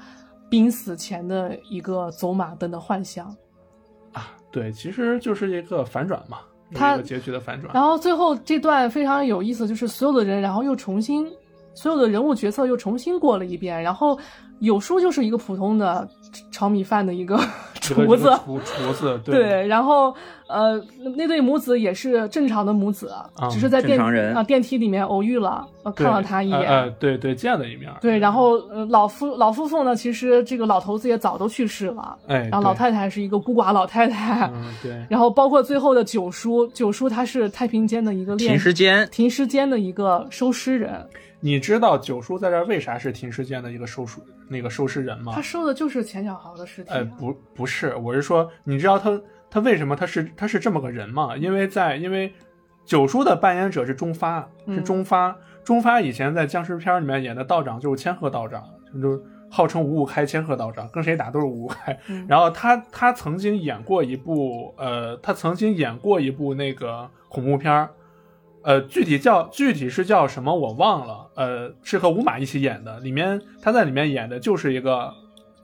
[SPEAKER 6] 濒死前的一个走马灯的幻想。
[SPEAKER 2] 对，其实就是一个反转嘛，有
[SPEAKER 6] 他
[SPEAKER 2] 一个结局的反转。
[SPEAKER 6] 然后最后这段非常有意思，就是所有的人，然后又重新，所有的人物角色又重新过了一遍。然后有叔就是一个普通的炒米饭的一个
[SPEAKER 2] 一个
[SPEAKER 6] 厨
[SPEAKER 2] 一
[SPEAKER 6] 子
[SPEAKER 2] 个，厨厨子，对，
[SPEAKER 6] 对。然后呃，那对母子也是正常的母子，只是在
[SPEAKER 4] 正
[SPEAKER 6] 电
[SPEAKER 4] 常人
[SPEAKER 6] 啊、电梯里面偶遇了，呃、
[SPEAKER 2] 对
[SPEAKER 6] 看了他一眼。
[SPEAKER 2] 呃呃对对，见了一面。
[SPEAKER 6] 对，然后呃，老夫老夫妇呢，其实这个老头子也早都去世了，
[SPEAKER 2] 哎，
[SPEAKER 6] 然后老
[SPEAKER 2] 对，
[SPEAKER 6] 太太是一个孤寡老太太，
[SPEAKER 2] 嗯，对，
[SPEAKER 6] 然后包括最后的九叔，九叔他是太平间的一个练
[SPEAKER 4] 停尸间，
[SPEAKER 6] 停尸间的一个收尸人，
[SPEAKER 2] 你知道九叔在这儿为啥是停尸间的一个收尸那个收尸人吗
[SPEAKER 6] 他？收的就是钱小豪的尸体啊、
[SPEAKER 2] 啊呃，不，不是，我是说，你知道他他为什么他是他是这么个人吗？因为在因为九叔的扮演者是中发，是
[SPEAKER 6] 嗯
[SPEAKER 2] 中发，中发以前在僵尸片里面演的道长就是千鹤道长，就是号称五五开千鹤道长，跟谁打都是五五开。
[SPEAKER 6] 嗯
[SPEAKER 2] 然后他他曾经演过一部呃，他曾经演过一部那个恐怖片儿。呃，具体叫具体是叫什么我忘了，呃，是和吴马一起演的，里面他在里面演的就是一个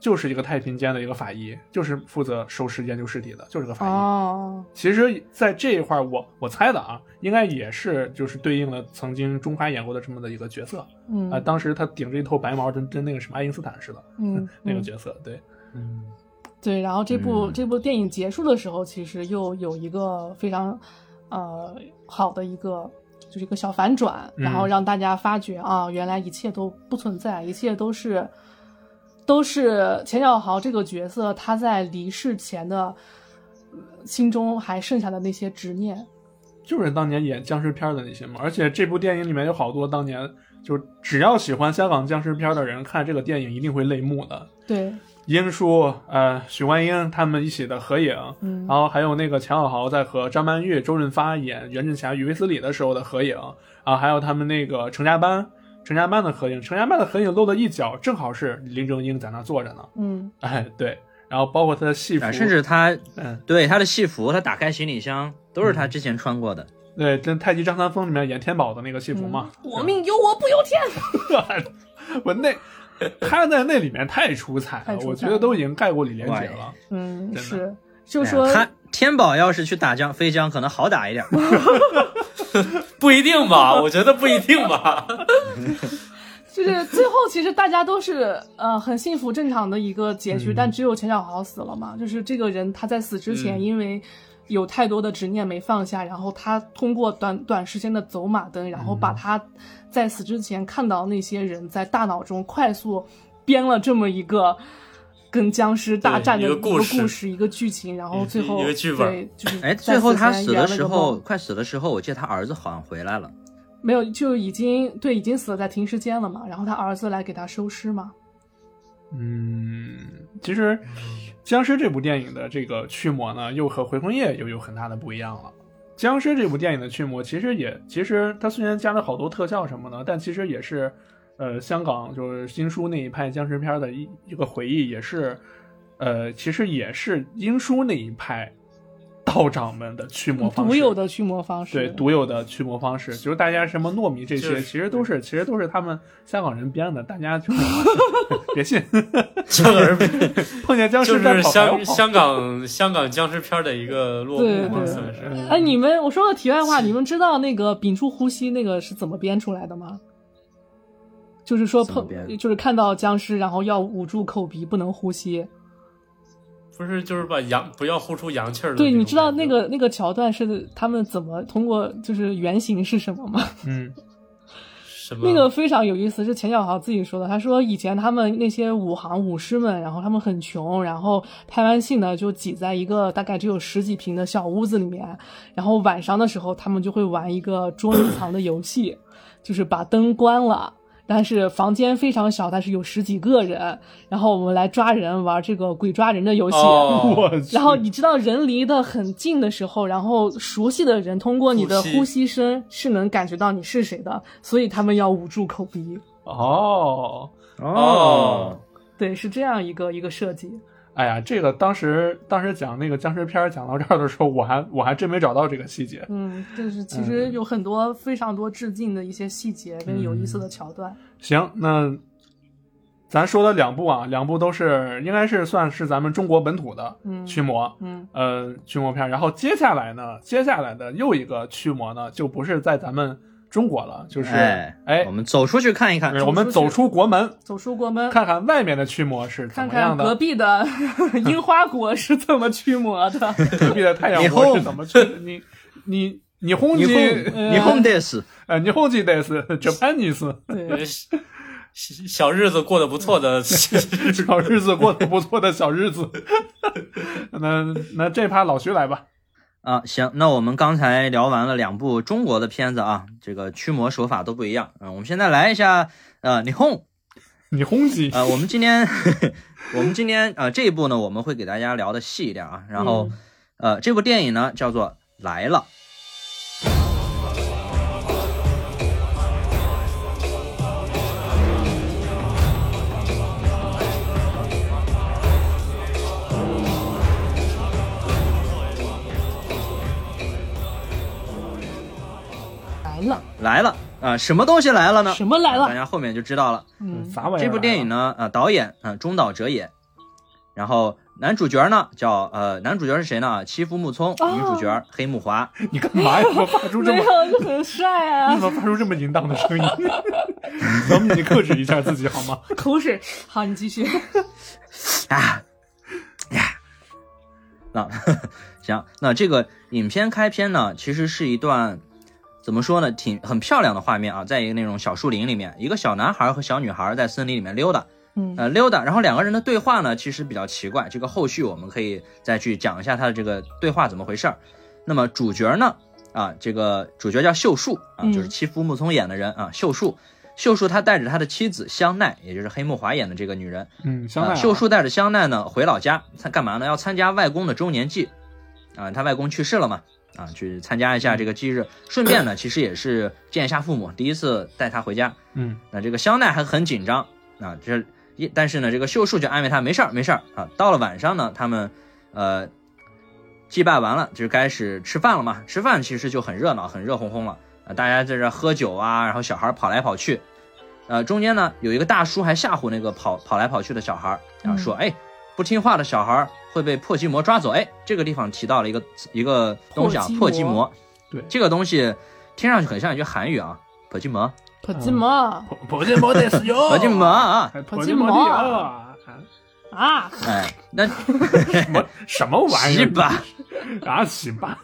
[SPEAKER 2] 就是一个太平间的一个法医，就是负责收尸研究尸体的，就是个法医。
[SPEAKER 6] 哦，
[SPEAKER 2] 其实，在这一块儿，我我猜的啊，应该也是就是对应了曾经中华演过的这么的一个角色啊、
[SPEAKER 6] 嗯
[SPEAKER 2] 呃当时他顶着一头白毛，跟跟那个什么爱因斯坦似的，
[SPEAKER 6] 嗯
[SPEAKER 2] 那个
[SPEAKER 6] 嗯
[SPEAKER 2] 角色，对，嗯，
[SPEAKER 6] 对，然后这部、
[SPEAKER 4] 嗯
[SPEAKER 6] 这部电影结束的时候，其实又有一个非常呃好的一个就是一个小反转，
[SPEAKER 2] 嗯
[SPEAKER 6] 然后让大家发觉啊，原来一切都不存在，一切都是都是钱小豪这个角色他在离世前的呃心中还剩下的那些执念，
[SPEAKER 2] 就是当年演僵尸片儿的那些嘛。而且这部电影里面有好多当年就是只要喜欢香港僵尸片的人看这个电影一定会泪目的。
[SPEAKER 6] 对，
[SPEAKER 2] 英叔，呃，许冠英他们一起的合影，
[SPEAKER 6] 嗯
[SPEAKER 2] 然后还有那个钱小豪在和张曼玉、周润发演袁振霞、于威斯理的时候的合影，啊，还有他们那个程家班、程家班的合影，程家班的合影露的一角正好是林正英在那坐着呢，
[SPEAKER 6] 嗯，
[SPEAKER 2] 哎，对，然后包括他的戏服，
[SPEAKER 4] 啊，甚至他
[SPEAKER 2] 嗯，
[SPEAKER 4] 对他的戏服，他打开行李箱都是他之前穿过的。
[SPEAKER 2] 对，跟《太极张三丰》里面演天宝的那个戏服嘛，
[SPEAKER 6] 我命由我不由天。
[SPEAKER 2] 我那他在那里面太出彩了，
[SPEAKER 6] 太出彩
[SPEAKER 2] 我觉得都已经盖过李连杰
[SPEAKER 4] 对
[SPEAKER 2] 了，
[SPEAKER 6] 嗯，
[SPEAKER 2] 的
[SPEAKER 6] 是，就
[SPEAKER 4] 哎呀
[SPEAKER 6] 说
[SPEAKER 4] 他天宝要是去打江飞江，可能好打一点。
[SPEAKER 1] 不一定 吧？我觉得不一定吧。
[SPEAKER 6] 就是最后其实大家都是呃很幸福正常的一个结
[SPEAKER 1] 嗯
[SPEAKER 6] 局，但只有钱小豪死了嘛，就是这个人他在死之
[SPEAKER 1] 嗯
[SPEAKER 6] 前因为有太多的执念没放下，然后他通过短短时间的走马
[SPEAKER 1] 嗯
[SPEAKER 6] 灯，然后把他在死之前看到那些人在大脑中快速编了这么一个。跟僵尸大
[SPEAKER 1] 对
[SPEAKER 6] 战的
[SPEAKER 1] 一个故事
[SPEAKER 6] 故事，一个剧情，然后最后
[SPEAKER 1] 一个剧本
[SPEAKER 6] 对，就是
[SPEAKER 4] 哎，
[SPEAKER 6] 在
[SPEAKER 4] 最后
[SPEAKER 6] 死
[SPEAKER 4] 他
[SPEAKER 6] 前
[SPEAKER 4] 死的
[SPEAKER 6] 圆了
[SPEAKER 4] 时
[SPEAKER 6] 个梦
[SPEAKER 4] 候，快死的时候，我记得他儿子好像回来了。
[SPEAKER 6] 没有，就已经对已经死了在停尸间了嘛，然后他儿子来给他收尸嘛。
[SPEAKER 2] 嗯，其实僵尸这部电影的这个驱魔呢，又和回魂夜又有很大的不一样了。僵尸这部电影的驱魔，其实也其实它虽然加了好多特效什么的，但其实也是，呃，香港就是新书那一派僵尸片的一一个回忆，也是，呃，其实也是英叔那一派道长们的驱魔方式，
[SPEAKER 6] 独有的驱魔方式。
[SPEAKER 2] 对独有的驱魔方式，就是大家什么糯米这
[SPEAKER 1] 就
[SPEAKER 2] 些，
[SPEAKER 1] 是
[SPEAKER 2] 其实都是其实都是他们香港人编的，大家就是 别信。
[SPEAKER 1] 香港人
[SPEAKER 2] 碰见僵
[SPEAKER 1] 就
[SPEAKER 2] 尸在
[SPEAKER 1] 是
[SPEAKER 2] 跑还
[SPEAKER 1] 香
[SPEAKER 2] 要跑，
[SPEAKER 1] 香港香港僵尸片的一个落
[SPEAKER 6] 对
[SPEAKER 1] 幕嘛，
[SPEAKER 6] 对
[SPEAKER 1] 算是。
[SPEAKER 6] 哎，你们我说个题外话，你们知道那个屏住呼吸那个是怎么编出来的吗？就是说
[SPEAKER 4] 怎么
[SPEAKER 6] 碰
[SPEAKER 4] 编，
[SPEAKER 6] 就是看到僵尸，然后要捂住口鼻，不能呼吸。
[SPEAKER 1] 不是就是把阳不要呼出阳气儿的种感
[SPEAKER 6] 对，
[SPEAKER 1] 觉。
[SPEAKER 6] 你知道那个那个桥段是他们怎么通过就是原型是什么吗？
[SPEAKER 2] 嗯，
[SPEAKER 1] 什么
[SPEAKER 6] 那个非常有意思，是钱小豪自己说的。他说以前他们那些武行武师们，然后他们很穷，然后拍完戏呢就挤在一个大概只有十几平的小屋子里面，然后晚上的时候他们就会玩一个捉迷藏的游戏， 就是把灯关了。但是房间非常小，但是有十几个人，然后我们来抓人，玩这个鬼抓人的游戏。
[SPEAKER 1] 哦，
[SPEAKER 2] 我去
[SPEAKER 6] 然后你知道人离得很近的时候，然后熟悉的人通过你的
[SPEAKER 1] 呼吸
[SPEAKER 6] 呼吸声是能感觉到你是谁的，所以他们要捂住口鼻。
[SPEAKER 2] 哦，
[SPEAKER 1] 哦，
[SPEAKER 6] 对，是这样一个一个设计。
[SPEAKER 2] 哎呀，这个当时当时讲那个僵尸片儿讲到这儿的时候，我还我还真没找到这个细节。
[SPEAKER 6] 嗯，就是其实有很多非常多致敬的一些细节跟有意
[SPEAKER 2] 嗯
[SPEAKER 6] 思的桥段。
[SPEAKER 2] 行，那咱说的两部啊，两部都是应该是算是咱们中国本土的
[SPEAKER 6] 嗯
[SPEAKER 2] 驱魔，
[SPEAKER 6] 嗯，
[SPEAKER 2] 呃，驱魔片儿。然后接下来呢，接下来的又一个驱魔呢，就不是在咱们中国了，就是
[SPEAKER 4] 哎
[SPEAKER 2] 哎
[SPEAKER 4] 我，们走出去看一看
[SPEAKER 2] 对。我们走
[SPEAKER 6] 走出去
[SPEAKER 2] 出国门，
[SPEAKER 6] 走出国门，
[SPEAKER 2] 看看外面的驱魔是怎
[SPEAKER 6] 看
[SPEAKER 2] 么样
[SPEAKER 6] 看隔
[SPEAKER 2] 的，
[SPEAKER 6] 壁的樱花国是怎么驱魔的。
[SPEAKER 2] 隔壁的太阳
[SPEAKER 4] 你
[SPEAKER 2] 国是
[SPEAKER 4] 轰
[SPEAKER 2] 怎么去的？你你你轰
[SPEAKER 4] 你
[SPEAKER 2] 击
[SPEAKER 4] 轰你轰 this，
[SPEAKER 2] 呃，日本人です Japanese，
[SPEAKER 6] 对，
[SPEAKER 1] 呃小日子过得不错 的，
[SPEAKER 2] 小日子过得不错的小日子。 那那这趴老徐来吧，
[SPEAKER 4] 啊，行，那我们刚才聊完了两部中国的片子啊，这个驱魔手法都不一样。嗯、我们现在来一下，呃，你哄，
[SPEAKER 2] 你轰击，
[SPEAKER 4] 呃，我们今天， 我们今天呃这一部呢，我们会给大家聊的细一点啊。然后，
[SPEAKER 6] 嗯
[SPEAKER 4] 呃，这部电影呢叫做《来了》。
[SPEAKER 6] 来了，
[SPEAKER 4] 来了啊、什么东西来了呢？
[SPEAKER 6] 什么来
[SPEAKER 4] 大
[SPEAKER 6] 了？
[SPEAKER 4] 家后面就知道了。
[SPEAKER 6] 嗯，
[SPEAKER 2] 啥玩意儿？
[SPEAKER 4] 这部电影？呢，呃，导演呃中岛哲也，然后男主角呢叫呃男主角是谁呢？欺负木聪，
[SPEAKER 6] 哦
[SPEAKER 4] 女主角黑木华。
[SPEAKER 2] 你干嘛呀？怎么发出这
[SPEAKER 6] 没
[SPEAKER 2] 么
[SPEAKER 6] 有，就很帅
[SPEAKER 2] 你
[SPEAKER 6] 啊，
[SPEAKER 2] 怎么发出这么淫荡的声音？ 能不你克制一下自己好吗？
[SPEAKER 6] 口水。好，你继 续。
[SPEAKER 2] 嗯
[SPEAKER 4] 啊呀，那行，那这个影片开篇呢，其实是一段怎么说呢，挺很漂亮的画面啊，在一个那种小树林里面，一个小男孩和小女孩在森林里面溜达，
[SPEAKER 6] 嗯
[SPEAKER 4] 呃溜达，然后两个人的对话呢，其实比较奇怪，这个后续我们可以再去讲一下他的这个对话怎么回事儿。那么主角呢，啊，这个主角叫秀树啊，
[SPEAKER 6] 嗯
[SPEAKER 4] 就是七夫木聪演的人啊，秀树。秀树他带着他的妻子香奈，也就是黑木华演的这个女人，
[SPEAKER 2] 嗯，香奈
[SPEAKER 4] 呃
[SPEAKER 2] 儿
[SPEAKER 4] 秀树带着香奈呢回老家，参干嘛呢？要参加外公的周年祭，啊、他外公去世了嘛，啊、去参加一下这个忌日，顺便呢，其实也是见一下父母，第一次带他回家。
[SPEAKER 2] 嗯
[SPEAKER 4] 那这个香奈还很紧张啊，这一但是呢，这个秀树就安慰他没事儿没事儿啊。到了晚上呢，他们呃祭拜完了，就开始吃饭了嘛。吃饭其实就很热闹，很热烘烘了啊，大家在这喝酒啊，然后小孩跑来跑去。呃，中间呢有一个大叔还吓唬那个跑跑来跑去的小孩儿，然
[SPEAKER 6] 嗯
[SPEAKER 4] 后说：“哎，不听话的小孩儿会被破寂魔抓走。”哎，这个地方提到了一个一个东西啊，
[SPEAKER 6] 破
[SPEAKER 4] 破
[SPEAKER 6] 寂
[SPEAKER 4] 寂
[SPEAKER 6] 魔
[SPEAKER 4] 魔。
[SPEAKER 2] 对
[SPEAKER 4] 这个东西听上去很像一句韩语啊，破寂魔。
[SPEAKER 6] 可寂寞
[SPEAKER 2] 婆金摩得死哟
[SPEAKER 4] 我就忙啊！
[SPEAKER 2] 哎
[SPEAKER 6] 婆
[SPEAKER 2] 婆金
[SPEAKER 6] 金
[SPEAKER 2] 摩
[SPEAKER 6] 摩
[SPEAKER 2] 地啊，
[SPEAKER 6] 啊，
[SPEAKER 4] 哎，那
[SPEAKER 2] 什么什么 玩意
[SPEAKER 4] 洗
[SPEAKER 2] 儿
[SPEAKER 4] 吧。
[SPEAKER 2] 啊？洗吧，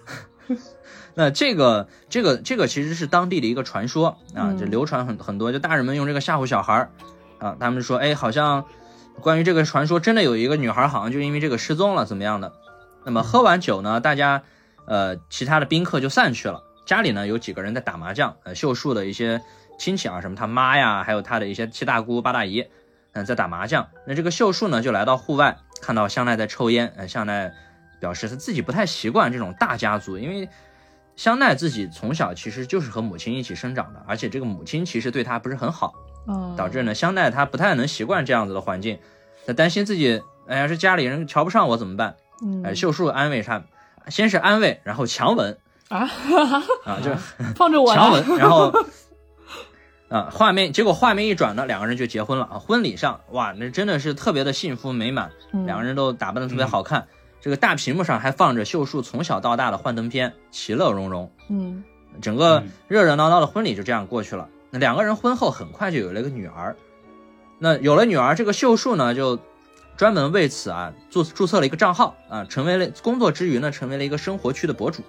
[SPEAKER 4] 那这个这个这个其实是当地的一个传说啊
[SPEAKER 6] 嗯，
[SPEAKER 4] 这流传很很多，就大人们用这个吓唬小孩儿啊。他们说，哎，好像关于这个传说，真的有一个女孩儿好像就因为这个失踪了，怎么样的？那么喝完酒呢，大家呃其他的宾客就散去了。家里呢有几个人在打麻将，呃秀树的一些亲戚啊，什么他妈呀，还有他的一些七大姑八大姨，嗯、在打麻将。那这个秀树呢就来到户外，看到香奈在抽烟，呃香奈表示他自己不太习惯这种大家族，因为香奈自己从小其实就是和母亲一起生长的，而且这个母亲其实对他不是很好，
[SPEAKER 6] 嗯，
[SPEAKER 4] 导致呢香奈她不太能习惯这样子的环境，她担心自己，哎呀，这家里人瞧不上我怎么办？
[SPEAKER 6] 嗯
[SPEAKER 4] 哎，秀树安慰他，先是安慰，然后强吻
[SPEAKER 6] 啊，
[SPEAKER 4] 啊，就
[SPEAKER 6] 放着我
[SPEAKER 4] 强
[SPEAKER 6] 呢，
[SPEAKER 4] 吻，然后啊，画面结果画面一转呢，两个人就结婚了啊。婚礼上，哇，那真的是特别的幸福美满，
[SPEAKER 6] 嗯
[SPEAKER 4] 两个人都打扮的特别好看。这个大屏幕上还放着秀树从小到大的幻灯片，其乐融融。
[SPEAKER 6] 嗯
[SPEAKER 4] 整个
[SPEAKER 1] 嗯
[SPEAKER 4] 热热闹闹的婚礼就这样过去了。那两个人婚后很快就有了一个女儿，那有了女儿，这个秀树呢就专门为此啊注注册了一个账号啊，成为了工作之余呢成为了一个生活区的博主。
[SPEAKER 2] 嗯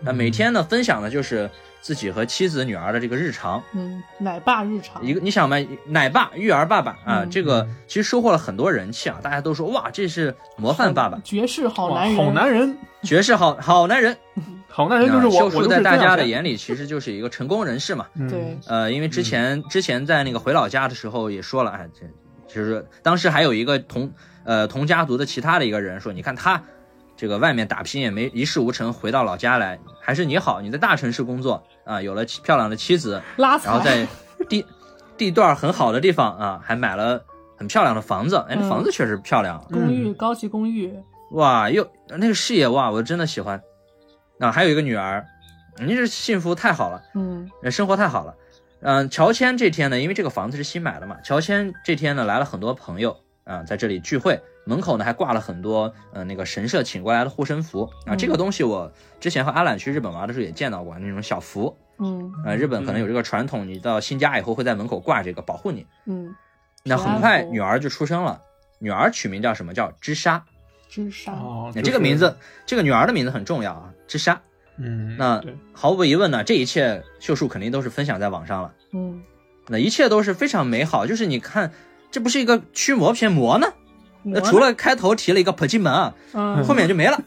[SPEAKER 4] 那每天呢分享的就是自己和妻子、女儿的这个日常。
[SPEAKER 6] 嗯，奶爸日常
[SPEAKER 4] 一个你想吧，奶爸、育儿爸爸啊，
[SPEAKER 6] 嗯
[SPEAKER 4] 这个其实收获了很多人气啊，大家都说哇，这是模范爸爸，
[SPEAKER 6] 绝世好
[SPEAKER 2] 哇
[SPEAKER 6] 男人，
[SPEAKER 2] 好男人，
[SPEAKER 4] 绝世好好男人。啊
[SPEAKER 2] 好男人就是我，
[SPEAKER 4] 秀
[SPEAKER 2] 我就
[SPEAKER 4] 树
[SPEAKER 2] 是
[SPEAKER 4] 在大
[SPEAKER 2] 这样
[SPEAKER 4] 家的
[SPEAKER 2] 想，
[SPEAKER 4] 眼里其实就是一个成功人士嘛。
[SPEAKER 2] 嗯
[SPEAKER 6] 对，
[SPEAKER 4] 呃，因为之前、之前在那个回老家的时候也说了，哎，这就是当时还有一个同呃同家族的其他的一个人说，你看他这个外面打拼也没一事无成，回到老家来还是你好，你在大城市工作啊、有了妻漂亮的妻子，
[SPEAKER 6] 拉
[SPEAKER 4] 然后
[SPEAKER 6] 踩，
[SPEAKER 4] 在地地段很好的地方啊，还买了很漂亮的房子，哎，那
[SPEAKER 6] 嗯
[SPEAKER 4] 房子确实漂亮啊，
[SPEAKER 6] 公寓高级公寓，
[SPEAKER 4] 哇，又那个视野哇，我真的喜欢。啊，还有一个女儿，你这幸福太好了。
[SPEAKER 6] 嗯
[SPEAKER 4] 呃，生活太好了。嗯、乔迁这天呢，因为这个房子是新买的嘛，乔迁这天呢来了很多朋友啊、在这里聚会，门口呢还挂了很多呃那个神社请过来的护身符啊，这个东西我之前和阿懒去日本玩的时候也见到过那种小符，
[SPEAKER 6] 嗯
[SPEAKER 4] 呃，日本可能有这个传统，你到新家以后会在门口挂这个保护你。
[SPEAKER 6] 嗯，
[SPEAKER 4] 那
[SPEAKER 6] 平安
[SPEAKER 4] 很快
[SPEAKER 6] 符
[SPEAKER 4] 女儿就出生了，女儿取名叫什么叫织沙，
[SPEAKER 6] 之上，
[SPEAKER 2] 哦，
[SPEAKER 4] 那
[SPEAKER 2] 就是
[SPEAKER 4] 嗯这个名，字，这个女儿的名字很重要啊，织沙。
[SPEAKER 2] 嗯，
[SPEAKER 4] 那
[SPEAKER 2] 对
[SPEAKER 4] 毫无疑问呢，这一切秀树肯定都是分享在网上了。
[SPEAKER 6] 嗯
[SPEAKER 4] 那一切都是非常美好。就是你看，这不是一个驱魔片魔呢？那除了开头提了一个 p o 门啊，
[SPEAKER 6] 嗯
[SPEAKER 4] 后面就没了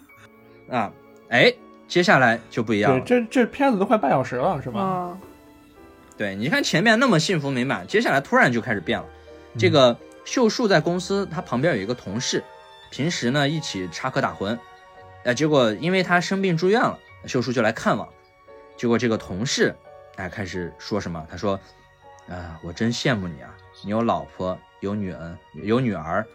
[SPEAKER 4] 啊。哎，接下来就不一样
[SPEAKER 2] 对，
[SPEAKER 4] 了。
[SPEAKER 2] 这这片子都快半小时了，是吧？
[SPEAKER 6] 啊
[SPEAKER 4] 对，你看前面那么幸福美满，接下来突然就开始变了。这个秀树在公司，他旁边有一个同事，平时呢一起插科打诨，呃，结果因为他生病住院了，秀树就来看望。结果这个同事，哎，开始说什么？他说：“啊、我真羡慕你啊，你有老婆，有女儿，有女儿，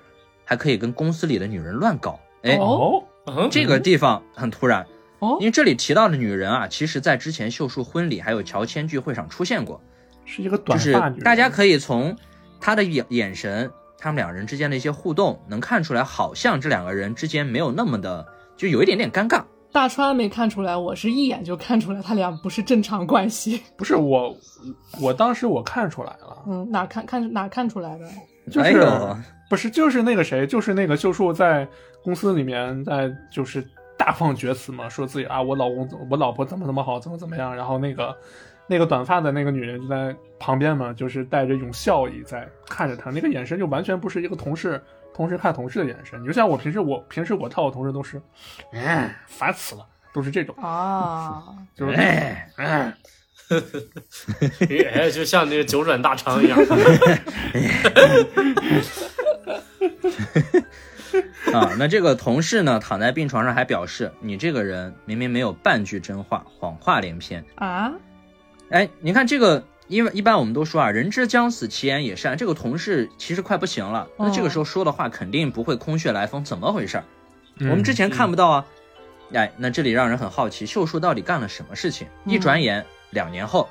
[SPEAKER 4] 还可以跟公司里的女人乱搞。”哎，
[SPEAKER 2] 哦，
[SPEAKER 1] 嗯，
[SPEAKER 4] 这个地方很突然，
[SPEAKER 6] 哦
[SPEAKER 4] 因为这里提到的女人啊，其实在之前秀树婚礼还有乔迁聚会上出现过。
[SPEAKER 2] 是一个
[SPEAKER 4] 就
[SPEAKER 2] 短
[SPEAKER 4] 是
[SPEAKER 2] 发女人，
[SPEAKER 4] 大家可以从他的眼眼神，他们两人之间的一些互动，能看出来，好像这两个人之间没有那么的，就有一点点尴尬。
[SPEAKER 6] 大川没看出来，我是一眼就看出来他俩不是正常关系。
[SPEAKER 2] 不是我，我当时我看出来了，
[SPEAKER 6] 嗯，哪看看哪看出来的？
[SPEAKER 2] 就
[SPEAKER 4] 哎
[SPEAKER 2] 是
[SPEAKER 4] 呦，
[SPEAKER 2] 不是就是那个谁，就是那个秀树在公司里面在就是大放厥词嘛，说自己啊我老公怎我老婆怎么怎么好，怎么怎么样，然后那个那个短发的那个女人就在旁边嘛，就是带着一种笑意在看着他，那个眼神就完全不是一个同事同事看同事的眼神，你就像我平时我平时我看我同事都是，哎嗯，烦死了，都是这种，
[SPEAKER 4] 哦
[SPEAKER 6] 啊，
[SPEAKER 2] 就是
[SPEAKER 4] 哎，
[SPEAKER 2] 嗯，
[SPEAKER 1] 因为哎，就像那个九转大肠 一样，
[SPEAKER 4] 啊，那这个同事呢，躺在病床上还表示，你这个人明明没有半句真话，谎话连篇。
[SPEAKER 6] 啊，
[SPEAKER 4] 哎，你看这个，因为一般我们都说啊，人之将死，其言也善。这个同事其实快不行了，那这个时候说的话肯定不会空穴来风，怎么回事儿？我们之前看不到啊。哎，那这里让人很好奇，秀树到底干了什么事情？
[SPEAKER 6] 嗯
[SPEAKER 4] 一转眼，两年后，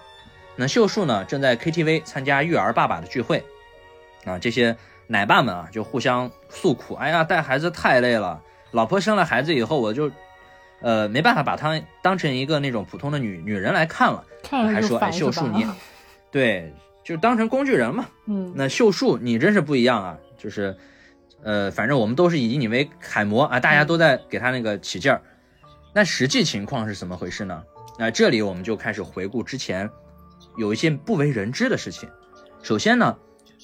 [SPEAKER 4] 那秀树呢正在 KTV 参加育儿爸爸的聚会，啊，这些奶爸们啊就互相诉苦，哎呀，带孩子太累了，老婆生了孩子以后，我就，呃，没办法把她当成一个那种普通的女女人来看了。
[SPEAKER 6] 看
[SPEAKER 4] 还
[SPEAKER 6] 着就
[SPEAKER 4] 说哎
[SPEAKER 6] 烦死
[SPEAKER 4] 秀树
[SPEAKER 6] 吧
[SPEAKER 4] 你，对，就当成工具人嘛。
[SPEAKER 6] 嗯，
[SPEAKER 4] 那秀树你真是不一样啊，就是，呃，反正我们都是以你为楷模啊，大家都在给他那个起劲儿。那实际情况是怎么回事呢？那这里我们就开始回顾之前有一些不为人知的事情。首先呢，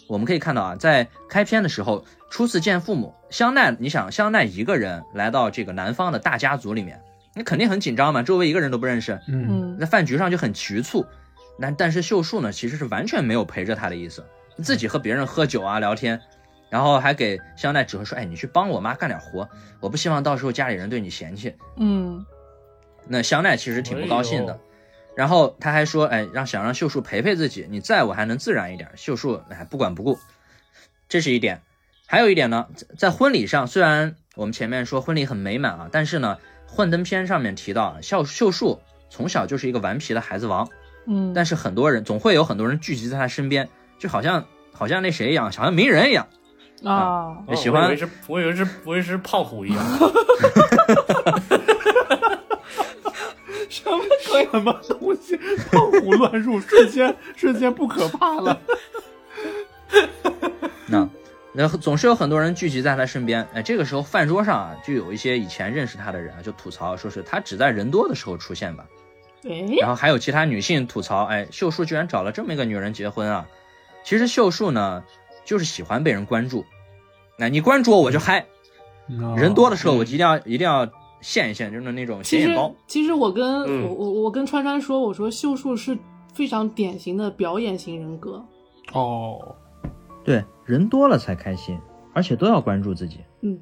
[SPEAKER 4] 我们可以看到啊，在开篇的时候初次见父母，香奈，你想香奈一个人来到这个南方的大家族里面，你肯定很紧张嘛，周围一个人都不认识。
[SPEAKER 2] 嗯
[SPEAKER 6] 嗯
[SPEAKER 4] 在饭局上就很局促。那但是秀树呢，其实是完全没有陪着他的意思，自己和别人喝酒啊聊天，然后还给香奈指挥说：“哎，你去帮我妈干点活，我不希望到时候家里人对你嫌弃。
[SPEAKER 6] 嗯，”
[SPEAKER 4] 那香奈其实挺不高兴的。然后他还说：“哎，让想让秀树陪陪自己，你在我还能自然一点。”秀树哎不管不顾，这是一点。还有一点呢，在在婚礼上，虽然我们前面说婚礼很美满啊，但是呢，幻灯片上面提到啊，秀秀树从小就是一个顽皮的孩子王，
[SPEAKER 6] 嗯，
[SPEAKER 4] 但是很多人总会有很多人聚集在他身边，就好像好像那谁一样，好像鸣人一样。
[SPEAKER 6] 啊，
[SPEAKER 4] 喜欢
[SPEAKER 1] 哦我以为是，我以为是，我以为是胖虎一样。
[SPEAKER 2] 什么东西？ 胖虎乱入，瞬间瞬间不可怕了。
[SPEAKER 4] 那然后总是有很多人聚集在他身边。哎，这个时候饭桌上啊，就有一些以前认识他的人啊，就吐槽说是他只在人多的时候出现吧。
[SPEAKER 6] 哎，
[SPEAKER 4] 然后还有其他女性吐槽，哎，秀树居然找了这么一个女人结婚啊！其实秀树呢，就是喜欢被人关注。那你关注我，我就嗨。人多的时候，我一定要一定要现一现，就是那种显
[SPEAKER 6] 其
[SPEAKER 4] 眼
[SPEAKER 6] 实
[SPEAKER 4] 包。
[SPEAKER 6] 其实我跟
[SPEAKER 1] 嗯
[SPEAKER 6] 我我我跟川川说，我说秀树是非常典型的表演型人格，
[SPEAKER 2] 哦，
[SPEAKER 4] 对，人多了才开心，而且都要关注自己。
[SPEAKER 6] 嗯，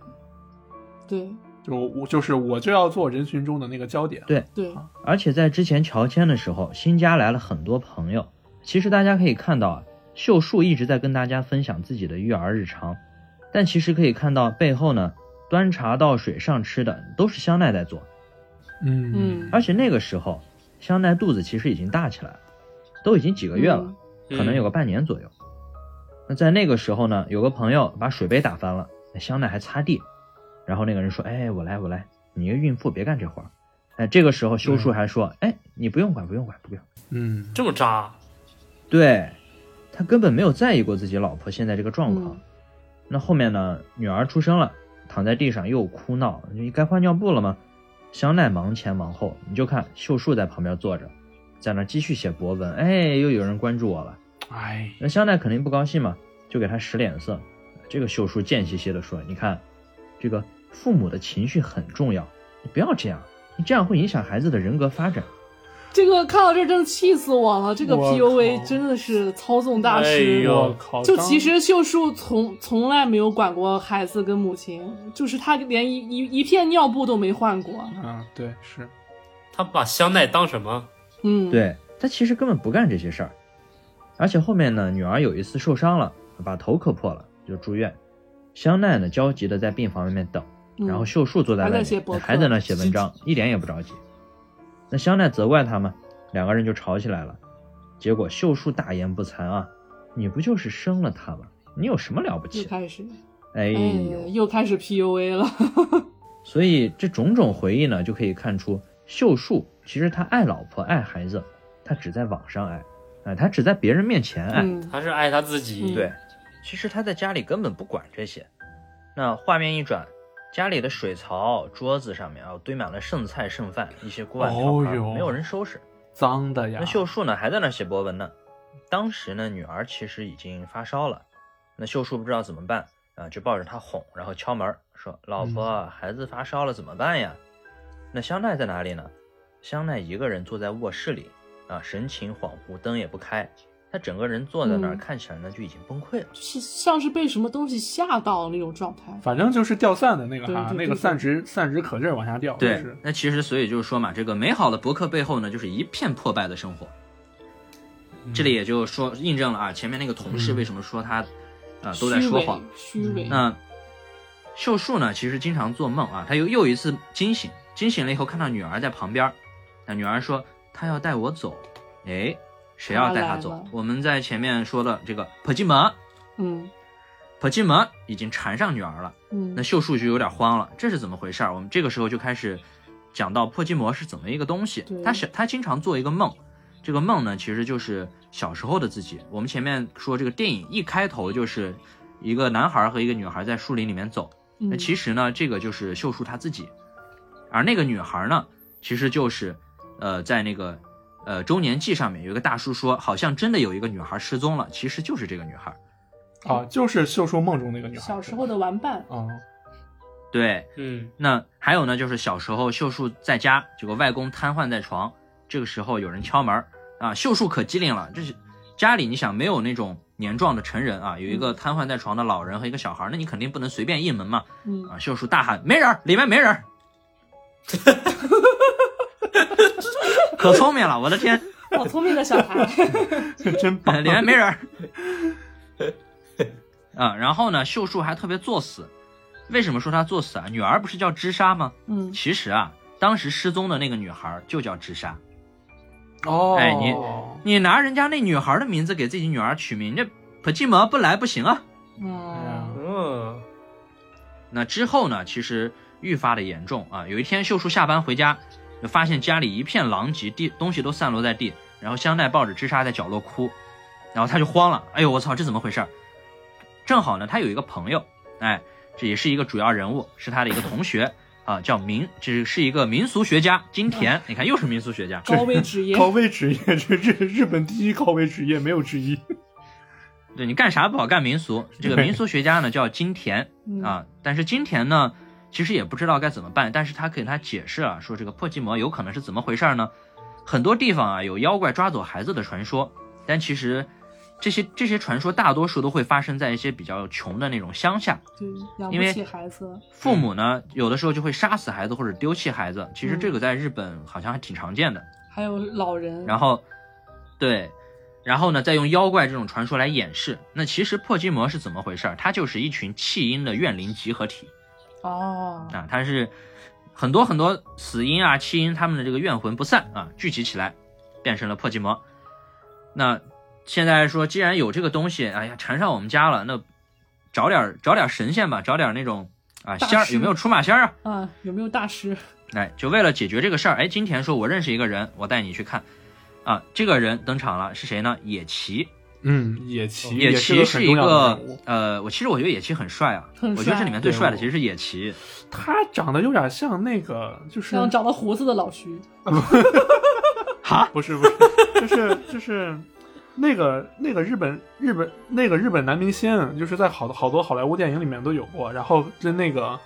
[SPEAKER 6] 对
[SPEAKER 2] 就我就是我就要做人群中的那个焦点。
[SPEAKER 6] 对，
[SPEAKER 4] 而且在之前乔迁的时候，新家来了很多朋友。其实大家可以看到啊，秀树一直在跟大家分享自己的育儿日常，但其实可以看到背后呢，端茶倒水上吃的都是香奈在做。
[SPEAKER 2] 嗯
[SPEAKER 6] 嗯，
[SPEAKER 4] 而且那个时候，香奈肚子其实已经大起来了，都已经几个月了，可能有个半年左右。那在那个时候呢，有个朋友把水杯打翻了，那香奈还擦地，然后那个人说：“哎，我来，我来，你一个孕妇别干这活儿。”哎，这个时候修树还说：“哎，你不用管，不用管，不用。
[SPEAKER 2] 嗯，
[SPEAKER 1] 这么渣，”
[SPEAKER 4] 对，他根本没有在意过自己老婆现在这个状况。
[SPEAKER 6] 嗯
[SPEAKER 4] 那后面呢，女儿出生了，躺在地上又哭闹，你该换尿布了吗？香奈忙前忙后，你就看秀树在旁边坐着，在那继续写博文。哎，又有人关注我了。
[SPEAKER 2] 哎，
[SPEAKER 4] 那香奈肯定不高兴嘛，就给他使脸色。这个秀树贱兮兮的说：“你看，这个父母的情绪很重要，你不要这样，你这样会影响孩子的人格发展。
[SPEAKER 6] 这个看到这儿真气死我了，这个
[SPEAKER 2] 我
[SPEAKER 6] PUA
[SPEAKER 2] 靠
[SPEAKER 6] 真的是操纵大
[SPEAKER 1] 哎
[SPEAKER 6] 师。
[SPEAKER 1] 呦
[SPEAKER 2] 我靠！
[SPEAKER 6] 就
[SPEAKER 2] 当
[SPEAKER 6] 其实秀树从从来没有管过孩子跟母亲，就是他连一一一片尿布都没换过。
[SPEAKER 2] 啊，对，是
[SPEAKER 1] 他把香奈当什么？
[SPEAKER 6] 嗯，，
[SPEAKER 4] 对他其实根本不干这些事儿。而且后面呢，女儿有一次受伤了，把头磕破了，就住院。香奈呢，焦急的在病房外面等，
[SPEAKER 6] 嗯、
[SPEAKER 4] 然后秀树坐在
[SPEAKER 6] 还在
[SPEAKER 4] 外
[SPEAKER 6] 写
[SPEAKER 4] 面
[SPEAKER 6] 博，客
[SPEAKER 4] 还在那写文章， 一点也不着急。那香奈责怪他嘛，两个人就吵起来了。结果秀树大言不惭啊，你不就是生了他吗？你有什么了不
[SPEAKER 6] 又
[SPEAKER 4] 起？
[SPEAKER 6] 开始，
[SPEAKER 4] 哎
[SPEAKER 6] 哎
[SPEAKER 4] 呦，，
[SPEAKER 6] 又开始 PUA 了。
[SPEAKER 4] 所以这种种回忆呢，就可以看出秀树其实他爱老婆爱孩子，他只在网上爱，哎，他只在别人面前爱。
[SPEAKER 6] 嗯，
[SPEAKER 1] 他是爱他自己。
[SPEAKER 6] 嗯
[SPEAKER 4] 对，其实他在家里根本不管这些。那画面一转，家里的水槽、桌子上面啊堆满了剩菜剩饭，一些锅碗瓢
[SPEAKER 2] 哦
[SPEAKER 4] 盆，
[SPEAKER 2] 哟
[SPEAKER 4] 没有人收拾。
[SPEAKER 2] 脏的呀
[SPEAKER 4] 那。秀树呢还在那写博文呢。当时呢，女儿其实已经发烧了，那秀树不知道怎么办啊，就抱着她哄，然后敲门儿说：“老婆，
[SPEAKER 6] 嗯
[SPEAKER 4] 孩子发烧了怎么办呀？”那香奈在哪里呢？香奈一个人坐在卧室里，
[SPEAKER 7] 啊，神情恍惚，灯也不开，他整个人坐在那儿，
[SPEAKER 6] 嗯
[SPEAKER 7] 看起来呢就已经崩溃了。
[SPEAKER 6] 是像是被什么东西吓到的那种状态。
[SPEAKER 2] 反正就是掉散的那个
[SPEAKER 6] 对
[SPEAKER 2] 哈，
[SPEAKER 6] 对对
[SPEAKER 2] 那个
[SPEAKER 6] 对
[SPEAKER 2] 散值散值可劲儿往下掉，就
[SPEAKER 4] 对
[SPEAKER 2] 是，
[SPEAKER 4] 那其实所以就是说嘛，这个美好的博客背后呢，就是一片破败的生活。这
[SPEAKER 6] 嗯
[SPEAKER 4] 里也就说印证了啊，前面那个同事为什么说他，呃，都在说谎。嗯
[SPEAKER 6] 虚伪，虚伪。
[SPEAKER 4] 那秀树呢，其实经常做梦啊，他又又一次惊醒，惊醒了以后看到女儿在旁边儿，那女儿说她要带我走，哎，谁要带她
[SPEAKER 6] 她来
[SPEAKER 4] 走
[SPEAKER 6] 了？
[SPEAKER 4] 我们在前面说了这个普吉门，
[SPEAKER 6] 嗯
[SPEAKER 4] 普吉门已经缠上女儿了。
[SPEAKER 6] 嗯
[SPEAKER 4] 那，秀树就有点慌了，这是怎么回事儿？我们这个时候就开始讲到破寂魔是怎么一个东西
[SPEAKER 6] 对。
[SPEAKER 4] 他小他经常做一个梦，这个梦呢其实就是小时候的自己。我们前面说这个电影一开头就是一个男孩和一个女孩在树林里面走，那
[SPEAKER 6] 嗯
[SPEAKER 4] 其实呢这个就是秀树他自己，而那个女孩呢其实就是呃在那个呃周年记上面有一个大叔说好像真的有一个女孩失踪了，其实就是这个女孩。
[SPEAKER 2] 啊，就是秀树梦中那个女孩，
[SPEAKER 6] 小时候的玩伴，
[SPEAKER 2] 啊，
[SPEAKER 4] 对，
[SPEAKER 1] 嗯
[SPEAKER 4] 那还有呢，就是小时候秀树在家，结果外公瘫痪在床，这个时候有人敲门儿啊，秀树可机灵了，这是家里你想没有那种年壮的成人啊，有一个瘫痪在床的老人和一个小孩儿，那你肯定不能随便应门嘛
[SPEAKER 6] 嗯，
[SPEAKER 4] 啊，秀树大喊没人儿，里面没人儿， 可聪明了，我的天，
[SPEAKER 6] 好聪明的小 孩，
[SPEAKER 2] 真 棒
[SPEAKER 4] 呃，里面没人儿。 啊，然后呢，秀树还特别作死，为什么说他作死啊？女儿不是叫知莎吗？
[SPEAKER 6] 嗯，
[SPEAKER 4] 其实啊，当时失踪的那个女孩就叫智莎。
[SPEAKER 2] 哦，
[SPEAKER 4] 哎你你拿人家那女孩的名字给自己女儿取名，这普吉摩不来不行啊。
[SPEAKER 6] 嗯，
[SPEAKER 1] 嗯，
[SPEAKER 4] 那之后呢，其实愈发的严重啊。有一天，秀树下班回家，就发现家里一片狼藉，地东西都散落在地，然后香奈抱着智莎在角落哭，然后他就慌了，哎呦我操，这怎么回事儿？正好呢，他有一个朋友，哎，这也是一个主要人物，是他的一个同学啊，叫民，这是是一个民俗学家金田，你看又是民俗学家，
[SPEAKER 6] 高危 职业，
[SPEAKER 2] 高危职业，这日日本第一高危职业没有之一。
[SPEAKER 4] 对你干啥不好干民俗？这个民俗学家呢叫金田
[SPEAKER 6] 嗯，
[SPEAKER 4] 啊，但是金田呢其实也不知道该怎么办，但是他给他解释啊，说这个破寂魔有可能是怎么回事呢？很多地方啊有妖怪抓走孩子的传说，但其实这些这些传说大多数都会发生在一些比较穷的那种乡下，
[SPEAKER 6] 对，养
[SPEAKER 4] 因
[SPEAKER 6] 不
[SPEAKER 4] 为
[SPEAKER 6] 起孩子，嗯
[SPEAKER 4] 父母呢有的时候就会杀死孩子或者丢弃孩子，其实
[SPEAKER 6] 嗯
[SPEAKER 4] 这个在日本好像还挺常见的。
[SPEAKER 6] 还有老人，
[SPEAKER 4] 然后，对，然后呢，再用妖怪这种传说来掩饰。那其实破寂魔是怎么回事儿？它就是一群弃婴的怨灵集合体
[SPEAKER 6] 哦，
[SPEAKER 4] 啊，它是很多很多死婴啊、弃婴他们的这个怨魂不散啊，聚集起来，变成了破寂魔。那现在说，既然有这个东西，哎呀，缠上我们家了，那找点儿找点儿神仙吧，找点儿那种啊
[SPEAKER 6] 大
[SPEAKER 4] 仙儿，
[SPEAKER 6] 师
[SPEAKER 4] 有没有出马仙儿啊？
[SPEAKER 6] 啊，有没有大师？
[SPEAKER 4] 哎，就为了解决这个事儿，哎，金田说，我认识一个人，我带你去看。啊，这个人登场了，是谁呢？野崎，
[SPEAKER 2] 嗯，野崎，
[SPEAKER 4] 野崎
[SPEAKER 2] 也是
[SPEAKER 4] 是一
[SPEAKER 2] 很重要
[SPEAKER 4] 个
[SPEAKER 2] 的人物
[SPEAKER 4] 呃，我其实我觉得野崎很帅啊，
[SPEAKER 6] 很帅
[SPEAKER 4] 我觉得这里面最帅的
[SPEAKER 2] 对我
[SPEAKER 4] 其实是野崎，
[SPEAKER 2] 他长得有点像那个，就是
[SPEAKER 6] 像长了胡子的老徐，
[SPEAKER 2] 不是不 是，就是就是那个那个日本日本那个日本男明星，就是在好多好多好莱坞电影里面都有过。然后跟那个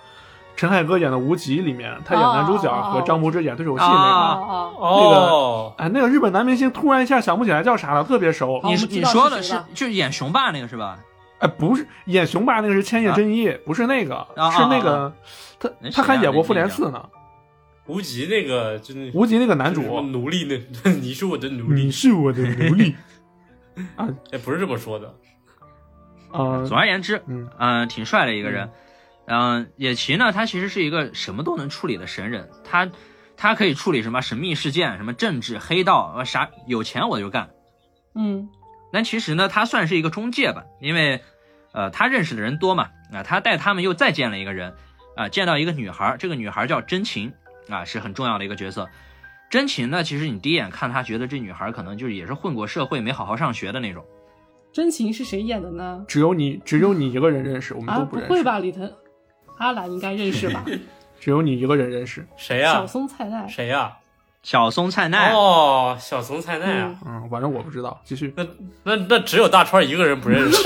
[SPEAKER 2] 陈凯歌演的《无极》里面，他演男主角
[SPEAKER 6] 哦哦哦
[SPEAKER 2] 和张柏芝演对手戏
[SPEAKER 6] 啊
[SPEAKER 2] 那个。
[SPEAKER 4] 啊
[SPEAKER 6] 啊，
[SPEAKER 1] 哦，
[SPEAKER 2] 哎，那个日本男明星突然一下想不起来叫啥了，特别熟。
[SPEAKER 6] 好
[SPEAKER 4] 你
[SPEAKER 6] 我
[SPEAKER 4] 是
[SPEAKER 6] 们知
[SPEAKER 4] 你
[SPEAKER 6] 道
[SPEAKER 4] 说
[SPEAKER 6] 是
[SPEAKER 4] 的
[SPEAKER 6] 谁
[SPEAKER 4] 是
[SPEAKER 6] 了
[SPEAKER 4] 就是演熊爸那个是吧？
[SPEAKER 2] 哎，不是演熊爸那个是千叶真一，不是那个，
[SPEAKER 4] 啊
[SPEAKER 2] 是那个、
[SPEAKER 4] 啊
[SPEAKER 2] 他
[SPEAKER 4] 那谁
[SPEAKER 2] 他还
[SPEAKER 4] 啊
[SPEAKER 2] 演过《
[SPEAKER 4] 那
[SPEAKER 2] 复联
[SPEAKER 4] 那个
[SPEAKER 2] 四》呢，
[SPEAKER 1] 无极那个就那
[SPEAKER 2] 《无极》那个男
[SPEAKER 1] 就
[SPEAKER 2] 主嗯
[SPEAKER 1] 是什么。奴隶那， 你是我的奴
[SPEAKER 2] 你
[SPEAKER 1] 隶，
[SPEAKER 2] 是我的奴 隶
[SPEAKER 1] 哎，不是这么说的，
[SPEAKER 2] 啊！
[SPEAKER 4] 总而言之，
[SPEAKER 2] 嗯
[SPEAKER 4] 嗯、挺帅的一个人。嗯、野崎呢，他其实是一个什么都能处理的神人，他他可以处理什么神秘事件、什么政治、黑道，呃啥有钱我就干。
[SPEAKER 6] 嗯
[SPEAKER 4] 但其实呢，他算是一个中介吧，因为，呃，他认识的人多嘛，啊，他带他们又再见了一个人，啊，见到一个女孩儿，这个女孩儿叫真琴，啊，是很重要的一个角色。真琴呢，其实你第一眼看她，觉得这女孩儿可能就是也是混过社会，没好好上学的那种。
[SPEAKER 6] 真情是谁演的呢？
[SPEAKER 2] 只有你，只有你一个人认识，我们
[SPEAKER 6] 啊，
[SPEAKER 2] 都
[SPEAKER 6] 不
[SPEAKER 2] 认识。
[SPEAKER 6] 会吧，里头阿兰应该认识 吧？
[SPEAKER 2] 只有你一个人认识。
[SPEAKER 1] 谁
[SPEAKER 4] 哎
[SPEAKER 1] 呀
[SPEAKER 6] 小？松菜奈，
[SPEAKER 1] 谁呀？
[SPEAKER 4] 小松菜奈，啊
[SPEAKER 1] 哦，小松菜奈啊，
[SPEAKER 2] 嗯，反正我不知道。继续，
[SPEAKER 1] 那
[SPEAKER 6] 嗯
[SPEAKER 1] 那那只有大川一个人不 认识，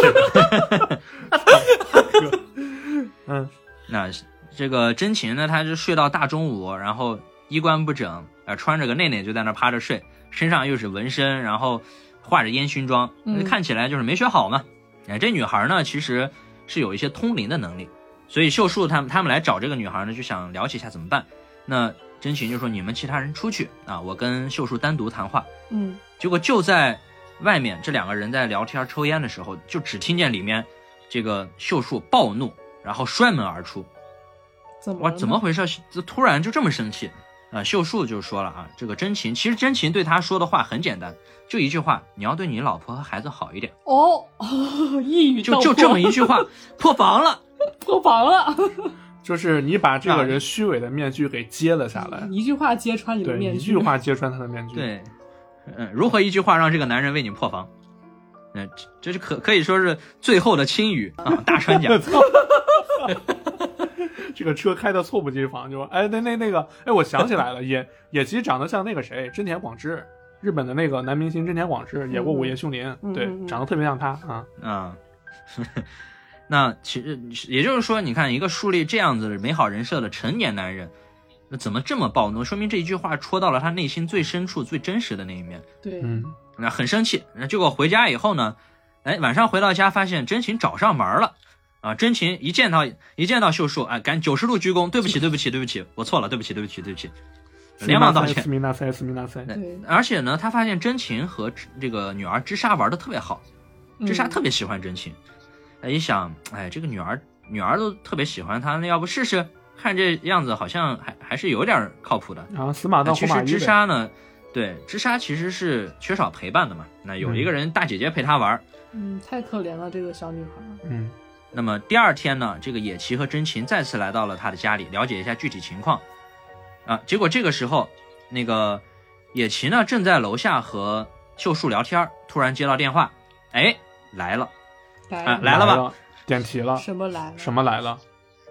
[SPEAKER 2] 嗯，
[SPEAKER 4] 那这个真呃琴呢，她是睡到大中午，然后衣冠不整，啊、穿着个内内就在那儿趴着睡，身上又是纹身，然后画着烟熏妆，
[SPEAKER 6] 嗯
[SPEAKER 4] 看起来就是没学好嘛。哎，这女孩呢，其实是有一些通灵的能力，所以秀树他们他们来找这个女孩呢，就想了解一下怎么办。那真琴就说：“你们其他人出去啊，我跟秀树单独谈话。”
[SPEAKER 6] 嗯
[SPEAKER 4] 结果就在外面，这两个人在聊天抽烟的时候，就只听见里面这个秀树暴怒，然后摔门而出。
[SPEAKER 6] 怎么
[SPEAKER 4] 哇，
[SPEAKER 6] 了呢
[SPEAKER 4] 怎么回事？这突然就这么生气？啊，秀树就说了啊，这个真琴，其实真琴对他说的话很简单，就一句话：你要对你老婆和孩子好一点，
[SPEAKER 6] 哦， 一语
[SPEAKER 4] 就就这么一句话，破防了。
[SPEAKER 6] 破防了，
[SPEAKER 2] 就是你把这个人虚伪的面具给揭了下来，
[SPEAKER 6] 一句话揭穿你的
[SPEAKER 2] 对，
[SPEAKER 6] 面
[SPEAKER 2] 一
[SPEAKER 6] 具，
[SPEAKER 2] 句话揭穿他的面具。，
[SPEAKER 4] 对，嗯，如何一句话让这个男人为你破防？嗯，这这是可可以说是最后的轻语啊，大船桨
[SPEAKER 2] 我。操！这个车开的猝不及防，就说哎，那那那个，哎，我想起来了，野野崎长得像那个谁，真田广之，日本的那个男明星真田广之，演过《午夜凶铃》，
[SPEAKER 6] 嗯
[SPEAKER 2] 对
[SPEAKER 6] 嗯嗯，
[SPEAKER 2] 长得特别像他啊。
[SPEAKER 4] 嗯，那其实也就是说，你看一个树立这样子美好人设的成年男人，那怎么这么暴怒？说明这一句话戳到了他内心最深处、最真实的那一面。
[SPEAKER 6] 对，
[SPEAKER 2] 嗯，
[SPEAKER 4] 那很生气，那结果回家以后呢，哎，晚上回到家发现真琴找上门了。啊，真琴一见到一见到秀树，哎，赶九十度鞠躬，对不起，对不起，对不起，我错了，对不起，对不起，对不起，连忙道歉
[SPEAKER 2] 斯。密纳塞，斯密纳塞，
[SPEAKER 6] 对
[SPEAKER 4] 而且呢，他发现真琴和这个女儿之莎玩的特别好，
[SPEAKER 6] 嗯
[SPEAKER 4] 这莎特别喜欢真琴，哎，一想，哎，这个女儿女儿都特别喜欢他，那要不试试？看这样子，好像还还是有点靠谱的。
[SPEAKER 2] 然后死马
[SPEAKER 4] 那
[SPEAKER 6] 哎
[SPEAKER 2] 当
[SPEAKER 4] 其
[SPEAKER 2] 活
[SPEAKER 4] 实
[SPEAKER 2] 啊马医
[SPEAKER 4] 知
[SPEAKER 2] 呗。
[SPEAKER 4] 莎呢，对知莎其实是缺少陪伴的嘛。那有
[SPEAKER 2] 嗯
[SPEAKER 4] 一个人大姐姐陪她玩儿。
[SPEAKER 6] 嗯，太可怜了，这个小女孩儿，
[SPEAKER 2] 嗯，
[SPEAKER 4] 那么第二天呢，这个野崎和真琴再次来到了她的家里，了解一下具体情况。啊，结果这个时候，那个野崎呢正在楼下和秀树聊天儿，突然接到电话，哎，来了。
[SPEAKER 6] 来
[SPEAKER 4] 啊
[SPEAKER 6] 了
[SPEAKER 4] 来了吧
[SPEAKER 2] 吧？点题了，
[SPEAKER 6] 什么来了？
[SPEAKER 2] 什么来了？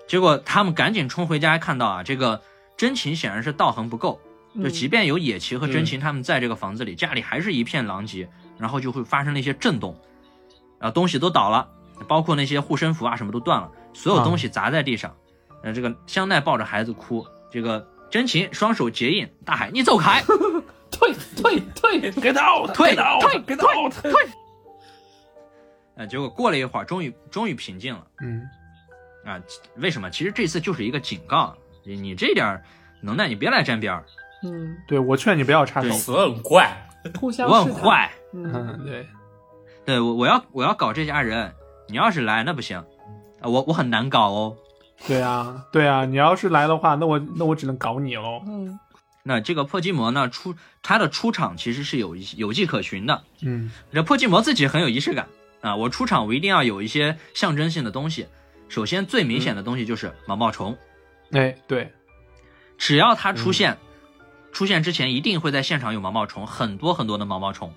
[SPEAKER 4] 结果他们赶紧冲回家，看到啊，这个真琴显然是道行不够，就
[SPEAKER 6] 嗯
[SPEAKER 4] 即便有野崎和真琴他们在这个房子里，家里还是一片狼藉，然后就会发生了一些震动，啊，东西都倒了，包括那些护身符啊什么都断了，所有东西砸在地上，呃，这个香奈抱着孩子哭，这个真琴双手结印，大喊你走开，
[SPEAKER 6] 退退 退，
[SPEAKER 2] Get out！
[SPEAKER 4] 退
[SPEAKER 2] get out！
[SPEAKER 4] 退
[SPEAKER 2] Get out！
[SPEAKER 4] 呃，结果过了一会儿，终于终于平静了。
[SPEAKER 2] 嗯，
[SPEAKER 4] 啊，其为什么？其实这次就是一个警告，你你这点儿能耐，你别来沾边儿，
[SPEAKER 6] 嗯，
[SPEAKER 2] 对，我劝你不要插手
[SPEAKER 4] 对。
[SPEAKER 1] 死很怪，
[SPEAKER 6] 互相
[SPEAKER 4] 我
[SPEAKER 6] 试
[SPEAKER 4] 很
[SPEAKER 6] 探，
[SPEAKER 4] 坏。
[SPEAKER 6] 嗯，
[SPEAKER 2] 嗯，对，
[SPEAKER 4] 对我，我要我要搞这家人，你要是来那不行，啊，我我很难搞哦。
[SPEAKER 2] 对啊，对啊，你要是来的话，那我那我只能搞你喽。
[SPEAKER 6] 嗯，
[SPEAKER 4] 那这个破寂魔呢，出他的出场其实是有有迹可循的。
[SPEAKER 2] 嗯，
[SPEAKER 4] 这破寂魔自己很有仪式感啊，我出场我一定要有一些象征性的东西。首先最明显的东西就是毛毛虫，
[SPEAKER 2] 哎，对，
[SPEAKER 4] 只要它出现，出现之前一定会在现场有毛毛虫，很多很多的毛毛虫，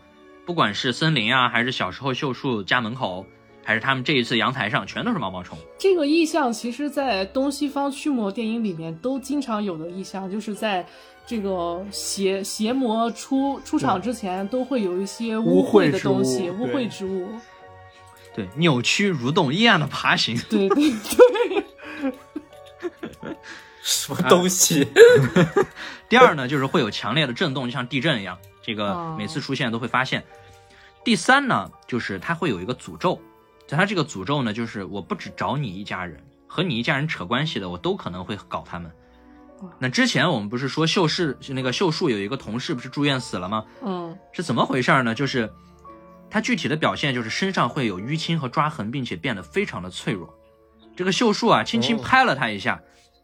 [SPEAKER 4] 不管是森林啊，还是小时候秀树家门口，还是他们这一次阳台上，全都是毛毛虫。
[SPEAKER 6] 这个意象其实，在东西方驱魔电影里面都经常有的意象，就是在这个邪邪魔出出场之前，都会有一些
[SPEAKER 2] 污
[SPEAKER 6] 秽
[SPEAKER 2] 秽
[SPEAKER 6] 的
[SPEAKER 2] 之
[SPEAKER 6] 东西，
[SPEAKER 2] 物
[SPEAKER 6] 污
[SPEAKER 2] 对
[SPEAKER 6] 秽之物，
[SPEAKER 4] 对，扭曲蠕动，阴暗的爬行。
[SPEAKER 6] 对对对，
[SPEAKER 1] 什么东西？
[SPEAKER 4] 第二呢，就是会有强烈的震动，就像地震一样，这
[SPEAKER 6] 哦
[SPEAKER 4] 个每次出现都会发现。第三呢，就是它会有一个诅咒，就它这个诅咒呢，就是我不只找你一家人，和你一家人扯关系的，我都可能会搞他们
[SPEAKER 6] 哇。
[SPEAKER 4] 那之前我们不是说秀士那个秀树有一个同事不是住院死了吗？
[SPEAKER 6] 嗯，
[SPEAKER 4] 是怎么回事呢？就是它具体的表现就是身上会有淤青和抓痕，并且变得非常的脆弱。这个秀树啊，轻轻
[SPEAKER 1] 哦
[SPEAKER 4] 拍了他一下，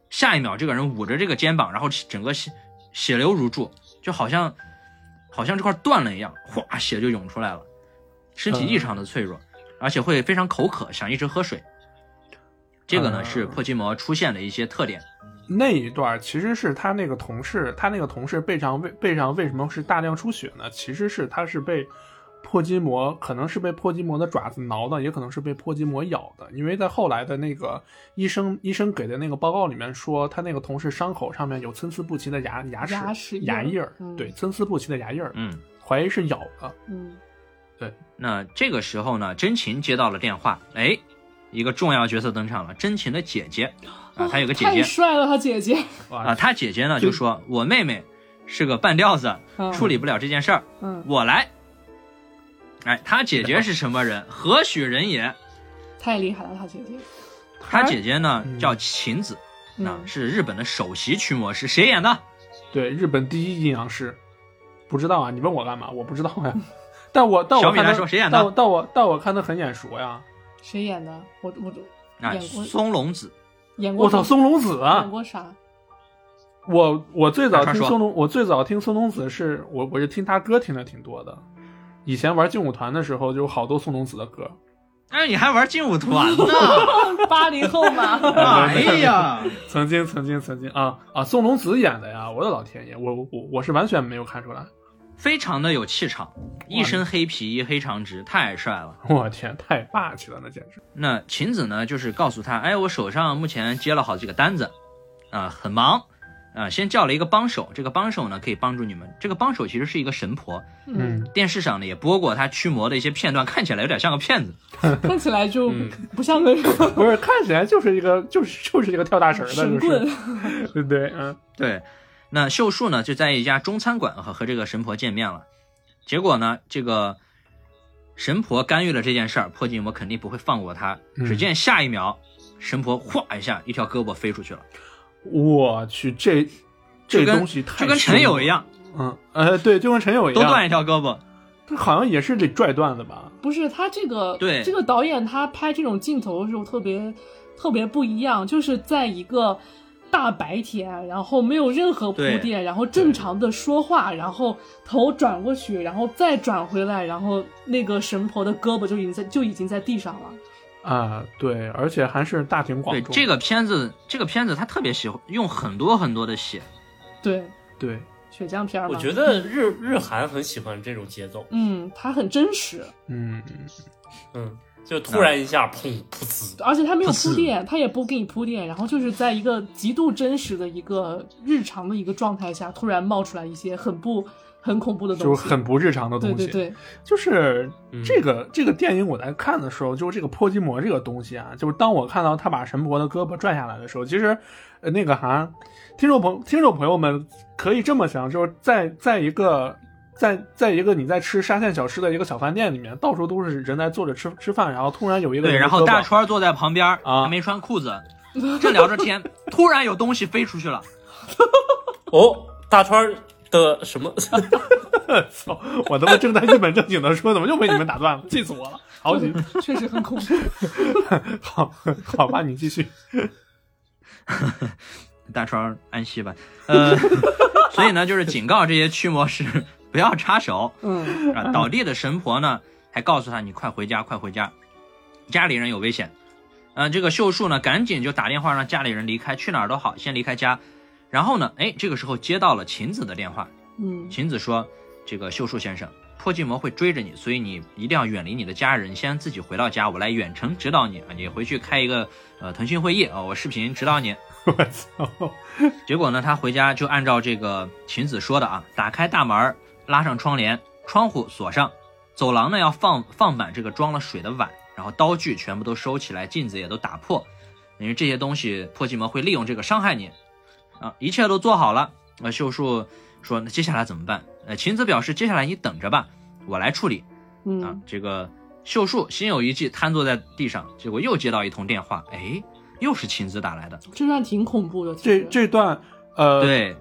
[SPEAKER 4] 下一秒这个人捂着这个肩膀，然后整个血血流如注，就好像好像这块断了一样，哗，血就涌出来了，身体异常的脆弱，而且会非常口渴，想一直喝水。这个呢
[SPEAKER 2] 嗯
[SPEAKER 4] 是破寂魔出现的一些特点。
[SPEAKER 2] 那一段其实是他那个同事，他那个同事背上为背上为什么是大量出血呢？其实是他是被破筋膜，可能是被破筋膜的爪子挠的，也可能是被破筋膜咬的。因为在后来的那个医生医生给的那个报告里面说，他那个同事伤口上面有参差不齐的牙牙齿
[SPEAKER 6] 牙齿印儿
[SPEAKER 2] 牙印儿，
[SPEAKER 6] 嗯
[SPEAKER 2] 对，参差不齐的牙印儿，
[SPEAKER 4] 嗯，
[SPEAKER 2] 怀疑是咬的。
[SPEAKER 6] 嗯，
[SPEAKER 4] 那这个时候呢，真琴接到了电话，哎，一个重要角色登场了，真琴的姐姐啊，她有个姐
[SPEAKER 6] 哦太
[SPEAKER 4] 姐
[SPEAKER 6] 帅了，他姐姐，
[SPEAKER 4] 啊，她姐姐呢就说，我妹妹是个半吊子，
[SPEAKER 6] 嗯
[SPEAKER 4] 处理不了这件事儿，
[SPEAKER 6] 嗯，
[SPEAKER 4] 我来。哎，他姐姐是什么人？何许人也？
[SPEAKER 6] 太厉害了，他姐姐，
[SPEAKER 4] 他姐姐呢
[SPEAKER 2] 嗯
[SPEAKER 4] 叫晴子，啊，
[SPEAKER 6] 嗯，
[SPEAKER 4] 是日本的首席驱魔师，谁演的？
[SPEAKER 2] 对，日本第一阴阳师，不知道啊，你问我干嘛？我不知道呀。但我但我
[SPEAKER 4] 小米
[SPEAKER 2] 看
[SPEAKER 4] 来
[SPEAKER 2] 他
[SPEAKER 4] 说谁演的
[SPEAKER 2] 但我但我但我看他很眼熟呀。
[SPEAKER 6] 谁演的？我我
[SPEAKER 4] 啊，
[SPEAKER 6] 演过
[SPEAKER 4] 松隆子。
[SPEAKER 6] 演过
[SPEAKER 2] 我操，
[SPEAKER 6] 什么
[SPEAKER 2] 松隆子啊
[SPEAKER 6] 演！过啥？
[SPEAKER 2] 我我最早
[SPEAKER 4] 快
[SPEAKER 2] 听
[SPEAKER 4] 说
[SPEAKER 2] 松隆，我最早听松隆子是我我是听他歌听的挺多的。以前玩劲舞团的时候，就有好多松隆子的歌。
[SPEAKER 4] 哎，你还玩劲舞团呢？
[SPEAKER 6] 八零后嘛，
[SPEAKER 4] 哎 呀，
[SPEAKER 2] 曾经，曾经，曾经啊啊！宋隆子演的呀，我的老天爷，我我我是完全没有看出来，
[SPEAKER 4] 非常的有气场，一身黑皮衣、黑长直，太帅了。
[SPEAKER 2] 我天，太霸气了，那简直！
[SPEAKER 4] 那晴子呢，就是告诉他，哎，我手上目前接了好几个单子，啊、很忙，啊、先叫了一个帮手，这个帮手呢可以帮助你们。这个帮手其实是一个神婆，
[SPEAKER 2] 嗯，
[SPEAKER 4] 电视上呢也播过他驱魔的一些片段，看起来有点像个骗子。
[SPEAKER 6] 看起来就
[SPEAKER 1] 嗯
[SPEAKER 6] 不像个
[SPEAKER 2] 不是，看起来就是一个，就是就是一个跳大神
[SPEAKER 6] 神
[SPEAKER 2] 的，就
[SPEAKER 6] 棍
[SPEAKER 2] 是，对 对，嗯，
[SPEAKER 4] 对，那秀树呢就在一家中餐馆和和这个神婆见面了，结果呢，这个神婆干预了这件事儿，破镜魔肯定不会放过他。
[SPEAKER 2] 嗯
[SPEAKER 4] 只见下一秒，神婆哗一下，一条胳膊飞出去了，
[SPEAKER 2] 我去，这这
[SPEAKER 4] 就跟
[SPEAKER 2] 东西太
[SPEAKER 4] 就跟
[SPEAKER 2] 深
[SPEAKER 4] 陈友
[SPEAKER 2] 了
[SPEAKER 4] 一，样，
[SPEAKER 2] 嗯，呃，对，就跟陈友一
[SPEAKER 4] 都断
[SPEAKER 2] 样，
[SPEAKER 4] 一条胳膊。
[SPEAKER 2] 这好像也是得拽断的吧？
[SPEAKER 6] 不是他这个
[SPEAKER 4] 对
[SPEAKER 6] 这个导演他拍这种镜头的时候特别特别不一样，就是在一个大白天，然后没有任何铺
[SPEAKER 4] 对
[SPEAKER 6] 垫，然后正常的说话，然后头转过去，然后再转回来，然后那个神婆的胳膊就已经在就已经在地上了。
[SPEAKER 2] 啊，对，而且还是大庭广
[SPEAKER 4] 对，
[SPEAKER 2] 众，
[SPEAKER 4] 这个片子，这个片子他特别喜欢用很多很多的血。
[SPEAKER 6] 对，
[SPEAKER 2] 对，
[SPEAKER 6] 血浆片儿嘛。
[SPEAKER 1] 我觉，得日日韩很喜欢这种节奏，
[SPEAKER 6] 嗯，他很真实，
[SPEAKER 2] 嗯，
[SPEAKER 1] 嗯，就突然一下，砰噗呲，
[SPEAKER 6] 而且他没有
[SPEAKER 4] 不是
[SPEAKER 6] 铺垫，他也不给你铺垫，然后就是在一个极度真实的一个日常的一个状态下，突然冒出来一些很不很恐怖的
[SPEAKER 2] 就
[SPEAKER 6] 东
[SPEAKER 2] 是
[SPEAKER 6] 西。
[SPEAKER 2] 很不日常的东
[SPEAKER 6] 对
[SPEAKER 2] 西，
[SPEAKER 6] 对对，
[SPEAKER 2] 就是
[SPEAKER 1] 嗯
[SPEAKER 2] 这个、这个电影我在看的时候，就是这个泼金魔这个东西啊，就是当我看到他把神婆的胳膊拽下来的时候，其实，呃，那个啥，听众朋听众朋友们可以这么想，就是在在一个。在在一个你在吃沙县小吃的一个小饭店里面，到处都是人在坐着吃吃饭，然后突然有一个
[SPEAKER 4] 对，
[SPEAKER 2] 人的
[SPEAKER 4] 然后
[SPEAKER 2] 胳膊
[SPEAKER 4] 大川坐在旁边，
[SPEAKER 2] 啊
[SPEAKER 4] 还没穿裤子，正聊着天，突然有东西飞出去了。
[SPEAKER 1] 哦，大川的什么？
[SPEAKER 2] 操，我他妈正在一本正经的说，怎么又被你们打断了？气死我了！好几
[SPEAKER 6] 确实很恐怖。
[SPEAKER 2] 好好吧，你继续。
[SPEAKER 4] 大川安息 吧。呃，所以呢，就是警告这些驱魔师 不要插手
[SPEAKER 6] 嗯，
[SPEAKER 4] 啊。倒地的神婆呢，还告诉他你快回家，快回家，家里人有危险。嗯、这个秀树呢，赶紧就打电话让家里人离开，去哪儿都好，先离开家。然后呢，哎，这个时候接到了晴子的电话，
[SPEAKER 6] 嗯，
[SPEAKER 4] 晴子说：“这个秀树先生，破镜魔会追着你，所以你一定要远离你的家人，先自己回到家，我来远程指导你啊。你回去开一个呃腾讯会议啊、我视频指导你。”
[SPEAKER 2] 我操，
[SPEAKER 4] 结果呢，他回家就按照这个秦子说的啊，打开大门儿，拉上窗帘，窗户锁上，走廊呢要放放满这个装了水的碗，然后刀具全部都收起来，镜子也都打破，因为这些东西破镜魔会利用这个伤害你啊。一切都做好了，呃，秀树说那接下来怎么办？呃，秦子表示接下来你等着吧，我来处理啊
[SPEAKER 6] 嗯，。
[SPEAKER 4] 这个秀树心有余悸，瘫坐在地上，结果又接到一通电话，哎，又是秦子打来的，
[SPEAKER 6] 这段挺恐怖的。其
[SPEAKER 2] 这
[SPEAKER 6] 实
[SPEAKER 2] 这段呃，
[SPEAKER 4] 对。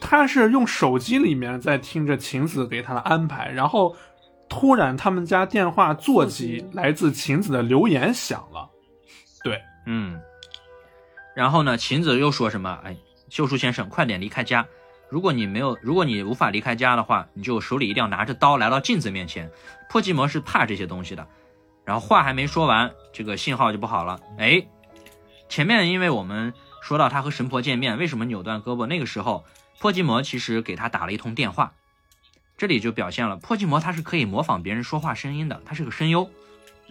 [SPEAKER 2] 他是用手机里面在听着晴子给他的安排，然后突然他们家电话座机
[SPEAKER 6] 座机
[SPEAKER 2] 来自晴子的留言响了，
[SPEAKER 4] 嗯，然后呢，秦子又说什么？哎，秀树先生，快点离开家！如果你没有，如果你无法离开家的话，你就手里一定要拿着刀来到镜子面前。破寂魔是怕这些东西的。然后话还没说完，这个信号就不好了。哎，前面因为我们说到他和神婆见面，为什么扭断胳膊？那个时候，破寂魔其实给他打了一通电话。这里就表现了破寂魔他是可以模仿别人说话声音的，他是个声优。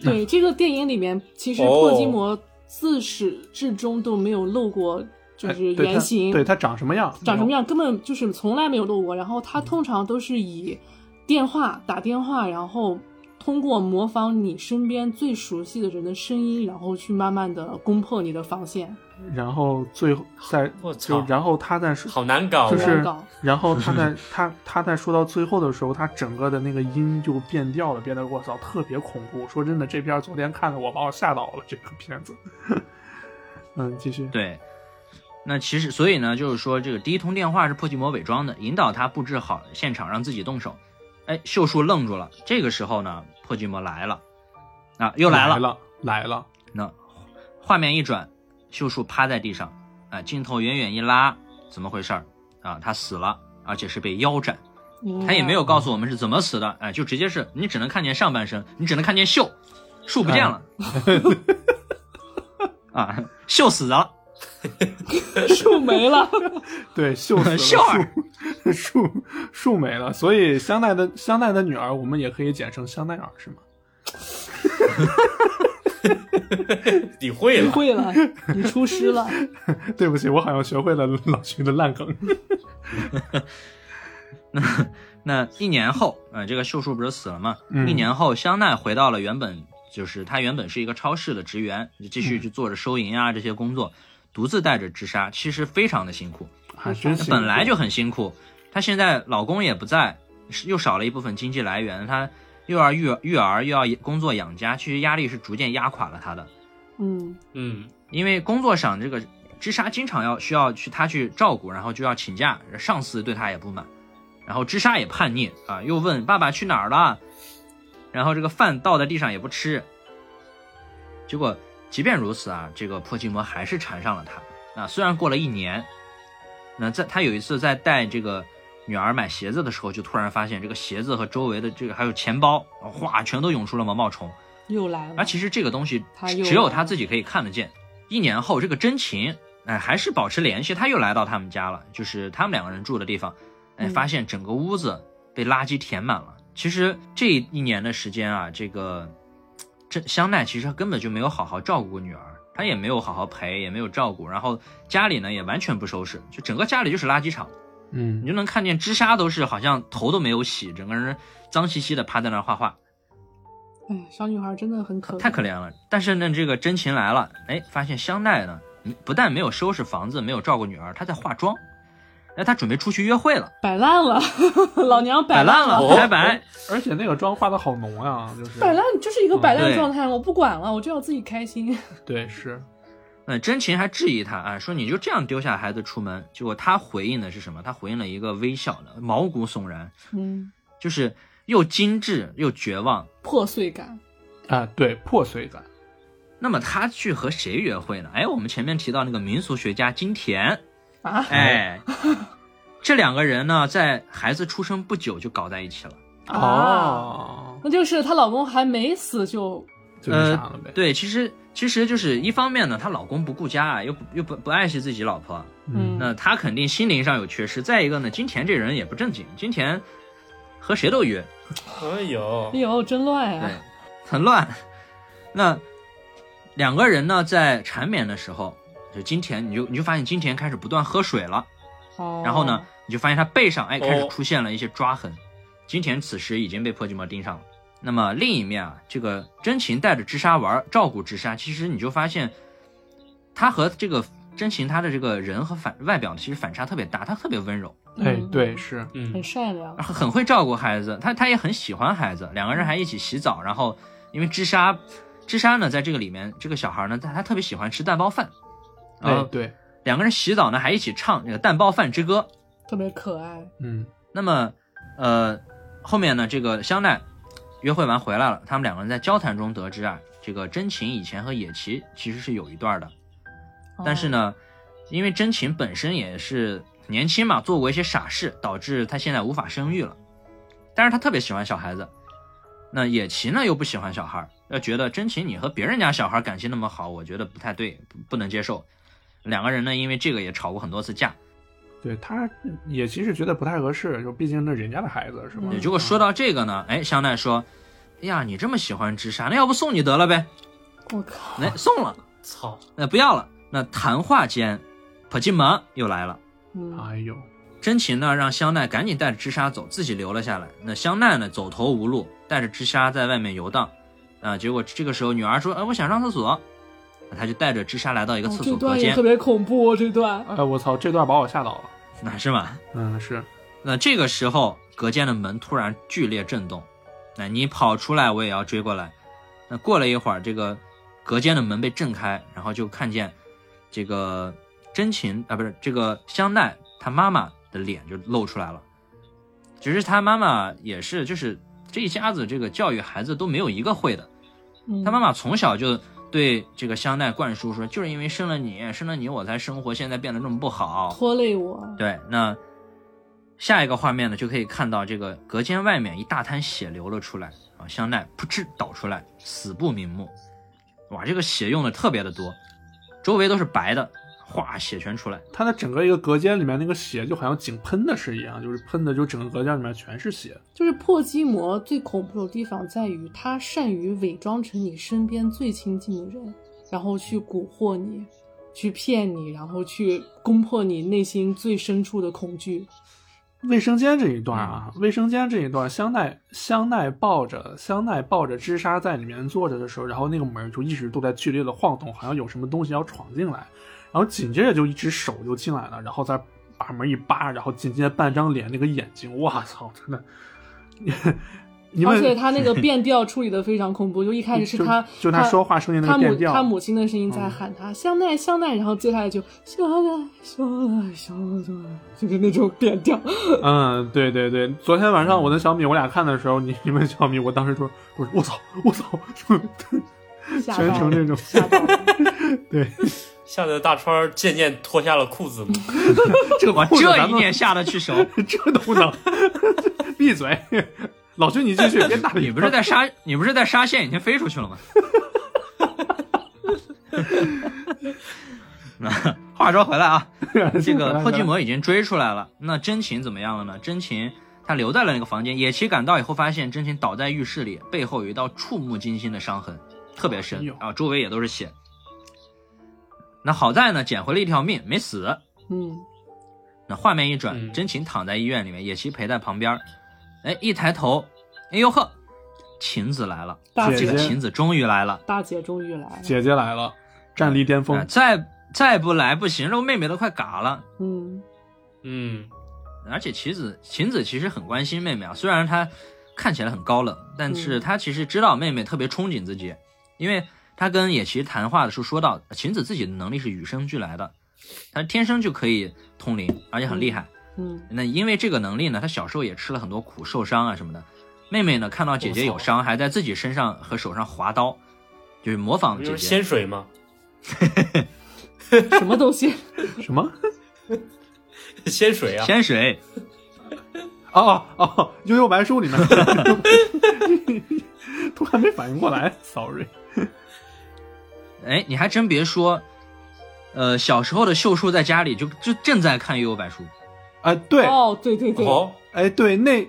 [SPEAKER 6] 对这个电影里面，其实
[SPEAKER 1] 哦
[SPEAKER 6] 破筋膜自始至终都没有露过，就
[SPEAKER 2] 哎
[SPEAKER 6] 是
[SPEAKER 2] 对
[SPEAKER 6] 原
[SPEAKER 2] 他
[SPEAKER 6] 型，
[SPEAKER 2] 对他长什么样，
[SPEAKER 6] 长什么样根本就是从来没有露过。然后他通常都是以电话打电话，然后通过模仿你身边最熟悉的人的声音，然后去慢慢的攻破你的防线。
[SPEAKER 2] 然后最后在
[SPEAKER 1] 我
[SPEAKER 2] 就
[SPEAKER 1] 操
[SPEAKER 2] 然后他在说，
[SPEAKER 1] 好难搞啊，
[SPEAKER 2] 就是
[SPEAKER 6] 难搞
[SPEAKER 2] 然后他 在他他在说到最后的时候，他整个的那个音就变调了，变得我操特别恐怖。说真的，这片儿昨天看的我把我吓到了，这个片子。 嗯，继续。
[SPEAKER 4] 对，那其实所以呢，就是说这个第一通电话是破镜魔伪装的，引导他布置好现场，让自己动手。哎，秀树愣住了。这个时候呢，破镜魔来了，啊，又来
[SPEAKER 2] 来
[SPEAKER 4] 了。
[SPEAKER 2] 了，来了，
[SPEAKER 4] 那画面一转，秀树趴在地上，啊，镜头远远一拉，怎么回事儿？啊，他死了，而且是被腰斩。他也没有告诉我们是怎么死的，哎，就直接是你只能看见上半身，你只能看见秀，树不见了，
[SPEAKER 2] 嗯
[SPEAKER 4] 啊，秀死了，
[SPEAKER 6] 树没了，
[SPEAKER 2] 对，秀 死了
[SPEAKER 4] 秀儿
[SPEAKER 2] 树 树树没了，所以香奈的香奈的女儿，我们也可以简称香奈儿，是吗？
[SPEAKER 1] 你会
[SPEAKER 6] 你
[SPEAKER 1] 了，
[SPEAKER 6] 会了，你出师了。
[SPEAKER 2] 对不起，我好像学会了老徐的烂梗。
[SPEAKER 4] 那一年后，呃，这个秀树不是死了吗？
[SPEAKER 2] 嗯
[SPEAKER 4] 一年后，香奈回到了原本就是他原本是一个超市的职员，就继续去做着收银啊这些工作，独自带着织纱，其实非常的辛苦。
[SPEAKER 2] 啊，真
[SPEAKER 4] 她
[SPEAKER 2] 行
[SPEAKER 4] 本来就很辛苦，她现在老公也不在，是又少了一部分经济来源，她又要育育儿，又要工作养家，其实压力是逐渐压垮了她的。
[SPEAKER 6] 嗯，
[SPEAKER 1] 嗯，
[SPEAKER 4] 因为工作上这个织纱经常要需要去他去照顾，然后就要请假，上司对他也不满，然后织纱也叛逆啊，又问爸爸去哪儿了，然后这个饭倒在地上也不吃。结果即便如此啊，这个破镜魔还是缠上了他啊。虽然过了一年，那在他有一次在带这个女儿买鞋子的时候，就突然发现这个鞋子和周围的这个还有钱包，哗，全都涌出了毛毛虫。
[SPEAKER 6] 又来了
[SPEAKER 4] 而。其实这个东西
[SPEAKER 6] 他
[SPEAKER 4] 只
[SPEAKER 6] 嗯又
[SPEAKER 4] 只有他自己可以看得见。一年后，这个真琴哎还是保持联系，他又来到他们家了，就是他们两个人住的地方，哎，
[SPEAKER 6] 嗯
[SPEAKER 4] 发现整个屋子被垃圾填满了。其实这一年的时间啊，这个这香奈其实根本就没有好好照顾过女儿，她也没有好好陪，也没有照顾，然后家里呢也完全不收拾，就整个家里就是垃圾场。你
[SPEAKER 2] 嗯，
[SPEAKER 4] 就能看见织纱都是好像头都没有洗，整个人脏兮兮的趴在那儿画画。
[SPEAKER 6] 哎，小女孩真的很可
[SPEAKER 4] 太可怜了。但是呢，这个真琴来了，哎，发现香奈呢，嗯不但没有收拾房子，没有照顾女儿，她在化妆。哎，她准备出去约会了，
[SPEAKER 6] 摆烂了， 老娘
[SPEAKER 4] 摆
[SPEAKER 6] 摆烂
[SPEAKER 4] 了，
[SPEAKER 1] 哦
[SPEAKER 4] 拜拜。
[SPEAKER 2] 而且那个妆化的好浓啊，就是
[SPEAKER 6] 摆烂就是一个摆
[SPEAKER 4] 嗯
[SPEAKER 6] 烂
[SPEAKER 4] 对
[SPEAKER 6] 状态，我不管了，我就要自己开心。嗯
[SPEAKER 2] 对是，
[SPEAKER 4] 那真琴还质疑她啊，说你就这样丢下孩子出门。结果她回应的是什么？她回应了一个微笑的，毛骨悚然，
[SPEAKER 6] 嗯，
[SPEAKER 4] 就是又精致又绝望。
[SPEAKER 6] 破碎感。
[SPEAKER 2] 啊，对破碎感，
[SPEAKER 4] 那么她去和谁约会呢？哎，我们前面提到那个民俗学家金田，
[SPEAKER 6] 啊，
[SPEAKER 4] 哎，这两个人呢，在孩子出生不久就搞在一起了。
[SPEAKER 6] 啊，那就是她老公还没死就
[SPEAKER 2] 就那啥了呗，
[SPEAKER 4] 对，其实其实就是一方面呢，她老公不顾家啊，又不又不不爱惜自己老婆，
[SPEAKER 6] 嗯
[SPEAKER 4] 那她肯定心灵上有缺失。再一个呢，金田这人也不正经，金田和谁都约，
[SPEAKER 1] 哎呦
[SPEAKER 6] 哎，呦，真乱
[SPEAKER 4] 对
[SPEAKER 6] 呀！，
[SPEAKER 4] 很乱。那两个人呢，在缠绵的时候，就金田，你就你就发现金田开始不断喝水了，
[SPEAKER 6] 哦
[SPEAKER 4] 然后呢，，你就发现他背上哎开始
[SPEAKER 1] 哦
[SPEAKER 4] 出现了一些抓痕。金田此时已经被破镜魔盯上了。那么另一面啊，这个真琴带着织纱玩儿，照顾织纱，其实你就发现，他和这个真琴他的这个人和反外表其实反差特别大，他特别温柔，
[SPEAKER 2] 哎
[SPEAKER 6] 嗯
[SPEAKER 2] 对是，
[SPEAKER 1] 嗯
[SPEAKER 6] 很，善良。
[SPEAKER 4] 然后很会照顾孩子，他他也很喜欢孩子，两个人还一起洗澡，然后因为织纱，织纱呢在这个里面，这个小孩呢他他特别喜欢吃蛋包饭，然
[SPEAKER 2] 哎
[SPEAKER 4] 后
[SPEAKER 2] 对，
[SPEAKER 4] 两个人洗澡呢还一起唱那个蛋包饭之歌，
[SPEAKER 6] 特别可爱。
[SPEAKER 2] 嗯
[SPEAKER 4] 那么，呃，后面呢，这个香奈约会完回来了，他们两个人在交谈中得知啊，这个真琴以前和野崎其实是有一段的，但是呢，因为真琴本身也是年轻嘛，做过一些傻事，导致她现在无法生育了。但是她特别喜欢小孩子，那野崎呢又不喜欢小孩儿，要觉得真琴你和别人家小孩感情那么好，我觉得不太对，不不能接受。两个人呢，因为这个也吵过很多次架。
[SPEAKER 2] 对他也其实觉得不太合适，就毕竟那人家的孩子是吧？
[SPEAKER 4] 对，结果说到这个呢，哎，香奈说：“哎呀，你这么喜欢织纱，那要不送你得了呗
[SPEAKER 6] 我靠？”，
[SPEAKER 4] 哎，送了，呃
[SPEAKER 1] 操，
[SPEAKER 4] 那、不要了。那谈话间，破金门又来了。
[SPEAKER 6] 嗯，
[SPEAKER 2] 哎呦，
[SPEAKER 4] 真琴呢让香奈赶紧带着织沙走，自己留了下来。那香奈呢走投无路，带着织沙在外面游荡，啊、结果这个时候女儿说：“哎、我想上厕所。”他就带着织沙来到一个
[SPEAKER 6] 哦
[SPEAKER 4] 厕
[SPEAKER 6] 这
[SPEAKER 4] 所隔
[SPEAKER 6] 段也
[SPEAKER 4] 间，
[SPEAKER 6] 特别恐怖，哦这段
[SPEAKER 2] 哎，我操，这段把我吓到了。
[SPEAKER 4] 那是吗？
[SPEAKER 2] 嗯，是，
[SPEAKER 4] 那这个时候，隔间的门突然剧烈震动，那你跑出来，我也要追过来。那过了一会儿，这个隔间的门被震开，然后就看见这个真琴啊，不是这个香奈，她妈妈的脸就露出来了。只是她妈妈也是，就是这一家子这个教育孩子都没有一个会的，
[SPEAKER 6] 嗯
[SPEAKER 4] 他妈妈从小就对这个香奈灌输说，就是因为生了你，生了你我才生活现在变得这么不好。
[SPEAKER 6] 拖累我，
[SPEAKER 4] 对，那下一个画面呢，就可以看到这个隔间外面一大滩血流了出来，啊，香奈噗嗤倒出来，死不瞑目。哇，这个血用的特别的多，周围都是白的，哗，血全出来。
[SPEAKER 2] 它的整个一个隔间里面那个血就好像井喷的是一样，就是喷的就整个隔间里面全是血。
[SPEAKER 6] 就是破鸡魔最恐怖的地方在于，它善于伪装成你身边最亲近的人，然后去蛊惑你，去骗你，然后去攻破你内心最深处的恐惧。
[SPEAKER 2] 卫生间这一段啊，卫生间这一段，香奈香奈抱着香奈抱着织沙在里面坐着的时候，然后那个门就一直都在剧烈的晃动，好像有什么东西要闯进来，然后紧接着就一只手就进来了，然后再把门一扒，然后紧接着半张脸那个眼睛，我操，真的， 你
[SPEAKER 6] 而且
[SPEAKER 2] 们
[SPEAKER 6] 他那个变调处理的非常恐怖，就一开始是
[SPEAKER 2] 就
[SPEAKER 6] 他
[SPEAKER 2] 就他说话声音那个
[SPEAKER 6] 他母
[SPEAKER 2] 变调
[SPEAKER 6] 他母亲的声音在
[SPEAKER 2] 嗯
[SPEAKER 6] 喊他香奈香奈，然后接下来就香奈香奈香奈，就是那种变调。
[SPEAKER 2] 嗯，对对对，昨天晚上我跟
[SPEAKER 6] 嗯
[SPEAKER 2] 小米我俩看的时候，你你问小米，我当时说，我说我操我操，
[SPEAKER 6] 吓
[SPEAKER 2] 全
[SPEAKER 6] 到
[SPEAKER 2] 程
[SPEAKER 6] 了
[SPEAKER 2] 这种
[SPEAKER 6] 吓到了
[SPEAKER 2] 对，
[SPEAKER 1] 吓得大川儿渐渐脱下了裤子，
[SPEAKER 2] 这个
[SPEAKER 4] 哇，
[SPEAKER 2] 裤子
[SPEAKER 4] 这
[SPEAKER 2] 咱
[SPEAKER 4] 一
[SPEAKER 2] 们
[SPEAKER 4] 点下得去手。
[SPEAKER 2] 这都不能，闭嘴！老君，你继 续，别搭理
[SPEAKER 4] 你不是在沙，你不是在沙县已经飞出去了吗？ 那话说回 来啊，这个破寂魔已经追出来了。那真琴怎么样了呢？真琴她留在了那个房间。野崎赶到以后，发现真琴倒在浴室里，背后有一道触目惊心的伤痕，特别
[SPEAKER 2] 哎
[SPEAKER 4] 深
[SPEAKER 2] 呦，
[SPEAKER 4] 啊，周围也都是血。那好在呢，捡回了一条命，没死。
[SPEAKER 6] 嗯，
[SPEAKER 4] 那画面一转，
[SPEAKER 1] 嗯
[SPEAKER 4] 真琴躺在医院里面，野崎陪在旁边儿。哎，一抬头，哎呦呵，琴子来了，
[SPEAKER 6] 大
[SPEAKER 2] 姐
[SPEAKER 4] 这个
[SPEAKER 2] 姐
[SPEAKER 4] 琴子终于来了。
[SPEAKER 6] 大姐终于来了，
[SPEAKER 2] 姐姐来了，战力巅
[SPEAKER 4] 哎
[SPEAKER 2] 峰，
[SPEAKER 4] 再再不来不行，肉妹妹都快嘎了。
[SPEAKER 6] 嗯。
[SPEAKER 1] 嗯，
[SPEAKER 4] 而且棋子琴子其实很关心妹妹啊，虽然她看起来很高冷，但是
[SPEAKER 6] 嗯
[SPEAKER 4] 她其实知道妹妹特别憧憬自己，因为她跟野崎谈话的时候说到，琴子自己的能力是与生俱来的，她天生就可以通灵，而且很厉害。
[SPEAKER 6] 嗯
[SPEAKER 4] 那因为这个能力呢，她小时候也吃了很多苦，受伤啊什么的。妹妹呢，看到姐姐有伤，还在自己身上和手上划刀，就是模仿
[SPEAKER 6] 哎
[SPEAKER 1] 不
[SPEAKER 4] 姐
[SPEAKER 1] 就是
[SPEAKER 4] 姐。
[SPEAKER 1] 仙水吗？
[SPEAKER 6] 什么东西？
[SPEAKER 2] 什么？
[SPEAKER 1] 仙水啊，
[SPEAKER 4] 仙水，
[SPEAKER 2] 哦哦，悠悠白书里面， 突然没反应过来，sorry。
[SPEAKER 4] 哎，你还真别说，呃，小时候的秀树在家里就就正在看《幽游白书》，啊
[SPEAKER 2] 哎， 对，
[SPEAKER 6] 哦，对对对，
[SPEAKER 1] 哦，
[SPEAKER 2] 哎对，那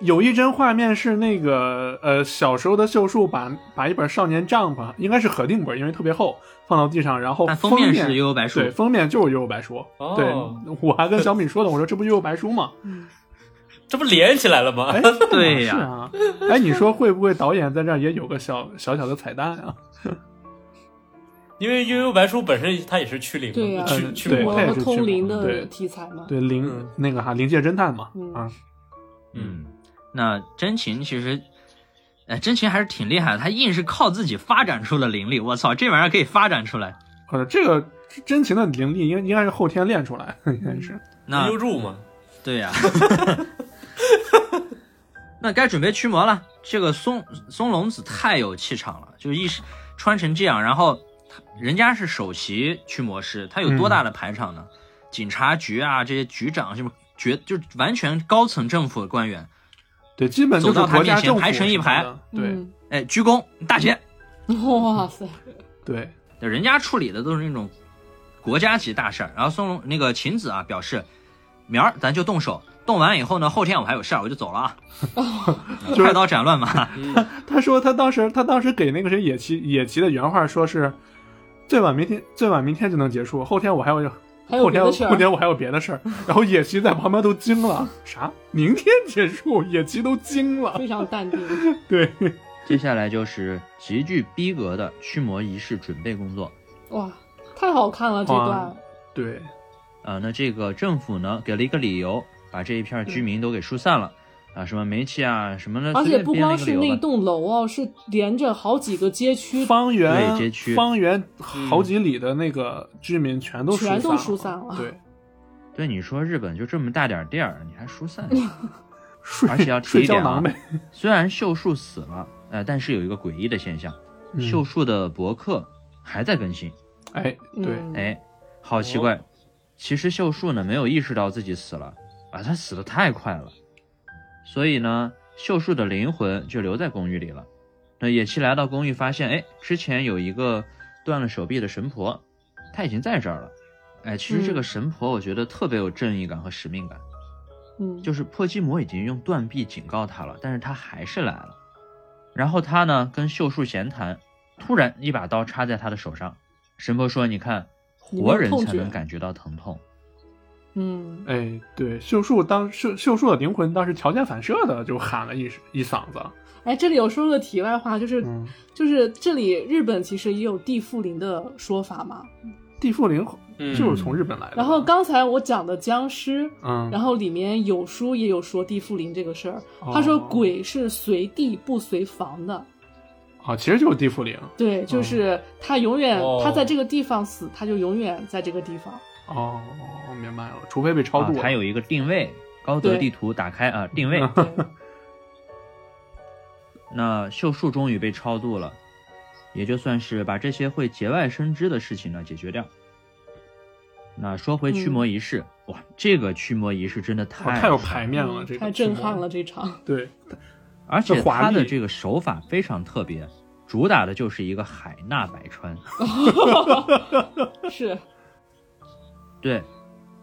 [SPEAKER 2] 有一帧画面是那个呃，小时候的秀树把把一本《少年 Jump》应该是合订本，因为特别厚，放到地上，然后
[SPEAKER 4] 但
[SPEAKER 2] 封
[SPEAKER 4] 封面是《幽游白书
[SPEAKER 2] 对，》。封面就是《悠悠白书》
[SPEAKER 1] 哦
[SPEAKER 2] 对，我还跟小米说的，我说这不《悠悠白书》 吗？
[SPEAKER 1] 这不连起来了吗
[SPEAKER 2] 哎？
[SPEAKER 4] 对呀
[SPEAKER 2] 是啊，哎，你说会不会导演在这儿也有个小小小的彩蛋啊？
[SPEAKER 1] 因为悠悠白书本身它也是驱灵
[SPEAKER 6] 对啊呀
[SPEAKER 1] 嘛，驱
[SPEAKER 2] 嗯
[SPEAKER 1] 驱
[SPEAKER 2] 对
[SPEAKER 1] 魔
[SPEAKER 6] 我
[SPEAKER 2] 它也
[SPEAKER 1] 的，
[SPEAKER 6] 和
[SPEAKER 2] 是
[SPEAKER 6] 通灵
[SPEAKER 2] 驱魔对
[SPEAKER 6] 的题材嘛。
[SPEAKER 2] 对，灵、
[SPEAKER 1] 嗯
[SPEAKER 2] 那个哈，灵界侦探嘛，
[SPEAKER 6] 嗯
[SPEAKER 2] 啊，
[SPEAKER 1] 嗯，
[SPEAKER 4] 那真琴其实，呃，真琴还是挺厉害的，她硬是靠自己发展出了灵力。我操，这玩意儿可以发展出来。
[SPEAKER 2] 或者呃这个真情的灵力应应该是后天练出来，应该是。
[SPEAKER 4] 那
[SPEAKER 1] 幽助嘛，
[SPEAKER 4] 对呀、那该准备驱魔了。这个松松隆子太有气场了，就一身穿成这样，然后他人家是首席驱魔师，他有多大的排场呢？警察局啊，这些局长什么局，就完全高层政府的官员，
[SPEAKER 2] 对，基本就
[SPEAKER 4] 走
[SPEAKER 2] 是
[SPEAKER 4] 到他
[SPEAKER 2] 国家
[SPEAKER 4] 面前
[SPEAKER 2] 政府
[SPEAKER 4] 排成一排
[SPEAKER 2] 什么的。对、
[SPEAKER 1] 嗯
[SPEAKER 4] 哎，鞠躬，大姐，
[SPEAKER 6] 嗯， 哇塞，
[SPEAKER 2] 对，
[SPEAKER 4] 人家处理的都是那种国家级大事儿。然后松隆那个秦子啊表示，明儿咱就动手，动完以后呢，后天我还有事儿，我就走了啊。
[SPEAKER 2] 是
[SPEAKER 4] 快刀斩乱麻，
[SPEAKER 2] 他说他当时他当时给那个谁野崎野崎的原话说是，最晚明天最晚明天就能结束，后天我还有
[SPEAKER 6] 还有
[SPEAKER 2] 后
[SPEAKER 6] 别
[SPEAKER 2] 天
[SPEAKER 6] 的事儿啊
[SPEAKER 2] 后。天我还有别的事儿。然后野崎在旁边都惊 了，啥？明天结束？野崎都惊了。
[SPEAKER 6] 非常淡定，
[SPEAKER 2] 对，
[SPEAKER 4] 接下来就是极具逼格的驱魔仪式准备工作。
[SPEAKER 6] 哇，太好看了这
[SPEAKER 2] 哇
[SPEAKER 6] 段，
[SPEAKER 2] 对，
[SPEAKER 4] 啊，那这个政府呢给了一个理由，把这一片居民都给疏散了。啊，什么煤气啊，什么的，
[SPEAKER 6] 嗯而
[SPEAKER 4] 随
[SPEAKER 6] 且
[SPEAKER 4] 便
[SPEAKER 6] 不
[SPEAKER 4] 编了
[SPEAKER 6] 光
[SPEAKER 4] 一个
[SPEAKER 6] 是
[SPEAKER 4] 理由
[SPEAKER 6] 那
[SPEAKER 4] 吧
[SPEAKER 6] 栋楼哦，是连着好几个街区
[SPEAKER 2] 方圆
[SPEAKER 4] 对街区
[SPEAKER 2] 方圆好几里的那个居民全都
[SPEAKER 6] 全都
[SPEAKER 2] 疏
[SPEAKER 6] 疏
[SPEAKER 2] 散
[SPEAKER 6] 散
[SPEAKER 2] 了。
[SPEAKER 6] 了
[SPEAKER 2] 对，
[SPEAKER 4] 对，你说日本就这么大点儿地儿，你还疏散？
[SPEAKER 6] 嗯
[SPEAKER 2] 睡
[SPEAKER 4] 而且要提
[SPEAKER 2] 睡
[SPEAKER 4] 一
[SPEAKER 2] 胶
[SPEAKER 4] 点啊
[SPEAKER 2] 囊呗。
[SPEAKER 4] 虽然秀树死了，呃，但是有一个诡异的现象，
[SPEAKER 2] 嗯
[SPEAKER 4] 秀树的博客还在更新。
[SPEAKER 2] 哎，对，
[SPEAKER 6] 嗯哦
[SPEAKER 4] 哎，好奇怪。其实秀树呢没有意识到自己死了啊，他死的太快了，所以呢，秀树的灵魂就留在公寓里了。那野崎来到公寓，发现哎，之前有一个断了手臂的神婆，她已经在这儿了。哎，其实这
[SPEAKER 6] 嗯
[SPEAKER 4] 个神婆我觉得特别有正义感和使命感，
[SPEAKER 6] 嗯，
[SPEAKER 4] 就是破基魔已经用断臂警告他了，但是他还是来了。然后他呢跟秀树闲谈，突然一把刀插在他的手上。神婆说：“你看，
[SPEAKER 6] 你没有
[SPEAKER 4] 活人
[SPEAKER 6] 痛
[SPEAKER 4] 才
[SPEAKER 6] 觉
[SPEAKER 4] 能感觉到疼痛。
[SPEAKER 6] 嗯，
[SPEAKER 2] 哎，对，秀树当秀秀树的灵魂当时条件反射的就喊了一一嗓子，
[SPEAKER 6] 哎，这里有说个题外话，就是、
[SPEAKER 2] 嗯，
[SPEAKER 6] 就是这里日本其实也有地缚灵的说法嘛。
[SPEAKER 2] 地缚灵
[SPEAKER 1] 嗯
[SPEAKER 2] 就是从日本来的。
[SPEAKER 6] 然后，刚才我讲的僵尸，
[SPEAKER 2] 嗯，
[SPEAKER 6] 然后里面有书也有说地缚灵这个事儿，
[SPEAKER 2] 哦
[SPEAKER 6] 他说鬼是随地不随房的，
[SPEAKER 2] 啊，其实就是地缚灵。
[SPEAKER 6] 对，就是他永远、
[SPEAKER 1] 哦
[SPEAKER 6] 他在这个地方死，他就永远在这个地 方。
[SPEAKER 2] 哦，我明白了，除非被超
[SPEAKER 4] 啊
[SPEAKER 2] 度了。嗯
[SPEAKER 4] 它有一个定位，高德
[SPEAKER 6] 对
[SPEAKER 4] 地图打开啊，定位。
[SPEAKER 6] 对
[SPEAKER 4] 那秀树终于被超度了，也就算是把这些会节外生枝的事情呢解决掉。那说回
[SPEAKER 6] 嗯
[SPEAKER 4] 驱魔仪式，哇，这个驱魔仪式真的
[SPEAKER 2] 哦
[SPEAKER 4] 太
[SPEAKER 2] 太有排面了，
[SPEAKER 6] 嗯
[SPEAKER 2] 这个
[SPEAKER 6] 太
[SPEAKER 2] 驱
[SPEAKER 6] 震
[SPEAKER 2] 魔
[SPEAKER 6] 撼了。这场，
[SPEAKER 2] 对，
[SPEAKER 4] 而且
[SPEAKER 2] 华
[SPEAKER 4] 他的
[SPEAKER 2] 丽
[SPEAKER 4] 这个手法非常特别，主打的就是一个海纳百川。
[SPEAKER 6] 是
[SPEAKER 4] 对，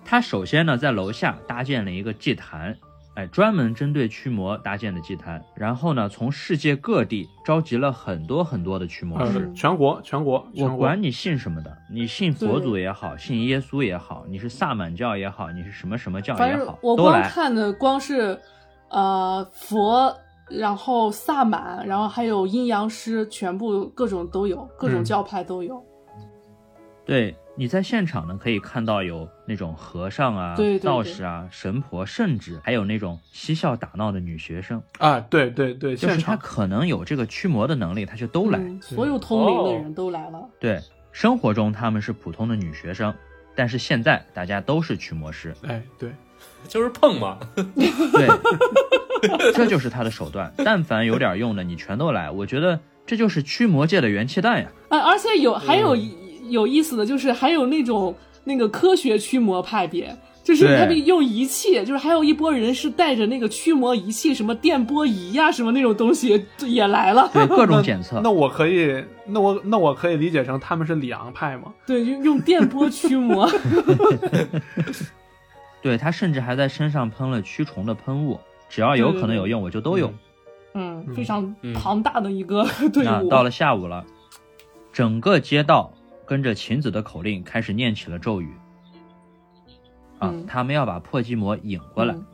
[SPEAKER 4] 他首先呢在楼下搭建了一个祭坛，哎，专门针对驱魔搭建的祭坛。然后呢，从世界各地召集了很多很多的驱魔师。
[SPEAKER 2] 呃，全国全国全
[SPEAKER 4] 嗯我
[SPEAKER 2] 国，
[SPEAKER 4] 管你信什么的，你信佛
[SPEAKER 6] 对
[SPEAKER 4] 祖也好，信耶稣也好，你是萨满教也好，你是什么什么教
[SPEAKER 6] 反
[SPEAKER 4] 也
[SPEAKER 6] 正
[SPEAKER 4] 好，
[SPEAKER 6] 我
[SPEAKER 4] 都
[SPEAKER 6] 光
[SPEAKER 4] 来。
[SPEAKER 6] 看的光是，呃，佛，然后萨满，然后还有阴阳师，全部各种都有，各种
[SPEAKER 2] 嗯
[SPEAKER 6] 教派都有。
[SPEAKER 4] 对，你在现场呢可以看到有那种和尚啊、
[SPEAKER 6] 对对对
[SPEAKER 4] 道士啊、神婆，甚至还有那种嬉笑打闹的女学生，
[SPEAKER 2] 啊，对对对，
[SPEAKER 4] 就是
[SPEAKER 2] 现
[SPEAKER 4] 他
[SPEAKER 2] 场
[SPEAKER 4] 可能有这个驱魔的能力，他就都来。哦
[SPEAKER 6] 嗯，所有通灵的人都来了。
[SPEAKER 4] 对，生活中他们是普通的女学生，但是现在大家都是驱魔师，
[SPEAKER 2] 哎对，
[SPEAKER 1] 就是碰嘛，
[SPEAKER 4] 对， 这就是他的手段。但凡有点用的，你全都来。我觉得这就是驱魔界的元气弹呀。
[SPEAKER 6] 哎，而且有还有有意思的就是，还有那种那个科学驱魔派别，就是
[SPEAKER 4] 对
[SPEAKER 6] 他们用仪器，就是还有一波人是带着那个驱魔仪器，什么电波仪呀、什么那种东西也来了。
[SPEAKER 4] 对各种检
[SPEAKER 2] 那
[SPEAKER 4] 测，
[SPEAKER 2] 那我可以，那我那我可以理解成他们是里昂派吗？
[SPEAKER 6] 对，用用电波驱魔。
[SPEAKER 4] 对他甚至还在身上喷了驱虫的喷雾，只要有
[SPEAKER 6] 对对
[SPEAKER 4] 可能有
[SPEAKER 6] 对
[SPEAKER 4] 用，我就都用。
[SPEAKER 6] 嗯，非常
[SPEAKER 1] 嗯
[SPEAKER 6] 庞大的一个队
[SPEAKER 4] 那
[SPEAKER 6] 伍。
[SPEAKER 4] 到了下午了，整个街道跟着晴子的口令开始念起了咒语。啊，
[SPEAKER 6] 嗯
[SPEAKER 4] 他们要把破寂魔引过来。
[SPEAKER 6] 嗯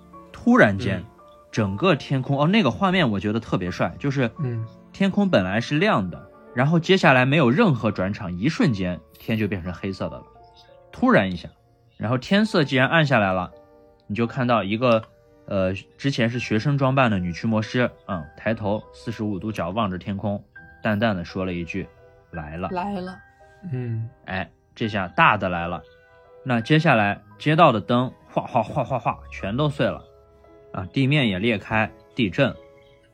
[SPEAKER 4] 突然间，
[SPEAKER 1] 嗯
[SPEAKER 4] 整个天空哦，那个画面我觉得特别帅，就是
[SPEAKER 2] 嗯，
[SPEAKER 4] 天空本来是亮的，然后接下来没有任何转场，一瞬间天就变成黑色的了，突然一下，然后天色既然暗下来了，你就看到一个呃之前是学生装扮的女驱魔师，嗯，抬头四十五度角望着天空，淡淡的说了一句：“来
[SPEAKER 2] 啊
[SPEAKER 4] 了。
[SPEAKER 6] 来了，
[SPEAKER 2] 嗯，”
[SPEAKER 4] 哎，这下大的来了。那接下来街道的灯哗哗哗哗哗全都碎了，啊，地面也裂开，地震。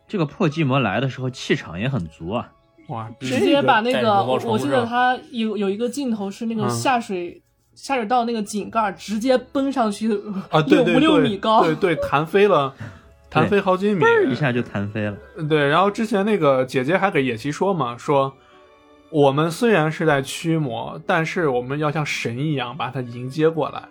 [SPEAKER 4] 这个破寂魔来的时候气场也很足啊，
[SPEAKER 2] 哇，
[SPEAKER 6] 直
[SPEAKER 2] 这
[SPEAKER 6] 接把那
[SPEAKER 1] 带着
[SPEAKER 6] 个，
[SPEAKER 1] 毛毛
[SPEAKER 6] 我
[SPEAKER 1] 虫
[SPEAKER 6] 我记
[SPEAKER 1] 是
[SPEAKER 6] 得
[SPEAKER 1] 吧
[SPEAKER 6] 他有有一个镜头是那个
[SPEAKER 2] 嗯
[SPEAKER 6] 下水、下水道那个井盖儿直接崩上去，
[SPEAKER 2] 啊，对对
[SPEAKER 6] 五 六
[SPEAKER 2] 对
[SPEAKER 6] 米高，
[SPEAKER 2] 对对，弹飞了，弹飞好几米，
[SPEAKER 4] 一下就弹飞了。
[SPEAKER 2] 对，然后之前那个姐姐还给野崎说嘛，说我们虽然是在驱魔，但是我们要像神一样把它迎接过来。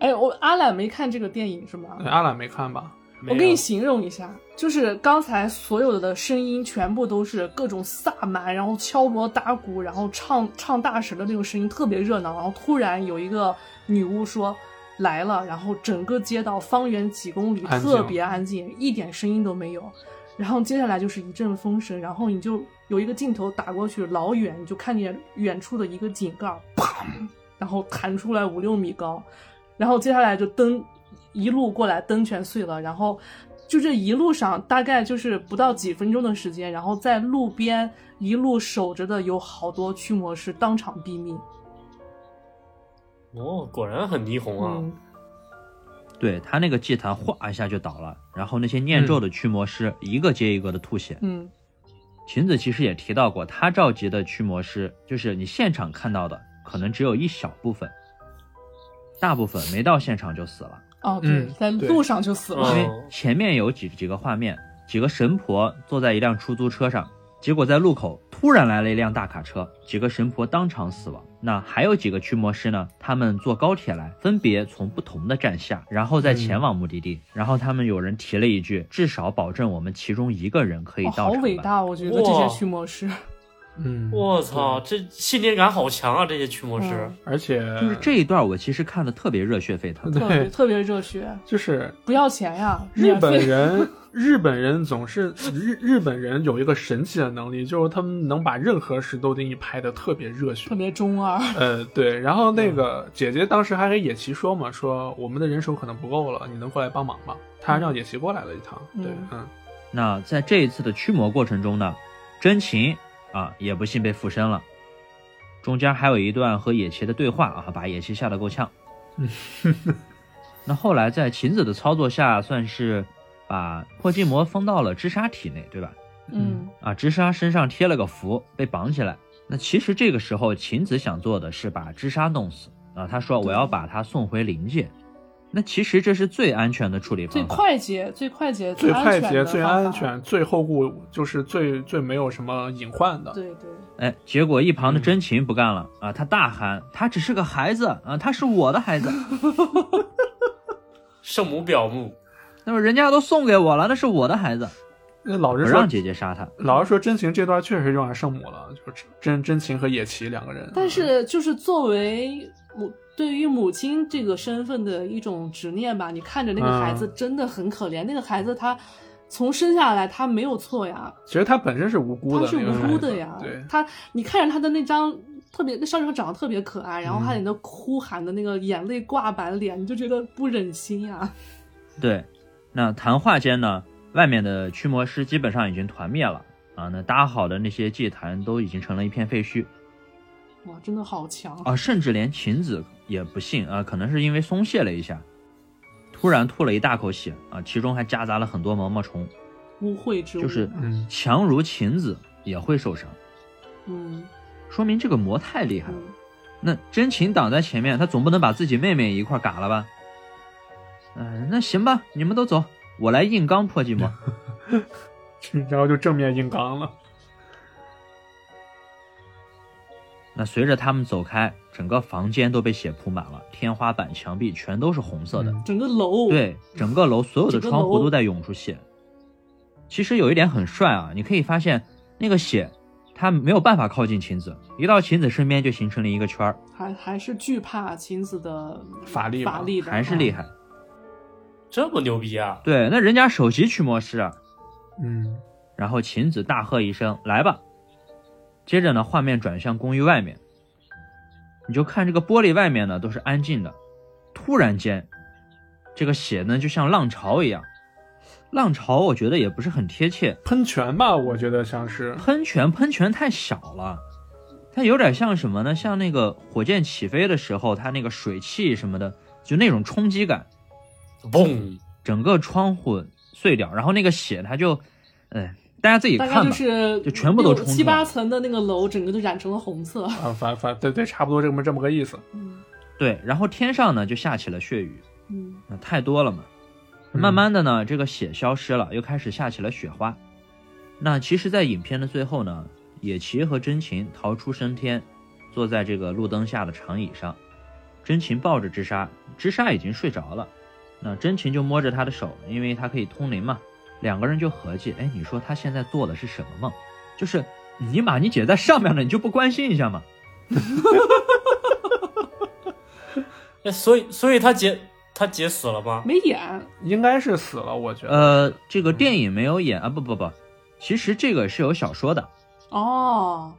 [SPEAKER 6] 哎，我阿懒没看这个电影是吗？
[SPEAKER 2] 呃阿懒没看吧？没
[SPEAKER 6] 我
[SPEAKER 2] 有
[SPEAKER 6] 给你形容一下，就是刚才所有的声音全部都是各种萨满，然后敲锣打鼓，然后唱唱大神的那种声音，特别热闹。然后突然有一个女巫说来了，然后整个街道方圆几公里
[SPEAKER 2] 安静
[SPEAKER 6] 特别安静，一点声音都没有。然后接下来就是一阵风声，然后你就有一个镜头打过去，老远你就看见远处的一个井盖，砰，然后弹出来五六米高，然后接下来就灯一路过来，灯全碎了，然后就这一路上大概就是不到几分钟的时间，然后在路边一路守着的有好多驱魔师当场毙命。
[SPEAKER 1] 哦，果然很霓虹啊！
[SPEAKER 6] 嗯，
[SPEAKER 4] 对他那个祭坛哗一下就倒了，然后那些念咒的驱魔师一个接一个的吐血。
[SPEAKER 6] 嗯，
[SPEAKER 4] 秦子其实也提到过，他召集的驱魔师，就是你现场看到的，可能只有一小部分，大部分没到现场就死了。
[SPEAKER 6] 哦，对，
[SPEAKER 2] 嗯
[SPEAKER 6] 在路上就死了。
[SPEAKER 4] 因为
[SPEAKER 1] 哦
[SPEAKER 4] 前面有几几个画面，几个神婆坐在一辆出租车上，结果在路口突然来了一辆大卡车，几个神婆当场死亡。那还有几个驱魔师呢？他们坐高铁来，分别从不同的站下，然后再前往目的地。然后他们有人提了一句：“至少保证我们其中一个人可以
[SPEAKER 6] 哦、好
[SPEAKER 4] 到场
[SPEAKER 6] 伟
[SPEAKER 4] 吧。
[SPEAKER 6] 大，我觉得这些
[SPEAKER 1] 哇
[SPEAKER 6] 驱魔师，
[SPEAKER 2] 嗯，
[SPEAKER 1] 我操，这信念感好强啊！这些驱魔师
[SPEAKER 6] 嗯，
[SPEAKER 2] 而且
[SPEAKER 4] 就是这一段，我其实看的特别热血沸腾。
[SPEAKER 6] 特别
[SPEAKER 2] 对，
[SPEAKER 6] 特别热血，
[SPEAKER 2] 就是
[SPEAKER 6] 不要钱呀，
[SPEAKER 2] 日
[SPEAKER 6] 免费
[SPEAKER 2] 本人，日本人总是日日本人有一个神奇的能力，就是他们能把任何事都给你拍的特别热血
[SPEAKER 6] 特。别中二。
[SPEAKER 2] 呃，对，然后那个姐姐当时还跟野崎说嘛，说我们的人手可能不够了，你能过来帮忙吗？她让野崎过来了一趟。对，嗯，
[SPEAKER 4] 那在这一次的驱魔过程中呢，真琴啊也不幸被附身了，中间还有一段和野崎的对话啊，把野崎吓得够 呛。那后来在琴子的操作下，算是把破镜魔封到了织沙体内，对吧？
[SPEAKER 6] 嗯
[SPEAKER 4] 啊，织沙身上贴了个符，被绑起来。那其实这个时候，琴子想做的是把织沙弄死啊，她说我要把他送回灵界。那其实这是最安全的处理
[SPEAKER 6] 最
[SPEAKER 4] 方法。
[SPEAKER 6] 快捷、最快捷、
[SPEAKER 2] 最
[SPEAKER 6] 安
[SPEAKER 2] 快
[SPEAKER 6] 全
[SPEAKER 2] 捷、
[SPEAKER 6] 的
[SPEAKER 2] 最
[SPEAKER 6] 方
[SPEAKER 2] 安
[SPEAKER 6] 法。
[SPEAKER 2] 全、最后顾，就是最最没有什么隐患的。
[SPEAKER 6] 对对，
[SPEAKER 4] 哎，结果一旁的真琴不干了、啊，她大喊：“他只是个孩子啊，他是我的孩子，
[SPEAKER 1] 圣母表目，
[SPEAKER 4] 那么人家都送给我了，那是我的孩子，
[SPEAKER 2] 那老
[SPEAKER 4] 我
[SPEAKER 2] 实说
[SPEAKER 4] 让，姐姐杀他。
[SPEAKER 2] 老实说，真情这段确实有点圣母了，就是真真情和野崎两个人。啊
[SPEAKER 6] 但是就是作为母对于母亲这个身份的一种执念吧，你看着那个孩
[SPEAKER 2] 嗯
[SPEAKER 6] 子真的很可怜，那个孩子他从生下来他没有错呀，
[SPEAKER 2] 其实他本身是无辜
[SPEAKER 6] 他
[SPEAKER 2] 的，
[SPEAKER 6] 是
[SPEAKER 2] 那个
[SPEAKER 6] 无辜
[SPEAKER 2] 孩
[SPEAKER 6] 的
[SPEAKER 2] 子
[SPEAKER 6] 呀，
[SPEAKER 2] 对，
[SPEAKER 6] 他你看着他的那张。特别那小手长得特别可爱，
[SPEAKER 2] 嗯
[SPEAKER 6] 然后他在那哭喊的那个眼泪挂满脸，你就觉得不忍心呀。
[SPEAKER 4] 对，那谈话间呢，外面的驱魔师基本上已经团灭了啊，那搭好的那些祭坛都已经成了一片废墟
[SPEAKER 6] 哇，真的好强！
[SPEAKER 4] 啊，甚至连琴子也不信啊，可能是因为松懈了一下，突然吐了一大口血啊，其中还夹杂了很多毛毛虫，
[SPEAKER 6] 污秽之物，
[SPEAKER 4] 就是
[SPEAKER 2] 嗯，
[SPEAKER 4] 强如琴子也会受伤，
[SPEAKER 6] 嗯
[SPEAKER 4] 说明这个魔太厉害了。
[SPEAKER 6] 嗯，
[SPEAKER 4] 那真琴挡在前面，他总不能把自己妹妹一块儿嘎了吧？嗯、那行吧，你们都走，我来硬刚破寂魔。
[SPEAKER 2] 然后就正面硬刚了。
[SPEAKER 4] 那随着他们走开，整个房间都被血铺满了，天花板、墙壁全都是红色的。
[SPEAKER 2] 嗯
[SPEAKER 6] 整个楼，
[SPEAKER 4] 对，整个楼所有的
[SPEAKER 6] 整个
[SPEAKER 4] 窗户
[SPEAKER 6] 楼
[SPEAKER 4] 都在涌出血。其实有一点很帅啊，你可以发现那个血，它没有办法靠近琴子，一到琴子身边就形成了一个圈儿。
[SPEAKER 6] 还还是惧怕晴子的
[SPEAKER 2] 法力吧
[SPEAKER 6] 法力的
[SPEAKER 4] 还是
[SPEAKER 6] 啊
[SPEAKER 4] 厉害。
[SPEAKER 1] 这么牛逼啊！
[SPEAKER 4] 对，那人家首席驱魔师啊，
[SPEAKER 2] 嗯，
[SPEAKER 4] 然后秦子大喝一声：“来吧！”接着呢，画面转向公寓外面，你就看这个玻璃外面呢都是安静的。突然间，这个血呢就像浪潮一样，浪潮我觉得也不是很贴切，
[SPEAKER 2] 喷泉吧，我觉得像是，
[SPEAKER 4] 喷泉喷泉太小了，它有点像什么呢？像那个火箭起飞的时候，它那个水汽什么的，就那种冲击感。
[SPEAKER 1] 嘣，
[SPEAKER 4] 整个窗户碎掉，然后那个血它就，哎，大家自己
[SPEAKER 6] 大
[SPEAKER 4] 看吧。
[SPEAKER 6] 概就是
[SPEAKER 4] 就全部都
[SPEAKER 6] 六
[SPEAKER 4] 冲出来
[SPEAKER 6] 七八层的那个楼，整个都染成了红色。
[SPEAKER 2] 啊，反反对对，差不多这么这么个意思。
[SPEAKER 6] 嗯
[SPEAKER 4] 对，然后天上呢就下起了血雨，
[SPEAKER 6] 嗯
[SPEAKER 4] 那太多了嘛。
[SPEAKER 2] 嗯
[SPEAKER 4] 慢慢的呢，这个血消失了，又开始下起了雪花。那其实，在影片的最后呢，野崎和真琴逃出升天，坐在这个路灯下的长椅上，真琴抱着织沙，织沙已经睡着了。
[SPEAKER 7] 那真琴就摸着他的手，因为他可以通灵嘛。两个人就合计，哎，你说他现在做的是什么梦？就是尼玛，你姐在上面呢，你就不关心一下吗？
[SPEAKER 1] 那哎所以所以他姐他姐死了吗？
[SPEAKER 6] 没演，
[SPEAKER 2] 应该是死了，我觉得。
[SPEAKER 7] 呃，这个电影没有演啊，不不不，其实这个是有小说的，
[SPEAKER 6] 哦，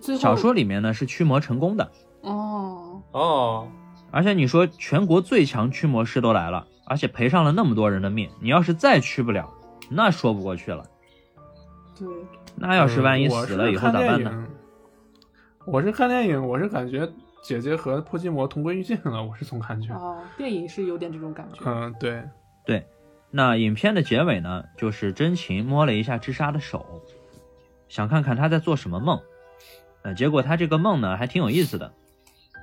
[SPEAKER 6] 最后
[SPEAKER 7] 小说里面呢是驱魔成功的，
[SPEAKER 6] 哦，
[SPEAKER 1] 哦，
[SPEAKER 7] 而且你说全国最强驱魔师都来了，而且赔上了那么多人的命，你要是再驱不了，那说不过去了。
[SPEAKER 6] 对，
[SPEAKER 7] 那要是万一
[SPEAKER 2] 嗯我
[SPEAKER 7] 死
[SPEAKER 2] 是
[SPEAKER 7] 了以后
[SPEAKER 2] 看
[SPEAKER 7] 咋
[SPEAKER 2] 电
[SPEAKER 7] 办
[SPEAKER 2] 影
[SPEAKER 7] 呢？
[SPEAKER 2] 我是看电影，我是感觉姐姐和破寂魔同归于尽了，我是总感觉。
[SPEAKER 6] 哦，电影是有点这种感觉，
[SPEAKER 2] 嗯，对，
[SPEAKER 7] 那影片的结尾呢，就是真琴摸了一下知纱的手，想看看她在做什么梦。呃，结果她这个梦呢还挺有意思的。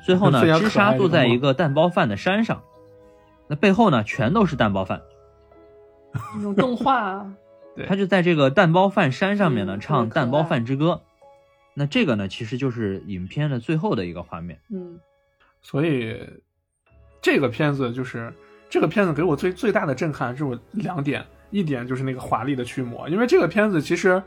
[SPEAKER 7] 最后 呢
[SPEAKER 2] 非，常
[SPEAKER 7] 知
[SPEAKER 2] 可爱
[SPEAKER 7] 纱
[SPEAKER 2] 这个
[SPEAKER 7] 坐在
[SPEAKER 2] 梦
[SPEAKER 7] 一个蛋包饭的山上，那背后呢全都是蛋包饭。
[SPEAKER 6] 那种动画啊，
[SPEAKER 2] 对
[SPEAKER 7] 他就在这个蛋包饭山上面呢
[SPEAKER 6] 嗯
[SPEAKER 7] 唱
[SPEAKER 6] 特
[SPEAKER 7] 《
[SPEAKER 6] 别可爱
[SPEAKER 7] 蛋包饭之歌》。那这个呢，其实就是影片的最后的一个画面。
[SPEAKER 6] 嗯，
[SPEAKER 2] 所以这个片子就是这个片子给我最最大的震撼是我两点，一点就是那个华丽的驱魔，因为这个片子其实，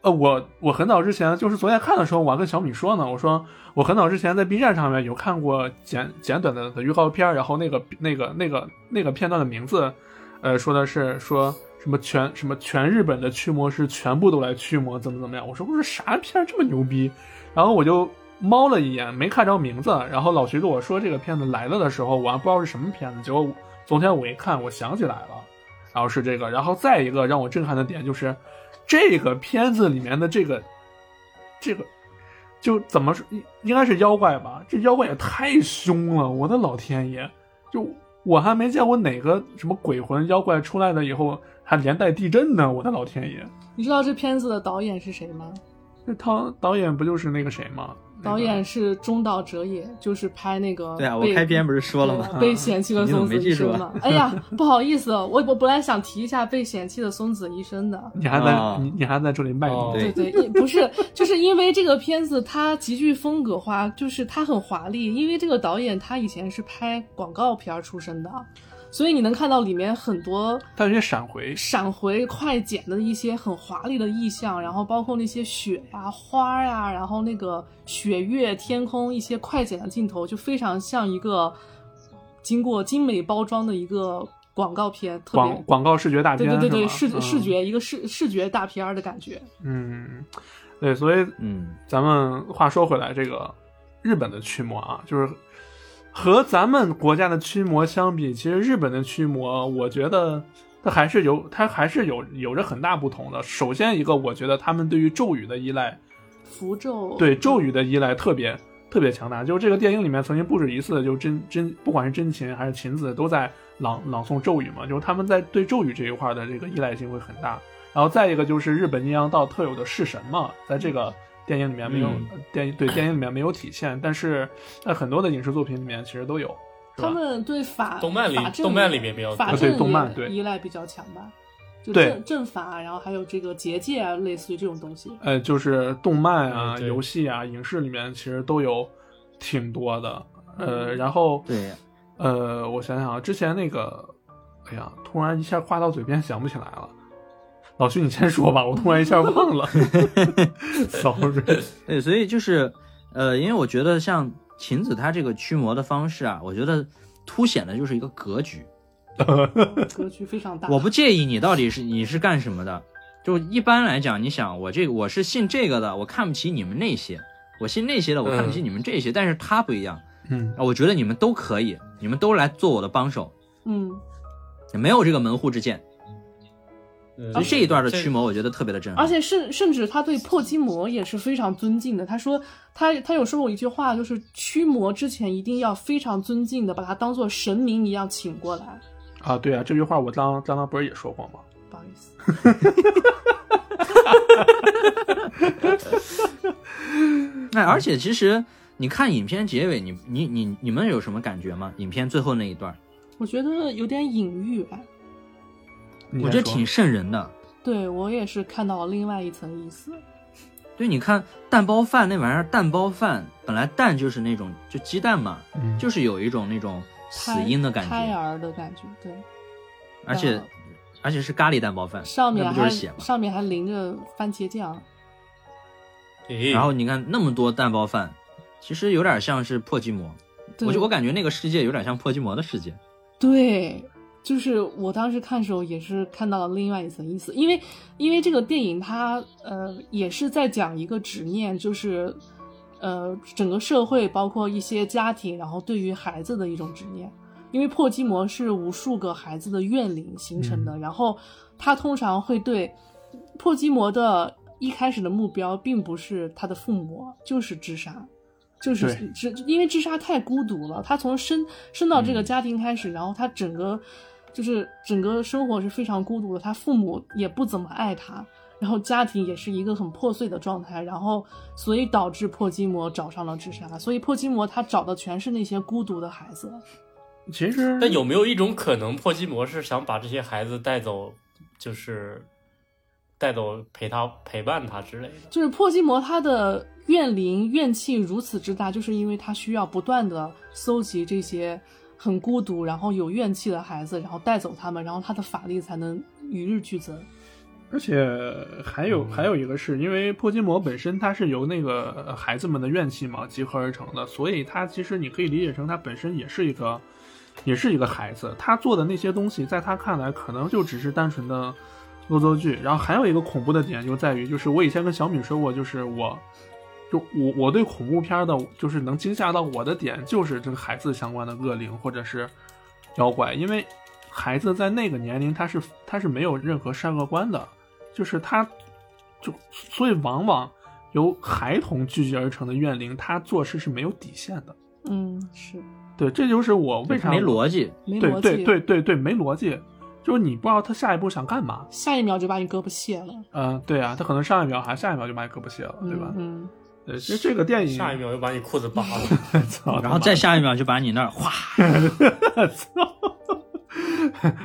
[SPEAKER 2] 呃，我我很早之前就是昨天看的时候，我还跟小米说呢，我说我很早之前在 B 站上面有看过简简短的的预告片儿，然后那个那个那个那个片段的名字，呃，说的是说。什么全什么全日本的驱魔师全部都来驱魔，怎么怎么样？我说我说啥片儿这么牛逼？然后我就猫了一眼，没看着名字。然后老徐跟我说这个片子来了的时候，我还不知道是什么片子。结果昨天我一看，我想起来了，然后是这个。然后再一个让我震撼的点就是，这个片子里面的这个，这个就怎么说，应应该是妖怪吧？这妖怪也太凶了，我的老天爷！就我还没见过哪个什么鬼魂妖怪出来了以后还连带地震呢，我的老天爷！
[SPEAKER 6] 你知道这片子的导演是谁吗？
[SPEAKER 2] 那导导演不就是那个谁吗？那个
[SPEAKER 6] 导演是中岛哲也，就是拍那个
[SPEAKER 4] 对啊，我
[SPEAKER 6] 被
[SPEAKER 4] 开篇不是说了吗？
[SPEAKER 6] 对啊被嫌弃的松子医
[SPEAKER 4] 啊
[SPEAKER 6] 生嘛。哎呀，不好意思，我我本来想提一下被嫌弃的松子医生的。
[SPEAKER 2] 你还在、
[SPEAKER 4] 啊
[SPEAKER 2] 你你还在这里卖力、
[SPEAKER 1] 哦
[SPEAKER 6] 对
[SPEAKER 4] 对
[SPEAKER 6] 对，也不是，就是因为这个片子它极具风格化，就是它很华丽。因为这个导演他以前是拍广告片儿出身的，所以你能看到里面很多
[SPEAKER 2] 他有些闪回，
[SPEAKER 6] 闪回快剪的一些很华丽的意象，然后包括那些雪呀、花呀、然后那个雪月、天空一些快剪的镜头，就非常像一个经过精美包装的一个广告片，特
[SPEAKER 2] 广
[SPEAKER 6] 别
[SPEAKER 2] 广告视觉大
[SPEAKER 6] 对
[SPEAKER 2] 片，
[SPEAKER 6] 对对对
[SPEAKER 2] 是吧
[SPEAKER 6] 视视，
[SPEAKER 2] 嗯
[SPEAKER 6] 觉一个视视觉大片儿的感觉。
[SPEAKER 2] 嗯，对，所以
[SPEAKER 7] 嗯，
[SPEAKER 2] 咱们话说回来，这个日本的驱魔啊，就是和咱们国家的驱魔相比，其实日本的驱魔，我觉得它还是有它还是有有着很大不同的。首先一个，我觉得他们对于咒语的依赖，
[SPEAKER 6] 符咒
[SPEAKER 2] 对咒语的依赖特别特别强大。就是这个电影里面曾经不止一次，就真真不管是真琴还是琴子都在朗朗诵咒语嘛，就是他们在对咒语这一块的这个依赖性会很大。然后再一个就是日本阴阳道特有的式神嘛，在这个电影里面没有、
[SPEAKER 7] 嗯
[SPEAKER 2] 呃电对电影里面没有体现，但是在很多的影视作品里面其实都有。是吧
[SPEAKER 6] 他们对法
[SPEAKER 1] 动漫里
[SPEAKER 6] 法政
[SPEAKER 1] 动漫里面比较多
[SPEAKER 6] 法
[SPEAKER 2] 啊
[SPEAKER 6] 政
[SPEAKER 2] 对动漫
[SPEAKER 6] 也
[SPEAKER 2] 对
[SPEAKER 6] 依赖比较强吧，就
[SPEAKER 2] 对
[SPEAKER 6] 政政法，然后还有这个结界啊，类似于这种东 西。
[SPEAKER 2] 呃，就是动漫啊、
[SPEAKER 4] 哎
[SPEAKER 1] 嗯对
[SPEAKER 2] 游戏啊、影视里面其实都有挺多的。
[SPEAKER 4] 嗯
[SPEAKER 2] 呃，然后
[SPEAKER 4] 对，
[SPEAKER 2] 呃，我想想啊，之前那个，哎呀，突然一下话到嘴边想不起来了。老徐，你先说吧，我突然一下忘了。sorry，
[SPEAKER 4] 对，所以就是，呃，因为我觉得像晴子她这个驱魔的方式啊，我觉得凸显的就是一个格局。
[SPEAKER 6] 格局非常大。
[SPEAKER 4] 我不介意你到底是你是干什么的，就一般来讲，你想我这个我是信这个的，我看不起你们那些，我信那些的，我看不起你们这些，但是他不一样
[SPEAKER 2] 嗯，
[SPEAKER 4] 啊，我觉得你们都可以，你们都来做我的帮手，
[SPEAKER 6] 嗯，
[SPEAKER 4] 没有这个门户之见。
[SPEAKER 1] 嗯
[SPEAKER 4] 所以这一段的
[SPEAKER 1] 这
[SPEAKER 4] 驱魔，我觉得特别的震撼。
[SPEAKER 6] 而且甚甚至他对破寂魔也是非常尊敬的。他说他他有说过一句话，就是驱魔之前一定要非常尊敬的把他当做神明一样请过来。
[SPEAKER 2] 啊，对啊，这句话我当当当不是也说过吗？
[SPEAKER 6] 不好意思，
[SPEAKER 7] 嗯
[SPEAKER 4] 那哎而且其实你看影片结尾，你你你你们有什么感觉吗？影片最后那一段，
[SPEAKER 6] 我觉得有点隐喻。
[SPEAKER 2] 你
[SPEAKER 4] 我觉
[SPEAKER 2] 先
[SPEAKER 4] 得
[SPEAKER 2] 说
[SPEAKER 4] 挺瘆人的。
[SPEAKER 6] 对我也是看到了另外一层意思。
[SPEAKER 4] 对，你看蛋包饭那玩意儿，蛋包饭本来蛋就是那种就鸡蛋嘛，
[SPEAKER 2] 嗯
[SPEAKER 4] 就是有一种那种
[SPEAKER 6] 胎
[SPEAKER 4] 死阴的感
[SPEAKER 6] 胎啊
[SPEAKER 4] 觉，
[SPEAKER 6] 儿的感觉，对，
[SPEAKER 4] 而且
[SPEAKER 6] 嗯
[SPEAKER 4] 而且是咖喱蛋包饭，
[SPEAKER 6] 上面
[SPEAKER 4] 那不就
[SPEAKER 6] 还
[SPEAKER 4] 是血吗？
[SPEAKER 6] 上面还淋着番茄酱，
[SPEAKER 1] 咦
[SPEAKER 4] 然后你看那么多蛋包饭，其实有点像是破寂魔，
[SPEAKER 6] 对
[SPEAKER 4] 我就我感觉那个世界有点像破寂魔的世界。
[SPEAKER 6] 对，就是我当时看的时候也是看到了另外一层意思，因为因为这个电影它呃也是在讲一个执念，就是呃整个社会包括一些家庭，然后对于孩子的一种执念。因为破寂魔是无数个孩子的怨灵形成的，然后他通常会对破寂魔的一开始的目标并不是他的父母，就是自杀，就是
[SPEAKER 2] 对
[SPEAKER 6] 只因为自杀太孤独了，他从生生到这个家庭开始，然后他整个就是整个生活是非常孤独的，他父母也不怎么爱他。然后家庭也是一个很破碎的状态，然后所以导致破寂魔找上了自杀，所以破寂魔他找的全是那些孤独的孩子，
[SPEAKER 2] 其实
[SPEAKER 1] 但有没有一种可能，破寂魔是想把这些孩子带走，就是带走陪他陪伴他之类的？
[SPEAKER 6] 就是破寂魔他的怨灵怨气如此之大，就是因为他需要不断的搜集这些很孤独然后有怨气的孩子，然后带走他们，然后他的法力才能与日俱增。
[SPEAKER 2] 而且还有还有一个是因为破筋膜本身它是由那个呃孩子们的怨气嘛集合而成的，所以它其实你可以理解成它本身也是一个，也是一个孩子，他做的那些东西在他看来可能就只是单纯的恶作剧。然后还有一个恐怖的点就在于，就是我以前跟小米说过，就是我。就我我对恐怖片的，就是能惊吓到我的点，就是这个孩子相关的恶灵或者是妖怪，因为孩子在那个年龄他是他是没有任何善恶观的，就是他，就所以往往由孩童聚集而成的怨灵，他做事是没有底线的。
[SPEAKER 6] 嗯，是
[SPEAKER 2] 对，这就是我为啥
[SPEAKER 4] 没逻辑？
[SPEAKER 6] 没
[SPEAKER 2] 对
[SPEAKER 6] 逻辑。
[SPEAKER 2] 对对对对，没逻辑，就是你不知道他下一步想干嘛。
[SPEAKER 6] 下一秒就把你胳膊卸了，
[SPEAKER 2] 嗯、对啊，他可能上一秒还下一秒就把你胳膊卸了，对吧？
[SPEAKER 6] 嗯，
[SPEAKER 2] 对，其实这个电影，
[SPEAKER 1] 下一秒又把你裤子扒了，
[SPEAKER 2] 操他妈
[SPEAKER 4] 然后再下一秒就把你那儿哗，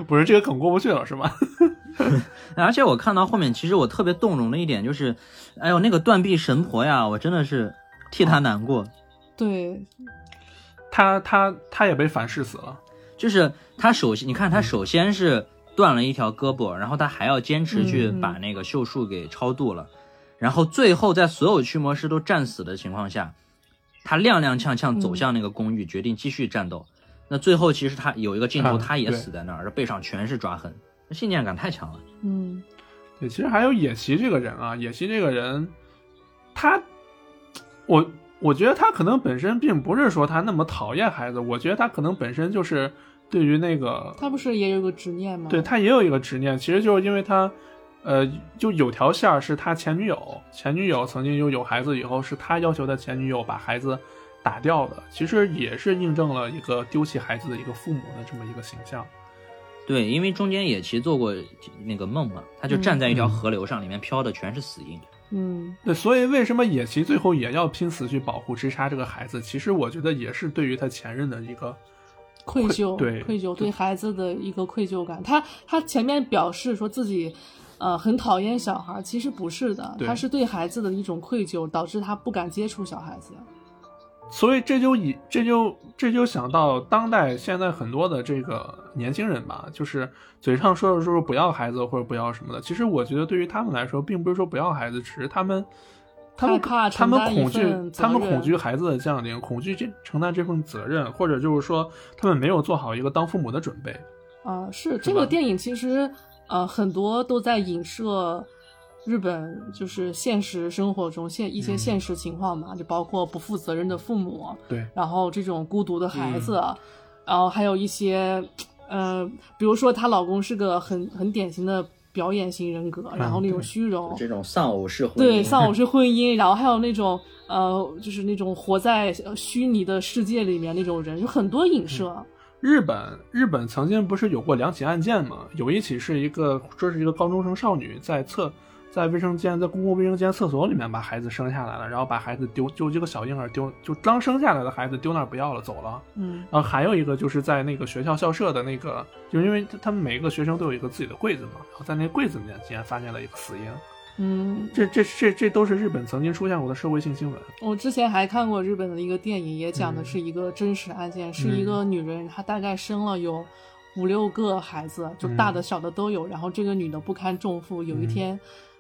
[SPEAKER 2] 不是这个梗过不去了是吧？
[SPEAKER 4] 而且我看到后面，其实我特别动容的一点就是，哎呦那个断臂神婆呀，我真的是替她难过。
[SPEAKER 6] 嗯对，
[SPEAKER 2] 他他他也被反噬死了。
[SPEAKER 4] 就是他首先，你看他首先是断了一条胳膊，然后他还要坚持去把那个秀树给超度了，然后最后在所有驱魔师都战死的情况下，他踉踉跄跄
[SPEAKER 6] 嗯
[SPEAKER 4] 走向那个公寓，决定继续战斗。那最后其实他有一个镜头，
[SPEAKER 2] 啊
[SPEAKER 4] 他也
[SPEAKER 2] 对
[SPEAKER 4] 死在那儿，背上全是抓痕，那信念感太强了。
[SPEAKER 6] 嗯，
[SPEAKER 2] 对，其实还有野崎这个人啊，野崎这个人，他，我我觉得他可能本身并不是说他那么讨厌孩子，我觉得他可能本身就是对于那个，
[SPEAKER 6] 他不是也有个执念吗？
[SPEAKER 2] 对他也有一个执念，其实就是因为他，呃，就有条线儿是他前女友，前女友曾经又有孩子以后，是他要求他前女友把孩子打掉的，其实也是印证了一个丢弃孩子的一个父母的这么一个形象。
[SPEAKER 4] 对，因为中间野崎做过那个梦嘛，他就站在一条河流上，里面飘的全是死因。
[SPEAKER 6] 嗯，
[SPEAKER 2] 对，所以为什么野崎最后也要拼死去保护直杀这个孩子？其实我觉得也是对于他前任的一个，
[SPEAKER 6] 愧疚，
[SPEAKER 2] 对
[SPEAKER 6] 愧疚对孩子的一个愧疚感。他他前面表示说自己，呃，很讨厌小孩儿，其实不是的，
[SPEAKER 2] 对
[SPEAKER 6] 他是对孩子的一种愧疚，导致他不敢接触小孩子。
[SPEAKER 2] 所以这就以这就这就想到当代现在很多的这个年轻人吧，就是嘴上说着说着不要孩子或者不要什么的，其实我觉得对于他们来说，并不是说不要孩子，只是他们。他们
[SPEAKER 6] 害怕
[SPEAKER 2] 他们
[SPEAKER 6] 承担一
[SPEAKER 2] 恐惧
[SPEAKER 6] 份，责
[SPEAKER 2] 他们
[SPEAKER 6] 任
[SPEAKER 2] 恐惧孩子的降临，恐惧这承担这份责任，或者就是说他们没有做好一个当父母的准备。
[SPEAKER 6] 啊、是这个电影其实呃很多都在影射日本就是现实生活中现一些现实情况嘛，就包括不负责任的父母，
[SPEAKER 2] 对，
[SPEAKER 6] 然后这种孤独的孩子，然后还有一些呃，比如说她老公是个很很典型的表演型人格，然后那种
[SPEAKER 2] 对
[SPEAKER 6] 虚荣，
[SPEAKER 4] 这种丧偶式婚姻，
[SPEAKER 6] 对，丧偶式婚姻，然后还有那种呃，就是那种活在呃虚拟的世界里面那种人，有很多影射。
[SPEAKER 2] 日本日本曾经不是有过两起案件吗？有一起是一个说是一个高中生少女在厕在卫生间在公共卫生间厕所里面把孩子生下来了，然后把孩子丢就这个小婴儿丢就刚生下来的孩子丢那儿不要了走了。
[SPEAKER 6] 嗯
[SPEAKER 2] 然后还有一个就是在那个学校校舍的那个，就是因为他们每一个学生都有一个自己的柜子嘛，然后在那柜子里面竟然发现了一个死婴，
[SPEAKER 6] 嗯，
[SPEAKER 2] 这这这这都是日本曾经出现过的社会性新闻。
[SPEAKER 6] 我之前还看过日本的一个电影，也讲的是一个真实案件，是一个女人，她大概生了有五六个孩子，就大的小的都有。然后这个女的不堪重负，有一天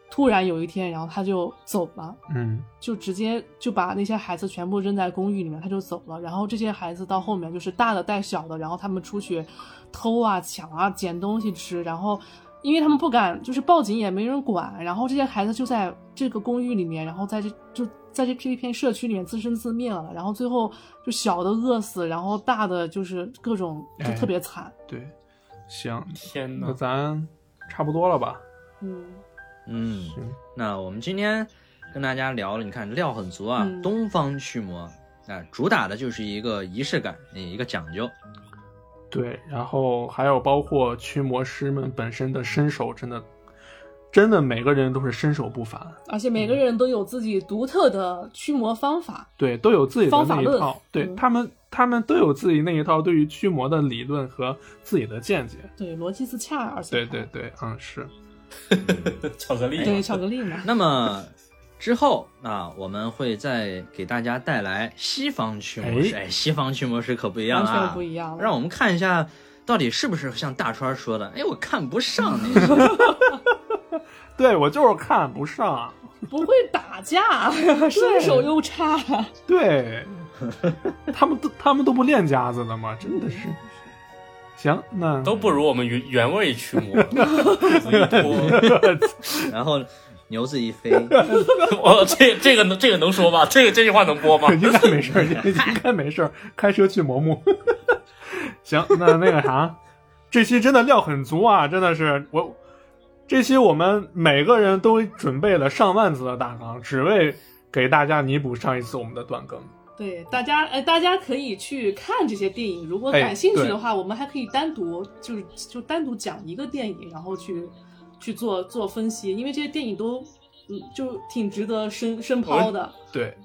[SPEAKER 6] 突然有一天，然后她就走了，
[SPEAKER 2] 嗯
[SPEAKER 6] 就直接就把那些孩子全部扔在公寓里面，她就走了。然后这些孩子到后面就是大的带小的，然后他们出去偷啊、抢啊、捡东西吃，然后。因为他们不敢，就是报警也没人管，然后这些孩子就在这个公寓里面，然后在这就在这这一片社区里面自生自灭了，然后最后就小的饿死，然后大的就是各种就
[SPEAKER 2] 哎
[SPEAKER 6] 特别惨，
[SPEAKER 2] 对，行，
[SPEAKER 1] 天
[SPEAKER 2] 那
[SPEAKER 1] 哪！
[SPEAKER 2] 咱差不多了吧？
[SPEAKER 6] 嗯
[SPEAKER 4] 嗯
[SPEAKER 2] 行，
[SPEAKER 4] 那我们今天跟大家聊了，你看料很足啊，
[SPEAKER 6] 嗯
[SPEAKER 4] 东方驱魔。啊，主打的就是一个仪式感，一个讲究。
[SPEAKER 2] 对，然后还有包括驱魔师们本身的身手，真的，真的每个人都是身手不凡，
[SPEAKER 6] 而且
[SPEAKER 2] 嗯
[SPEAKER 6] 每个人都有自己独特的驱魔方法，
[SPEAKER 2] 对，都有自己的
[SPEAKER 6] 方法
[SPEAKER 2] 那一
[SPEAKER 6] 论
[SPEAKER 2] 套，对
[SPEAKER 6] 嗯
[SPEAKER 2] 他们，他们都有自己那一套对于驱魔的理论和自己的见解。
[SPEAKER 6] 对，逻辑自洽，而
[SPEAKER 2] 对
[SPEAKER 6] 且
[SPEAKER 2] 对对，嗯，是，
[SPEAKER 1] 巧克力，
[SPEAKER 6] 对，巧克力嘛，
[SPEAKER 4] 那么之后啊，我们会再给大家带来西方驱魔师。
[SPEAKER 2] 哎
[SPEAKER 4] 哎，西方驱魔师可不一样
[SPEAKER 6] 完
[SPEAKER 4] 啊，
[SPEAKER 6] 全不一样了。
[SPEAKER 4] 让我们看一下到底是不是像大川说的。哎，我看不上那些。
[SPEAKER 2] 对我就是看不上，
[SPEAKER 6] 不会打架，身手又差，
[SPEAKER 2] 对，他们都他们都不练家子的吗？真的是，行，那？
[SPEAKER 1] 都不如我们原原味驱魔，肚子一脱，
[SPEAKER 4] 然后牛子一飞，
[SPEAKER 1] 我这这个能这个能说吧？这个这句话能播吗
[SPEAKER 2] 应该没事儿，应该没事儿，开车去磨木。 行，那那个啥，这期真的料很足啊，真的是我。这期我们每个人都准备了上万字的大纲，只为给大家弥补上一次我们的断更。
[SPEAKER 6] 对大家，哎，大家可以去看这些电影。如果
[SPEAKER 2] 哎
[SPEAKER 6] 感兴趣的话，我们还可以单独就是就单独讲一个电影，然后去去做做分析，因为这些电影都嗯就挺值得深深抛的。
[SPEAKER 2] 对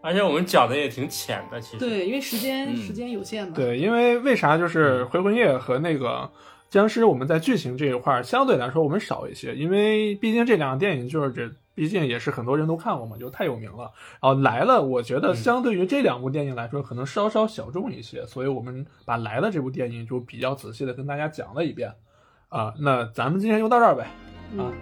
[SPEAKER 1] 而且我们讲的也挺浅的，其实。
[SPEAKER 6] 对，因为时间、
[SPEAKER 4] 嗯
[SPEAKER 6] 时间有限嘛。
[SPEAKER 2] 对，因为为啥就是《回魂夜》和那个僵尸，我们在剧情这一块儿相对来说我们少一些，因为毕竟这两个电影就是这，毕竟也是很多人都看过嘛，就太有名了。然后来了，我觉得相对于这两部电影来说，可能稍稍小众一些，所以我们把来了这部电影就比较仔细的跟大家讲了一遍。啊、那咱们今天就到这儿呗。啊
[SPEAKER 6] 嗯，